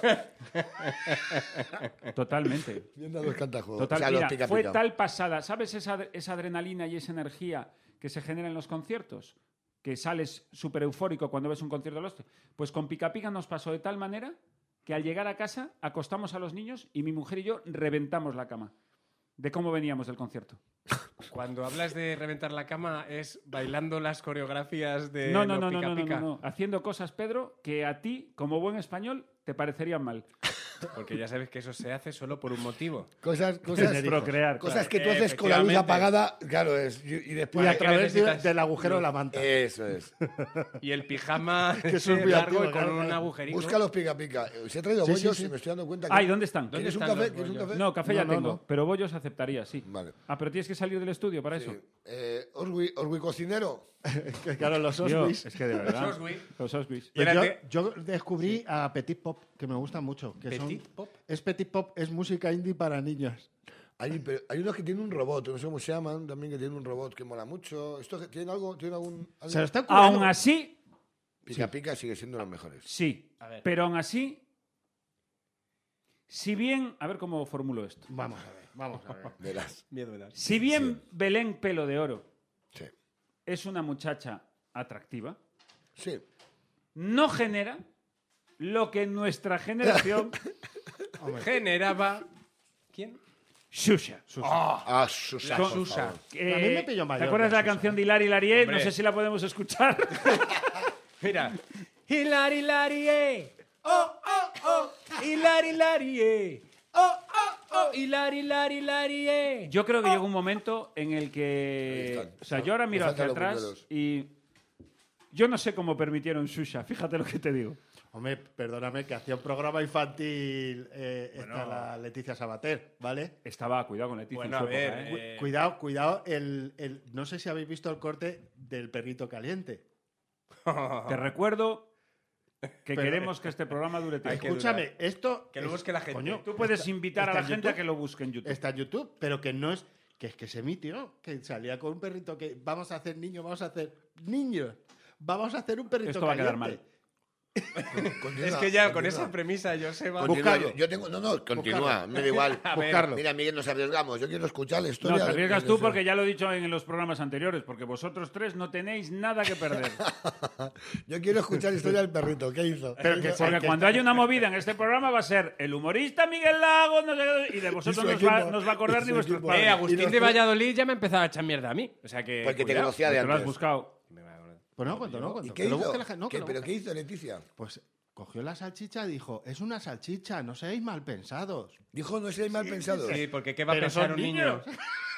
[SPEAKER 2] Totalmente.
[SPEAKER 4] Viendo a los cantajuegos.
[SPEAKER 2] Total,
[SPEAKER 4] o sea, los
[SPEAKER 2] mira,
[SPEAKER 4] pica,
[SPEAKER 2] fue
[SPEAKER 4] pica.
[SPEAKER 2] tal pasada. ¿Sabes esa, ad- esa adrenalina y esa energía que se genera en los conciertos? Que sales súper eufórico cuando ves un concierto de los... Pues con Pica Pica nos pasó de tal manera que al llegar a casa acostamos a los niños y mi mujer y yo reventamos la cama de cómo veníamos del concierto.
[SPEAKER 6] Cuando hablas de reventar la cama, ¿es bailando las coreografías de
[SPEAKER 2] no, no, no,
[SPEAKER 6] lo
[SPEAKER 2] no,
[SPEAKER 6] Eh, Pica
[SPEAKER 2] no, no,
[SPEAKER 6] Pica?
[SPEAKER 2] no, no. Haciendo cosas, Pedro, que a ti, como buen español, te parecerían mal.
[SPEAKER 6] Porque ya sabes que eso se hace solo por un motivo.
[SPEAKER 4] Cosas, cosas,
[SPEAKER 2] Tener procrear,
[SPEAKER 4] cosas
[SPEAKER 2] claro.
[SPEAKER 4] que tú haces con la luz
[SPEAKER 6] Efectivamente.
[SPEAKER 4] apagada, claro, es, y, y después...
[SPEAKER 3] Y a
[SPEAKER 6] ¿Qué
[SPEAKER 3] través de-
[SPEAKER 6] necesitas?
[SPEAKER 3] del agujero de la manta.
[SPEAKER 4] Eso es.
[SPEAKER 2] eh,
[SPEAKER 6] Y el pijama
[SPEAKER 3] que eso es
[SPEAKER 6] ese
[SPEAKER 3] muy
[SPEAKER 6] largo
[SPEAKER 3] antiguo,
[SPEAKER 6] con
[SPEAKER 3] claro,
[SPEAKER 6] un
[SPEAKER 3] claro.
[SPEAKER 6] agujerito.
[SPEAKER 4] Busca los pica pica. Eh, Os he traído
[SPEAKER 3] Sí, sí,
[SPEAKER 4] bollos
[SPEAKER 3] sí.
[SPEAKER 4] y me estoy dando cuenta que...
[SPEAKER 2] Ay, ¿dónde están?
[SPEAKER 6] ¿Dónde
[SPEAKER 4] ¿Quieres un
[SPEAKER 6] están
[SPEAKER 4] café?
[SPEAKER 6] los
[SPEAKER 4] ¿Quieres un
[SPEAKER 6] bollos?
[SPEAKER 4] café?
[SPEAKER 2] No, café
[SPEAKER 3] No,
[SPEAKER 2] ya
[SPEAKER 3] no,
[SPEAKER 2] tengo,
[SPEAKER 3] no.
[SPEAKER 2] pero bollos aceptaría, sí.
[SPEAKER 4] Vale.
[SPEAKER 2] Ah, pero tienes que salir del estudio para eso.
[SPEAKER 4] Eh, Orgui, Orgui cocinero.
[SPEAKER 3] Que claro, los
[SPEAKER 2] Tío,
[SPEAKER 3] osbis.
[SPEAKER 2] es que de verdad.
[SPEAKER 6] Los Oswis.
[SPEAKER 2] Los Oswis.
[SPEAKER 6] Y era
[SPEAKER 3] Pues
[SPEAKER 6] te-
[SPEAKER 3] yo, yo descubrí a Petit Pop, que me gusta mucho. que son-
[SPEAKER 6] ¿Petit Pop?
[SPEAKER 3] Es Petit Pop, es música indie para niños.
[SPEAKER 4] Hay, pero hay unos que tienen un robot, no sé cómo se llaman, también que tienen un robot que mola mucho. ¿Esto que- tiene algo? ¿Tiene algún...? algo?
[SPEAKER 3] Se lo están currando.
[SPEAKER 2] Aún así,
[SPEAKER 4] Pica pica sigue siendo los mejores.
[SPEAKER 2] sí.
[SPEAKER 6] A ver.
[SPEAKER 2] Pero aún así, si bien, a ver cómo formulo esto.
[SPEAKER 3] Vamos a ver, vamos a ver.
[SPEAKER 4] Verás.
[SPEAKER 6] Miedo me da.
[SPEAKER 2] Si bien Belén Pelo de Oro
[SPEAKER 4] Sí.
[SPEAKER 2] es una muchacha atractiva,
[SPEAKER 4] Sí.
[SPEAKER 2] no genera lo que en nuestra generación
[SPEAKER 6] Pues, Generaba... ¿Quién?
[SPEAKER 2] Xuxa.
[SPEAKER 4] Ah, Susana.
[SPEAKER 6] La
[SPEAKER 4] por
[SPEAKER 6] Susa.
[SPEAKER 4] favor.
[SPEAKER 2] Eh,
[SPEAKER 3] A mí me pilló mayor
[SPEAKER 2] ¿Te acuerdas de
[SPEAKER 3] la
[SPEAKER 2] la
[SPEAKER 3] Xuxa.
[SPEAKER 2] canción de Hilari Larié? No
[SPEAKER 6] Hombre.
[SPEAKER 2] sé si la podemos escuchar.
[SPEAKER 6] Mira. Hilari Lari, eh. Oh, oh, oh. Hilari Lari, eh. Oh, oh, oh. Hilari Lari, Lari, eh.
[SPEAKER 2] Yo creo que llegó un momento en el
[SPEAKER 4] Ahí
[SPEAKER 2] que.
[SPEAKER 4] están.
[SPEAKER 2] O sea, yo ahora
[SPEAKER 4] Me
[SPEAKER 2] miro hacia
[SPEAKER 4] faltan los
[SPEAKER 2] atrás
[SPEAKER 4] buñuelos.
[SPEAKER 2] y. Yo no sé cómo permitieron Xuxa, fíjate lo que te digo.
[SPEAKER 3] Hombre, perdóname, que hacía un programa infantil eh, esta la Leticia Sabater, ¿vale?
[SPEAKER 2] Estaba, cuidado con Leticia.
[SPEAKER 6] Bueno,
[SPEAKER 2] en su
[SPEAKER 6] a ver,
[SPEAKER 2] época, ¿eh?
[SPEAKER 6] eh,
[SPEAKER 3] Cuidado, cuidado, el, el- no sé si habéis visto el corte del perrito caliente.
[SPEAKER 6] ah.
[SPEAKER 2] Te recuerdo que
[SPEAKER 3] Pero-
[SPEAKER 2] queremos que este programa dure
[SPEAKER 6] Hay
[SPEAKER 2] tiempo.
[SPEAKER 6] que-
[SPEAKER 3] Escúchame, esto...
[SPEAKER 6] Que lo
[SPEAKER 3] es-
[SPEAKER 6] busque la gente.
[SPEAKER 3] coño,
[SPEAKER 2] Tú puedes
[SPEAKER 3] está-
[SPEAKER 2] invitar a
[SPEAKER 3] está
[SPEAKER 2] la
[SPEAKER 3] en
[SPEAKER 2] gente a
[SPEAKER 3] YouTube.
[SPEAKER 2] que lo busque en YouTube.
[SPEAKER 3] Está en YouTube, pero que no es... Que es que se emitió, que salía con un perrito que vamos a hacer niños, vamos a hacer niños, vamos a hacer un perrito
[SPEAKER 2] Esto va a quedar
[SPEAKER 3] caliente.
[SPEAKER 2] mal.
[SPEAKER 4] Continúa,
[SPEAKER 6] Es que ya con
[SPEAKER 4] continúa.
[SPEAKER 6] esa premisa, Joseba...
[SPEAKER 4] Continúa,
[SPEAKER 3] Buscarlo.
[SPEAKER 4] yo, yo tengo, no, no, continúa,
[SPEAKER 3] Buscarlo.
[SPEAKER 4] me da igual.
[SPEAKER 6] A ver.
[SPEAKER 3] Buscarlo.
[SPEAKER 4] Mira, Miguel, nos arriesgamos. Yo quiero escuchar la
[SPEAKER 2] No,
[SPEAKER 4] historia.
[SPEAKER 2] te
[SPEAKER 4] de-
[SPEAKER 2] arriesgas
[SPEAKER 4] de-
[SPEAKER 2] tú
[SPEAKER 4] de-
[SPEAKER 2] porque ya lo he dicho en los programas anteriores, porque vosotros tres no tenéis nada que perder.
[SPEAKER 4] Yo quiero escuchar la historia del perrito. ¿Qué hizo?
[SPEAKER 3] Pero que
[SPEAKER 2] Porque cuando haya una movida en este programa va a ser el humorista Miguel Lago, no sé qué, y de vosotros
[SPEAKER 4] Y su
[SPEAKER 2] nos va,
[SPEAKER 4] equipo.
[SPEAKER 2] nos va a acordar
[SPEAKER 4] Y
[SPEAKER 2] ni
[SPEAKER 4] su
[SPEAKER 2] vuestros
[SPEAKER 4] equipo.
[SPEAKER 2] padres.
[SPEAKER 6] Eh,
[SPEAKER 4] Y los
[SPEAKER 6] Agustín de
[SPEAKER 4] tres-
[SPEAKER 6] Valladolid ya me ha empezado a echar mierda a mí. O sea que.
[SPEAKER 4] Porque te
[SPEAKER 6] cuidado.
[SPEAKER 4] conocía de
[SPEAKER 2] Tú lo has
[SPEAKER 4] antes.
[SPEAKER 2] buscado.
[SPEAKER 3] Pues no, cuento, no, cuento.
[SPEAKER 4] ¿Y
[SPEAKER 3] que
[SPEAKER 4] qué
[SPEAKER 3] lo
[SPEAKER 4] hizo?
[SPEAKER 3] busque la gente. No, que
[SPEAKER 4] ¿Qué-
[SPEAKER 3] lo
[SPEAKER 4] ¿Pero
[SPEAKER 3] busque.
[SPEAKER 4] qué hizo Leticia?
[SPEAKER 3] Pues cogió la salchicha y dijo, es una salchicha, no seáis mal pensados.
[SPEAKER 4] Dijo, no seáis mal pensados.
[SPEAKER 6] Sí, porque ¿qué va a
[SPEAKER 3] Pero
[SPEAKER 6] pensar
[SPEAKER 3] son
[SPEAKER 6] un niño?
[SPEAKER 3] niños.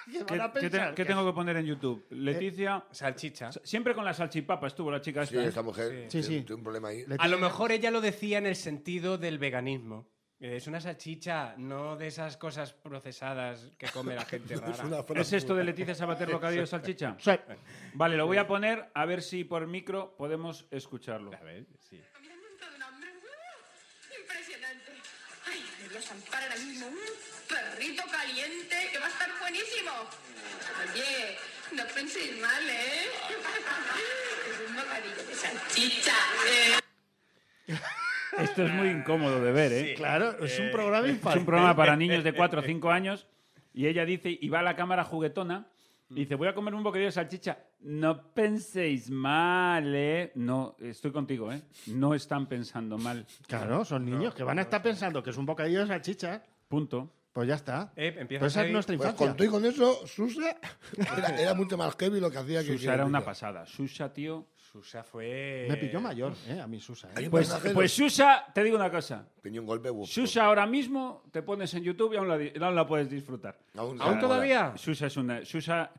[SPEAKER 3] ¿Qué
[SPEAKER 2] ¿Qué,
[SPEAKER 3] van a
[SPEAKER 2] qué te-
[SPEAKER 3] pensar?
[SPEAKER 2] qué tengo que poner en YouTube? Leticia.
[SPEAKER 6] Salchicha.
[SPEAKER 2] Siempre con la salchipapa estuvo la chica
[SPEAKER 4] Sí,
[SPEAKER 2] esta. ¿eh?
[SPEAKER 4] esta mujer sí,
[SPEAKER 3] Sí, sí.
[SPEAKER 4] tiene un problema ahí.
[SPEAKER 3] Le-
[SPEAKER 6] A lo mejor ella lo decía en el sentido del veganismo. Eh, Es una salchicha, no de esas cosas procesadas que come la gente
[SPEAKER 4] Es
[SPEAKER 6] rara.
[SPEAKER 4] una frase.
[SPEAKER 2] ¿Es esto de Leticia Sabater lo que ha dicho salchicha?
[SPEAKER 3] Sí.
[SPEAKER 2] Vale, lo voy a poner a ver si por micro podemos escucharlo.
[SPEAKER 6] A ver, sí.
[SPEAKER 7] A mí me han montado un hambre. ¡uh! Impresionante. Ay, me los ampara ahora mismo. Un perrito caliente que va a estar buenísimo. Oye, no penséis mal, ¿eh? Es un bocadillo de salchicha. ¿eh?
[SPEAKER 2] Esto es muy incómodo de ver, ¿eh?
[SPEAKER 3] Claro, es un programa
[SPEAKER 2] Es
[SPEAKER 3] infantil.
[SPEAKER 2] un programa para niños de 4 o 5 años y ella dice, y va a la cámara juguetona, y dice, voy a comer un bocadillo de salchicha. No penséis mal, ¿eh? No, estoy contigo, ¿eh? No están pensando mal.
[SPEAKER 3] Claro, son niños que van a estar pensando que es un bocadillo de salchicha.
[SPEAKER 2] Punto.
[SPEAKER 3] Pues ya está.
[SPEAKER 6] Eh, empieza
[SPEAKER 3] Pues esa es
[SPEAKER 6] Javi.
[SPEAKER 3] nuestra
[SPEAKER 4] Pues
[SPEAKER 3] infancia.
[SPEAKER 4] con todo y con eso, Susa era, era mucho más heavy lo que hacía que
[SPEAKER 2] Susa era una pasada. Susa, tío.
[SPEAKER 6] Susa fue.
[SPEAKER 3] Me pilló mayor, eh, a mi Susa.
[SPEAKER 4] Hay
[SPEAKER 3] eh.
[SPEAKER 4] un
[SPEAKER 2] Pues,
[SPEAKER 4] personaje
[SPEAKER 2] pues Susa, te digo una cosa.
[SPEAKER 4] que tenía un golpe buf,
[SPEAKER 2] Susa ahora mismo te pones en YouTube y aún la, di- aún la puedes disfrutar.
[SPEAKER 4] Aún,
[SPEAKER 6] ¿Aún
[SPEAKER 4] se
[SPEAKER 6] todavía?
[SPEAKER 2] Susa es una. Susa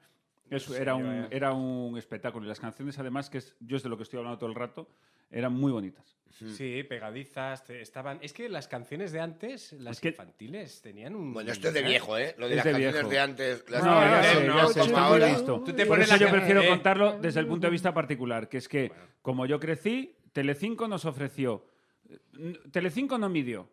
[SPEAKER 2] es- era, un,
[SPEAKER 6] vaya.
[SPEAKER 2] era un espectáculo. Y las canciones, además, que es, yo es de lo que estoy hablando todo el rato, eran muy bonitas.
[SPEAKER 6] Sí, pegadizas, te- estaban. Es que las canciones de antes, las
[SPEAKER 2] Es que-
[SPEAKER 6] infantiles, tenían un.
[SPEAKER 4] Bueno, esto es de viejo, ¿eh? Lo de
[SPEAKER 2] Es
[SPEAKER 4] las
[SPEAKER 2] de
[SPEAKER 4] canciones
[SPEAKER 2] viejo.
[SPEAKER 4] de antes. Las
[SPEAKER 2] No, ya
[SPEAKER 4] canciones
[SPEAKER 2] sé,
[SPEAKER 4] de
[SPEAKER 2] ya
[SPEAKER 4] ahora,
[SPEAKER 2] sé,
[SPEAKER 4] como
[SPEAKER 2] está muy
[SPEAKER 4] ahora.
[SPEAKER 2] listo.
[SPEAKER 6] Tú te
[SPEAKER 2] Por
[SPEAKER 6] pones
[SPEAKER 2] eso
[SPEAKER 6] la
[SPEAKER 2] yo
[SPEAKER 6] can-
[SPEAKER 2] prefiero
[SPEAKER 6] eh.
[SPEAKER 2] contarlo desde el punto de vista particular, que es que como yo crecí, Telecinco nos ofreció, n- Telecinco no midió,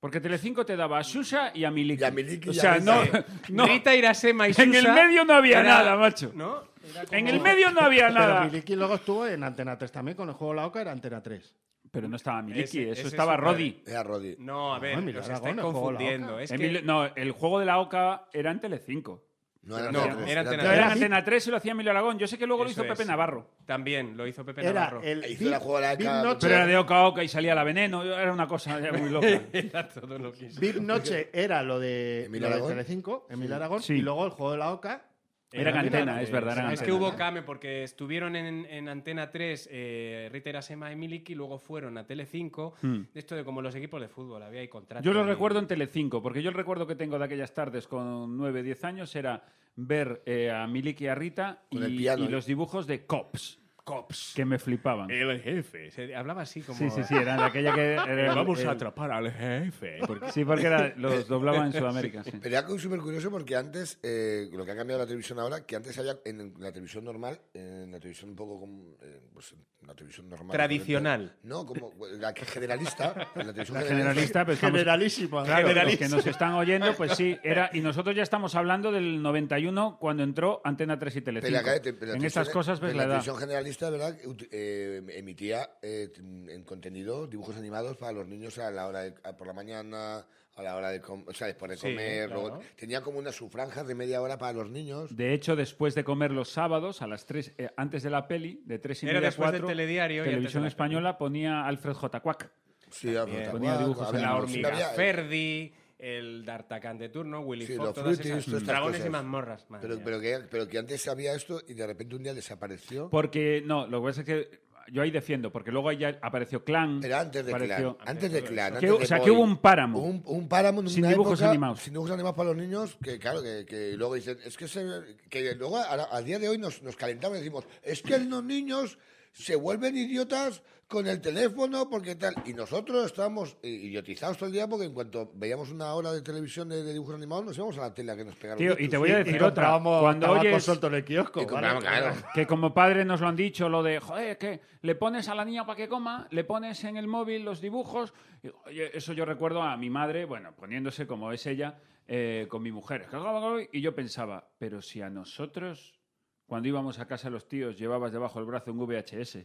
[SPEAKER 2] porque Telecinco te daba a Xuxa y a Miliki.
[SPEAKER 4] Y a Miliki y
[SPEAKER 2] o
[SPEAKER 4] a
[SPEAKER 2] sea, no,
[SPEAKER 4] Rita.
[SPEAKER 2] no,
[SPEAKER 6] Rita Irasema y Susa.
[SPEAKER 2] En el medio no había
[SPEAKER 6] era-
[SPEAKER 2] nada, macho.
[SPEAKER 6] ¿No? Era como-
[SPEAKER 2] En el medio no había
[SPEAKER 3] Pero
[SPEAKER 2] nada.
[SPEAKER 3] Miliki luego estuvo en Antena 3 también, con el juego La Oca era Antena 3.
[SPEAKER 2] Pero no estaba Miliki,
[SPEAKER 6] Ese-
[SPEAKER 2] eso
[SPEAKER 6] ese es
[SPEAKER 2] estaba
[SPEAKER 6] su padre.
[SPEAKER 2] Roddy.
[SPEAKER 4] Era Roddy.
[SPEAKER 6] No, a ver,
[SPEAKER 3] Emilio
[SPEAKER 6] os
[SPEAKER 3] Aragón,
[SPEAKER 6] estáis
[SPEAKER 3] el juego de la
[SPEAKER 6] confundiendo.
[SPEAKER 3] Oca.
[SPEAKER 6] Es
[SPEAKER 2] Emilio-
[SPEAKER 6] que,
[SPEAKER 2] No, el juego de la OCA era en Telecinco.
[SPEAKER 4] No era
[SPEAKER 6] No,
[SPEAKER 4] Antena tres,
[SPEAKER 6] era
[SPEAKER 2] No,
[SPEAKER 6] Antena
[SPEAKER 2] Ah, era
[SPEAKER 4] Antena
[SPEAKER 2] en Antena 3 y lo hacía Emilio Aragón. Yo sé que luego lo
[SPEAKER 6] Eso
[SPEAKER 2] hizo Pepe
[SPEAKER 6] es.
[SPEAKER 2] Navarro.
[SPEAKER 6] También lo hizo Pepe
[SPEAKER 3] Era
[SPEAKER 6] Navarro.
[SPEAKER 3] el
[SPEAKER 4] Hizo la
[SPEAKER 3] Big-
[SPEAKER 4] juego de la
[SPEAKER 3] Big
[SPEAKER 4] Oca.
[SPEAKER 3] Noche,
[SPEAKER 2] Pero era de Oca a Oca y salía la veneno. Era una cosa ya muy loca.
[SPEAKER 6] Era todo lo que hizo.
[SPEAKER 3] Big Noche era lo de,
[SPEAKER 4] Emilio
[SPEAKER 3] lo de
[SPEAKER 4] Aragón.
[SPEAKER 3] Telecinco, Emilio Aragón,
[SPEAKER 2] Sí.
[SPEAKER 3] y luego el juego de la Oca.
[SPEAKER 2] Era en
[SPEAKER 3] Antena
[SPEAKER 2] Antena,
[SPEAKER 3] tres.
[SPEAKER 2] es verdad. era en
[SPEAKER 6] Es que
[SPEAKER 2] Antena.
[SPEAKER 6] hubo cambio porque estuvieron en, en Antena 3 eh, Rita Irasema y Miliki, luego fueron a Tele 5.
[SPEAKER 2] Hmm.
[SPEAKER 6] Esto de como los equipos de fútbol, había ahí contratos.
[SPEAKER 2] Yo lo
[SPEAKER 6] y-
[SPEAKER 2] recuerdo en Telecinco, porque yo el recuerdo que tengo de aquellas tardes con 9, 10 años era ver eh, a Miliki y a Rita y,
[SPEAKER 4] Con el piano,
[SPEAKER 2] y
[SPEAKER 4] ¿eh?
[SPEAKER 2] los dibujos de Cops. Cops. Que me flipaban.
[SPEAKER 6] El jefe. Se hablaba así como.
[SPEAKER 2] Sí, sí, sí, era de aquella que... era el- el-
[SPEAKER 6] atrapar al jefe. Porque-
[SPEAKER 2] Sí, porque era- los doblaban en Sudamérica. sí.
[SPEAKER 4] Pero era como súper curioso porque antes, eh, lo que ha cambiado la televisión ahora, que antes había en la televisión normal, en la televisión un poco como. eh, pues, en la televisión normal.
[SPEAKER 6] Tradicional.
[SPEAKER 4] correcta. No, como la que generalista. En la televisión
[SPEAKER 2] La generalista, pues, estamos-
[SPEAKER 3] Generalísima.
[SPEAKER 2] Claro, los que nos están oyendo, pues sí, era y nosotros ya estamos hablando del 91 cuando entró Antena 3 y
[SPEAKER 4] Pero la-
[SPEAKER 2] Telecinco.
[SPEAKER 4] pero la
[SPEAKER 2] en
[SPEAKER 4] televisión-
[SPEAKER 2] estas cosas ves
[SPEAKER 4] pero
[SPEAKER 2] la edad.
[SPEAKER 4] televisión generalista, ¿verdad? Ut- eh, emitía eh, en contenido dibujos animados para los niños a la hora de, a- por la mañana, a la hora de, com- o sea, después de
[SPEAKER 6] Sí,
[SPEAKER 4] comer.
[SPEAKER 6] claro.
[SPEAKER 4] luego- tenía como unas sufranjas de media hora para los niños.
[SPEAKER 2] De hecho, después de comer los sábados, a las 3, eh, antes de la peli, de 3 y
[SPEAKER 6] Era
[SPEAKER 2] media a
[SPEAKER 6] después del
[SPEAKER 2] 4,
[SPEAKER 6] telediario y antes de
[SPEAKER 2] Televisión
[SPEAKER 6] la peli.
[SPEAKER 2] Española ponía Alfred J. Cuac.
[SPEAKER 4] Sí, a
[SPEAKER 6] Ponía
[SPEAKER 4] Frutacuac,
[SPEAKER 2] dibujos
[SPEAKER 4] había-
[SPEAKER 2] en
[SPEAKER 6] La
[SPEAKER 4] no, sí,
[SPEAKER 6] hormiga
[SPEAKER 4] había-
[SPEAKER 6] Ah,
[SPEAKER 4] eh,
[SPEAKER 6] Ferdi, el D'Artagnan de turno, Willy
[SPEAKER 4] Sí,
[SPEAKER 6] Fox,
[SPEAKER 4] los
[SPEAKER 6] todas
[SPEAKER 4] frutis,
[SPEAKER 6] esas.
[SPEAKER 4] todas estas
[SPEAKER 6] dragones y
[SPEAKER 4] cosas.
[SPEAKER 6] mazmorras. madre
[SPEAKER 4] Pero,
[SPEAKER 6] mía.
[SPEAKER 4] pero, que, pero que antes había esto y de repente un día desapareció.
[SPEAKER 2] Porque, no, lo que pasa es que yo ahí defiendo, porque luego ahí ya apareció Clan.
[SPEAKER 4] Era antes de
[SPEAKER 2] apareció-
[SPEAKER 4] Clan. Antes de Clan.
[SPEAKER 2] Que-
[SPEAKER 4] antes
[SPEAKER 2] o sea,
[SPEAKER 4] de
[SPEAKER 2] que
[SPEAKER 4] Boy.
[SPEAKER 2] hubo un páramo.
[SPEAKER 4] Hubo Un, un páramo en
[SPEAKER 2] Sin
[SPEAKER 4] una
[SPEAKER 2] dibujos
[SPEAKER 4] época,
[SPEAKER 2] animados.
[SPEAKER 4] Sin dibujos animados para los niños, que claro, que, que luego dicen, es que, se- que luego a, a día de hoy nos, nos calentamos y decimos, es que los niños se vuelven idiotas con el teléfono porque tal. Y nosotros estábamos eh, idiotizados todo el día porque en cuanto veíamos una hora de televisión de, de dibujos animados nos íbamos a la tele a que nos pegaron.
[SPEAKER 2] Tío, y te voy a decir
[SPEAKER 3] Y
[SPEAKER 2] otra.
[SPEAKER 3] comprábamos
[SPEAKER 2] Cuando
[SPEAKER 3] tabaco
[SPEAKER 2] oyes,
[SPEAKER 3] suelto en el kiosco.
[SPEAKER 4] Y compramos,
[SPEAKER 3] ¿vale?
[SPEAKER 4] claro.
[SPEAKER 2] que como padre nos lo han dicho, lo de, joder, que le pones a la niña para que coma, le pones en el móvil los dibujos. Y, oye, eso yo recuerdo a mi madre, bueno, poniéndose como es ella, eh, con mi mujer. Y yo pensaba, pero si a nosotros, cuando íbamos a casa de los tíos, llevabas debajo del brazo un VHS,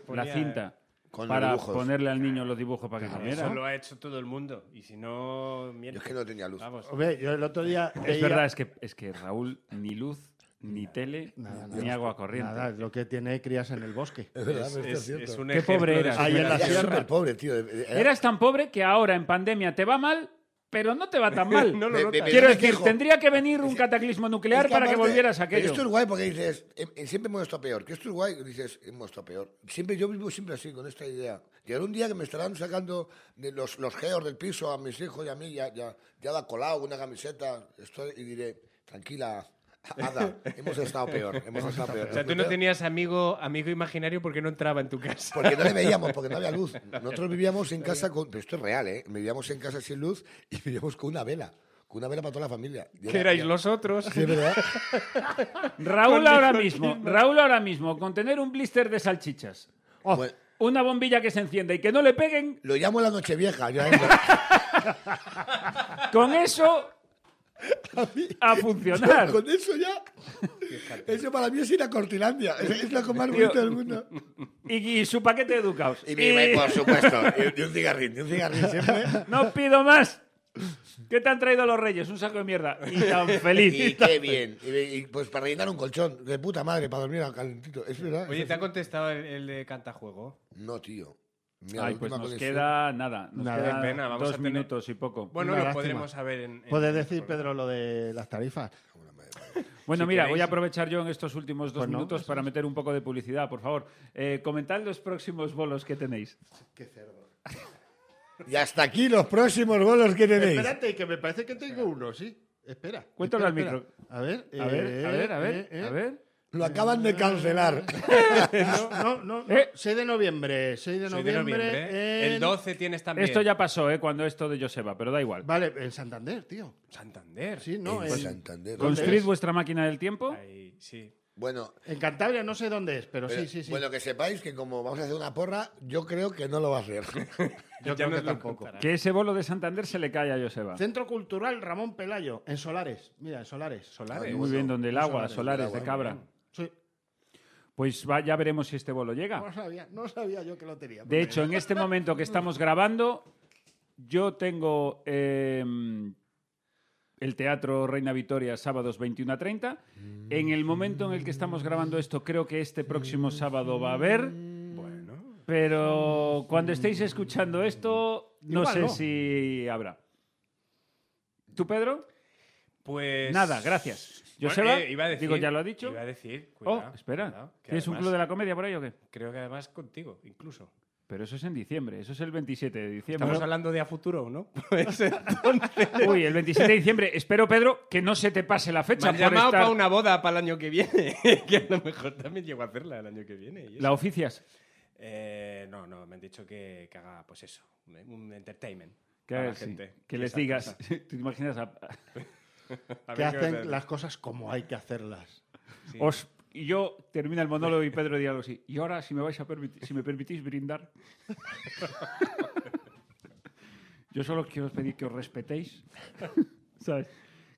[SPEAKER 2] la
[SPEAKER 6] ponían-
[SPEAKER 2] cinta,
[SPEAKER 4] Con los
[SPEAKER 2] para
[SPEAKER 4] dibujos.
[SPEAKER 2] ponerle al niño los dibujos para que
[SPEAKER 6] Eso
[SPEAKER 2] comiera.
[SPEAKER 6] lo ha hecho todo el mundo. Y si no,
[SPEAKER 4] Yo
[SPEAKER 6] miente.
[SPEAKER 4] es que no tenía luz.
[SPEAKER 2] Ah,
[SPEAKER 6] Vamos.
[SPEAKER 3] Hombre, yo el otro día.
[SPEAKER 2] Es
[SPEAKER 3] veía-
[SPEAKER 2] verdad, es que, es que Raúl, ni luz, ni tele,
[SPEAKER 3] Nada,
[SPEAKER 2] ni
[SPEAKER 3] nada.
[SPEAKER 2] agua corriente.
[SPEAKER 3] Nada, es lo que tiene crías en el bosque.
[SPEAKER 4] Es verdad,
[SPEAKER 6] Es,
[SPEAKER 4] pero
[SPEAKER 6] es-
[SPEAKER 4] está cierto.
[SPEAKER 6] es un
[SPEAKER 2] Qué
[SPEAKER 6] ejemplo
[SPEAKER 2] pobre
[SPEAKER 6] de
[SPEAKER 2] eras.
[SPEAKER 6] su-
[SPEAKER 3] Ahí en la
[SPEAKER 4] Era
[SPEAKER 3] sierra.
[SPEAKER 4] súper pobre, tío. Era-
[SPEAKER 2] Eras tan pobre que ahora en pandemia te va mal, pero no te va tan mal.
[SPEAKER 6] No lo
[SPEAKER 4] Me- me-
[SPEAKER 6] notas.
[SPEAKER 4] me-
[SPEAKER 2] Quiero
[SPEAKER 4] me
[SPEAKER 2] decir,
[SPEAKER 4] quejo.
[SPEAKER 2] tendría que venir un cataclismo nuclear
[SPEAKER 4] Es que
[SPEAKER 2] para que
[SPEAKER 4] aparte,
[SPEAKER 2] volvieras a
[SPEAKER 4] pero
[SPEAKER 2] aquello.
[SPEAKER 4] Esto es guay porque dices, em, em, siempre hemos estado peor. Que esto es guay, dices, hemos estado peor. Siempre yo vivo siempre así, con esta idea. Llegará un día que me estarán sacando de los, los geos del piso a mis hijos y a mí, ya, ya, ya da colado una camiseta, esto, y diré, tranquila, Ada, hemos estado peor, hemos estado peor.
[SPEAKER 6] O sea, tú no tenías amigo, amigo imaginario porque no entraba en tu casa.
[SPEAKER 4] Porque no le veíamos, porque no había luz. Nosotros vivíamos en casa con. Pero esto es real, ¿eh? Vivíamos en casa sin luz y vivíamos con una vela. Con una vela para toda la familia. Y
[SPEAKER 6] Que
[SPEAKER 4] era-
[SPEAKER 6] erais los otros.
[SPEAKER 4] Sí, es verdad.
[SPEAKER 2] Raúl
[SPEAKER 6] Con
[SPEAKER 2] ahora
[SPEAKER 6] nicotina.
[SPEAKER 2] mismo, Raúl ahora mismo, con tener un blister de salchichas,
[SPEAKER 4] Bueno,
[SPEAKER 2] una bombilla que se encienda y que no le peguen,
[SPEAKER 4] lo llamo la noche vieja.
[SPEAKER 2] con eso a funcionar.
[SPEAKER 4] Con eso ya. Eso para mí es ir a Cortilandia. Es, es la comarca
[SPEAKER 2] Tío.
[SPEAKER 4] del mundo.
[SPEAKER 2] Y, y su paquete de educados.
[SPEAKER 4] Y pues. mi y... por supuesto. Y, y un cigarrín, y un cigarrín siempre.
[SPEAKER 2] No pido más. ¿Qué te han traído los reyes? Un saco de mierda. Y tan feliz.
[SPEAKER 4] Y qué bien. Y, y, pues para rellenar un colchón. De puta madre, para dormir al calentito. Es verdad.
[SPEAKER 6] Oye,
[SPEAKER 4] es
[SPEAKER 6] ¿te ha
[SPEAKER 4] así.
[SPEAKER 6] contestado el, el de Cantajuego?
[SPEAKER 4] No, tío. Mira, la
[SPEAKER 2] Ay, pues
[SPEAKER 4] última
[SPEAKER 2] nos
[SPEAKER 4] colección.
[SPEAKER 2] queda nada. Nos
[SPEAKER 3] Nada.
[SPEAKER 2] queda
[SPEAKER 6] Qué pena, vamos
[SPEAKER 2] dos
[SPEAKER 6] a tener-
[SPEAKER 2] minutos y poco.
[SPEAKER 6] Bueno,
[SPEAKER 3] Una
[SPEAKER 6] lo
[SPEAKER 3] lástima.
[SPEAKER 6] podremos saber en. en-
[SPEAKER 3] ¿Puedes decir, Pedro, lo de las tarifas?
[SPEAKER 2] Bueno,
[SPEAKER 6] Si
[SPEAKER 2] mira,
[SPEAKER 6] queréis.
[SPEAKER 2] voy a aprovechar yo en estos últimos dos
[SPEAKER 3] Pues no,
[SPEAKER 2] minutos
[SPEAKER 3] eso
[SPEAKER 2] para meter un poco de publicidad, por favor. Eh, comentad los próximos bolos que tenéis.
[SPEAKER 4] Y hasta aquí los próximos bolos que tenéis.
[SPEAKER 3] Espérate, que me parece que tengo uno, sí. Espera.
[SPEAKER 2] Cuéntalo al
[SPEAKER 3] espera,
[SPEAKER 2] micro.
[SPEAKER 3] espera. A ver,
[SPEAKER 2] A ver,
[SPEAKER 3] eh,
[SPEAKER 2] a ver, a ver,
[SPEAKER 3] eh, eh.
[SPEAKER 2] a ver.
[SPEAKER 4] Lo acaban de cancelar.
[SPEAKER 3] No, no, no, no.
[SPEAKER 2] Eh.
[SPEAKER 3] 6 de noviembre. 6 de
[SPEAKER 6] Soy de
[SPEAKER 3] noviembre.
[SPEAKER 6] noviembre.
[SPEAKER 3] en-
[SPEAKER 6] El 12 tienes también.
[SPEAKER 2] Esto ya pasó, ¿eh? Cuando esto de Joseba, pero da igual.
[SPEAKER 3] Vale, en Santander, tío.
[SPEAKER 6] Santander.
[SPEAKER 3] Sí, no,
[SPEAKER 4] en
[SPEAKER 3] en,
[SPEAKER 4] Santander.
[SPEAKER 2] Construid vuestra máquina del tiempo.
[SPEAKER 6] Ahí, sí.
[SPEAKER 4] Bueno,
[SPEAKER 3] en Cantabria no sé dónde es, pero,
[SPEAKER 4] pero-
[SPEAKER 3] sí, sí, sí.
[SPEAKER 4] bueno, que sepáis que como vamos a hacer una porra, yo creo que no lo va a hacer.
[SPEAKER 6] Ya
[SPEAKER 3] Yo creo que
[SPEAKER 6] nos lo
[SPEAKER 3] tampoco.
[SPEAKER 6] contará.
[SPEAKER 2] Que ese bolo de Santander se le cae a Joseba.
[SPEAKER 3] Centro Cultural Ramón Pelayo, en Solares. Mira, en Solares.
[SPEAKER 4] Ah,
[SPEAKER 6] Solares.
[SPEAKER 2] Muy bien, donde el agua,
[SPEAKER 3] Solares,
[SPEAKER 2] solares
[SPEAKER 4] del
[SPEAKER 2] de
[SPEAKER 4] agua.
[SPEAKER 2] cabra.
[SPEAKER 3] Sí.
[SPEAKER 2] Pues va- ya veremos si este bolo
[SPEAKER 3] No
[SPEAKER 2] llega.
[SPEAKER 3] sabía, no sabía yo que lo tenía.
[SPEAKER 2] De hecho, en este momento que estamos grabando, yo tengo eh, el Teatro Reina Vitoria sábados 21 a 30. En el momento en el que estamos grabando esto, creo que este próximo sábado va a haber.
[SPEAKER 6] Bueno.
[SPEAKER 2] Pero cuando estéis escuchando esto, no
[SPEAKER 3] Igual
[SPEAKER 2] sé
[SPEAKER 3] no.
[SPEAKER 2] si habrá. ¿Tú, Pedro?
[SPEAKER 6] Pues.
[SPEAKER 2] Nada, gracias.
[SPEAKER 6] Bueno,
[SPEAKER 2] Joseba,
[SPEAKER 6] eh, iba a decir,
[SPEAKER 2] digo, ya lo ha dicho.
[SPEAKER 6] Iba a decir, cuidado,
[SPEAKER 2] oh, espera.
[SPEAKER 6] cuidado, que
[SPEAKER 2] ¿Tienes un
[SPEAKER 6] además-
[SPEAKER 2] club de la comedia por ahí o qué?
[SPEAKER 6] Creo que además contigo, incluso.
[SPEAKER 2] Pero eso es en diciembre, eso es el 27 de diciembre.
[SPEAKER 6] Estamos hablando de a futuro, ¿no? Pues entonces.
[SPEAKER 2] Uy, el 27 de diciembre. Espero, Pedro, que no se te pase la
[SPEAKER 6] Me
[SPEAKER 2] fecha.
[SPEAKER 6] han
[SPEAKER 2] por
[SPEAKER 6] llamado
[SPEAKER 2] estar-
[SPEAKER 6] para una boda para el año que viene. que a lo mejor también llego a hacerla el año que viene. y eso.
[SPEAKER 2] La oficias.
[SPEAKER 6] Eh, no, no, me han dicho que, que haga, pues eso, un- un entertainment.
[SPEAKER 2] Que,
[SPEAKER 6] para
[SPEAKER 2] a
[SPEAKER 6] la
[SPEAKER 2] ver, sí,
[SPEAKER 6] gente.
[SPEAKER 2] que les
[SPEAKER 6] Esas
[SPEAKER 2] digas.
[SPEAKER 6] cosas.
[SPEAKER 2] ¿Te imaginas? a-
[SPEAKER 6] A
[SPEAKER 3] que
[SPEAKER 6] ver qué va a hacer.
[SPEAKER 3] hacen las cosas como hay que hacerlas.
[SPEAKER 6] Sí.
[SPEAKER 2] os- y yo termina el monólogo y Pedro dice algo así. Y ahora, si me, vais a permiti- si me permitís brindar. yo solo quiero pedir que os respetéis. ¿Sabes?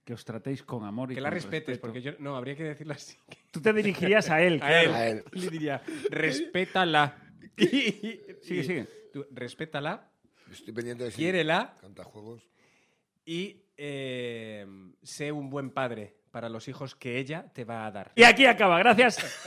[SPEAKER 2] Que os tratéis con amor y
[SPEAKER 6] Que la
[SPEAKER 2] con
[SPEAKER 6] respetes,
[SPEAKER 2] respeto.
[SPEAKER 6] porque yo. No, habría que decirla así.
[SPEAKER 2] Tú te dirigirías a él.
[SPEAKER 6] A él.
[SPEAKER 4] A él.
[SPEAKER 6] Le diría, respétala.
[SPEAKER 2] Sigue, sigue.
[SPEAKER 6] Tú, respétala,
[SPEAKER 4] Estoy pendiente de si
[SPEAKER 6] quiérela
[SPEAKER 4] canta juegos.
[SPEAKER 6] y eh, sé un buen padre para los hijos que ella te va a dar.
[SPEAKER 2] Y aquí acaba. Gracias.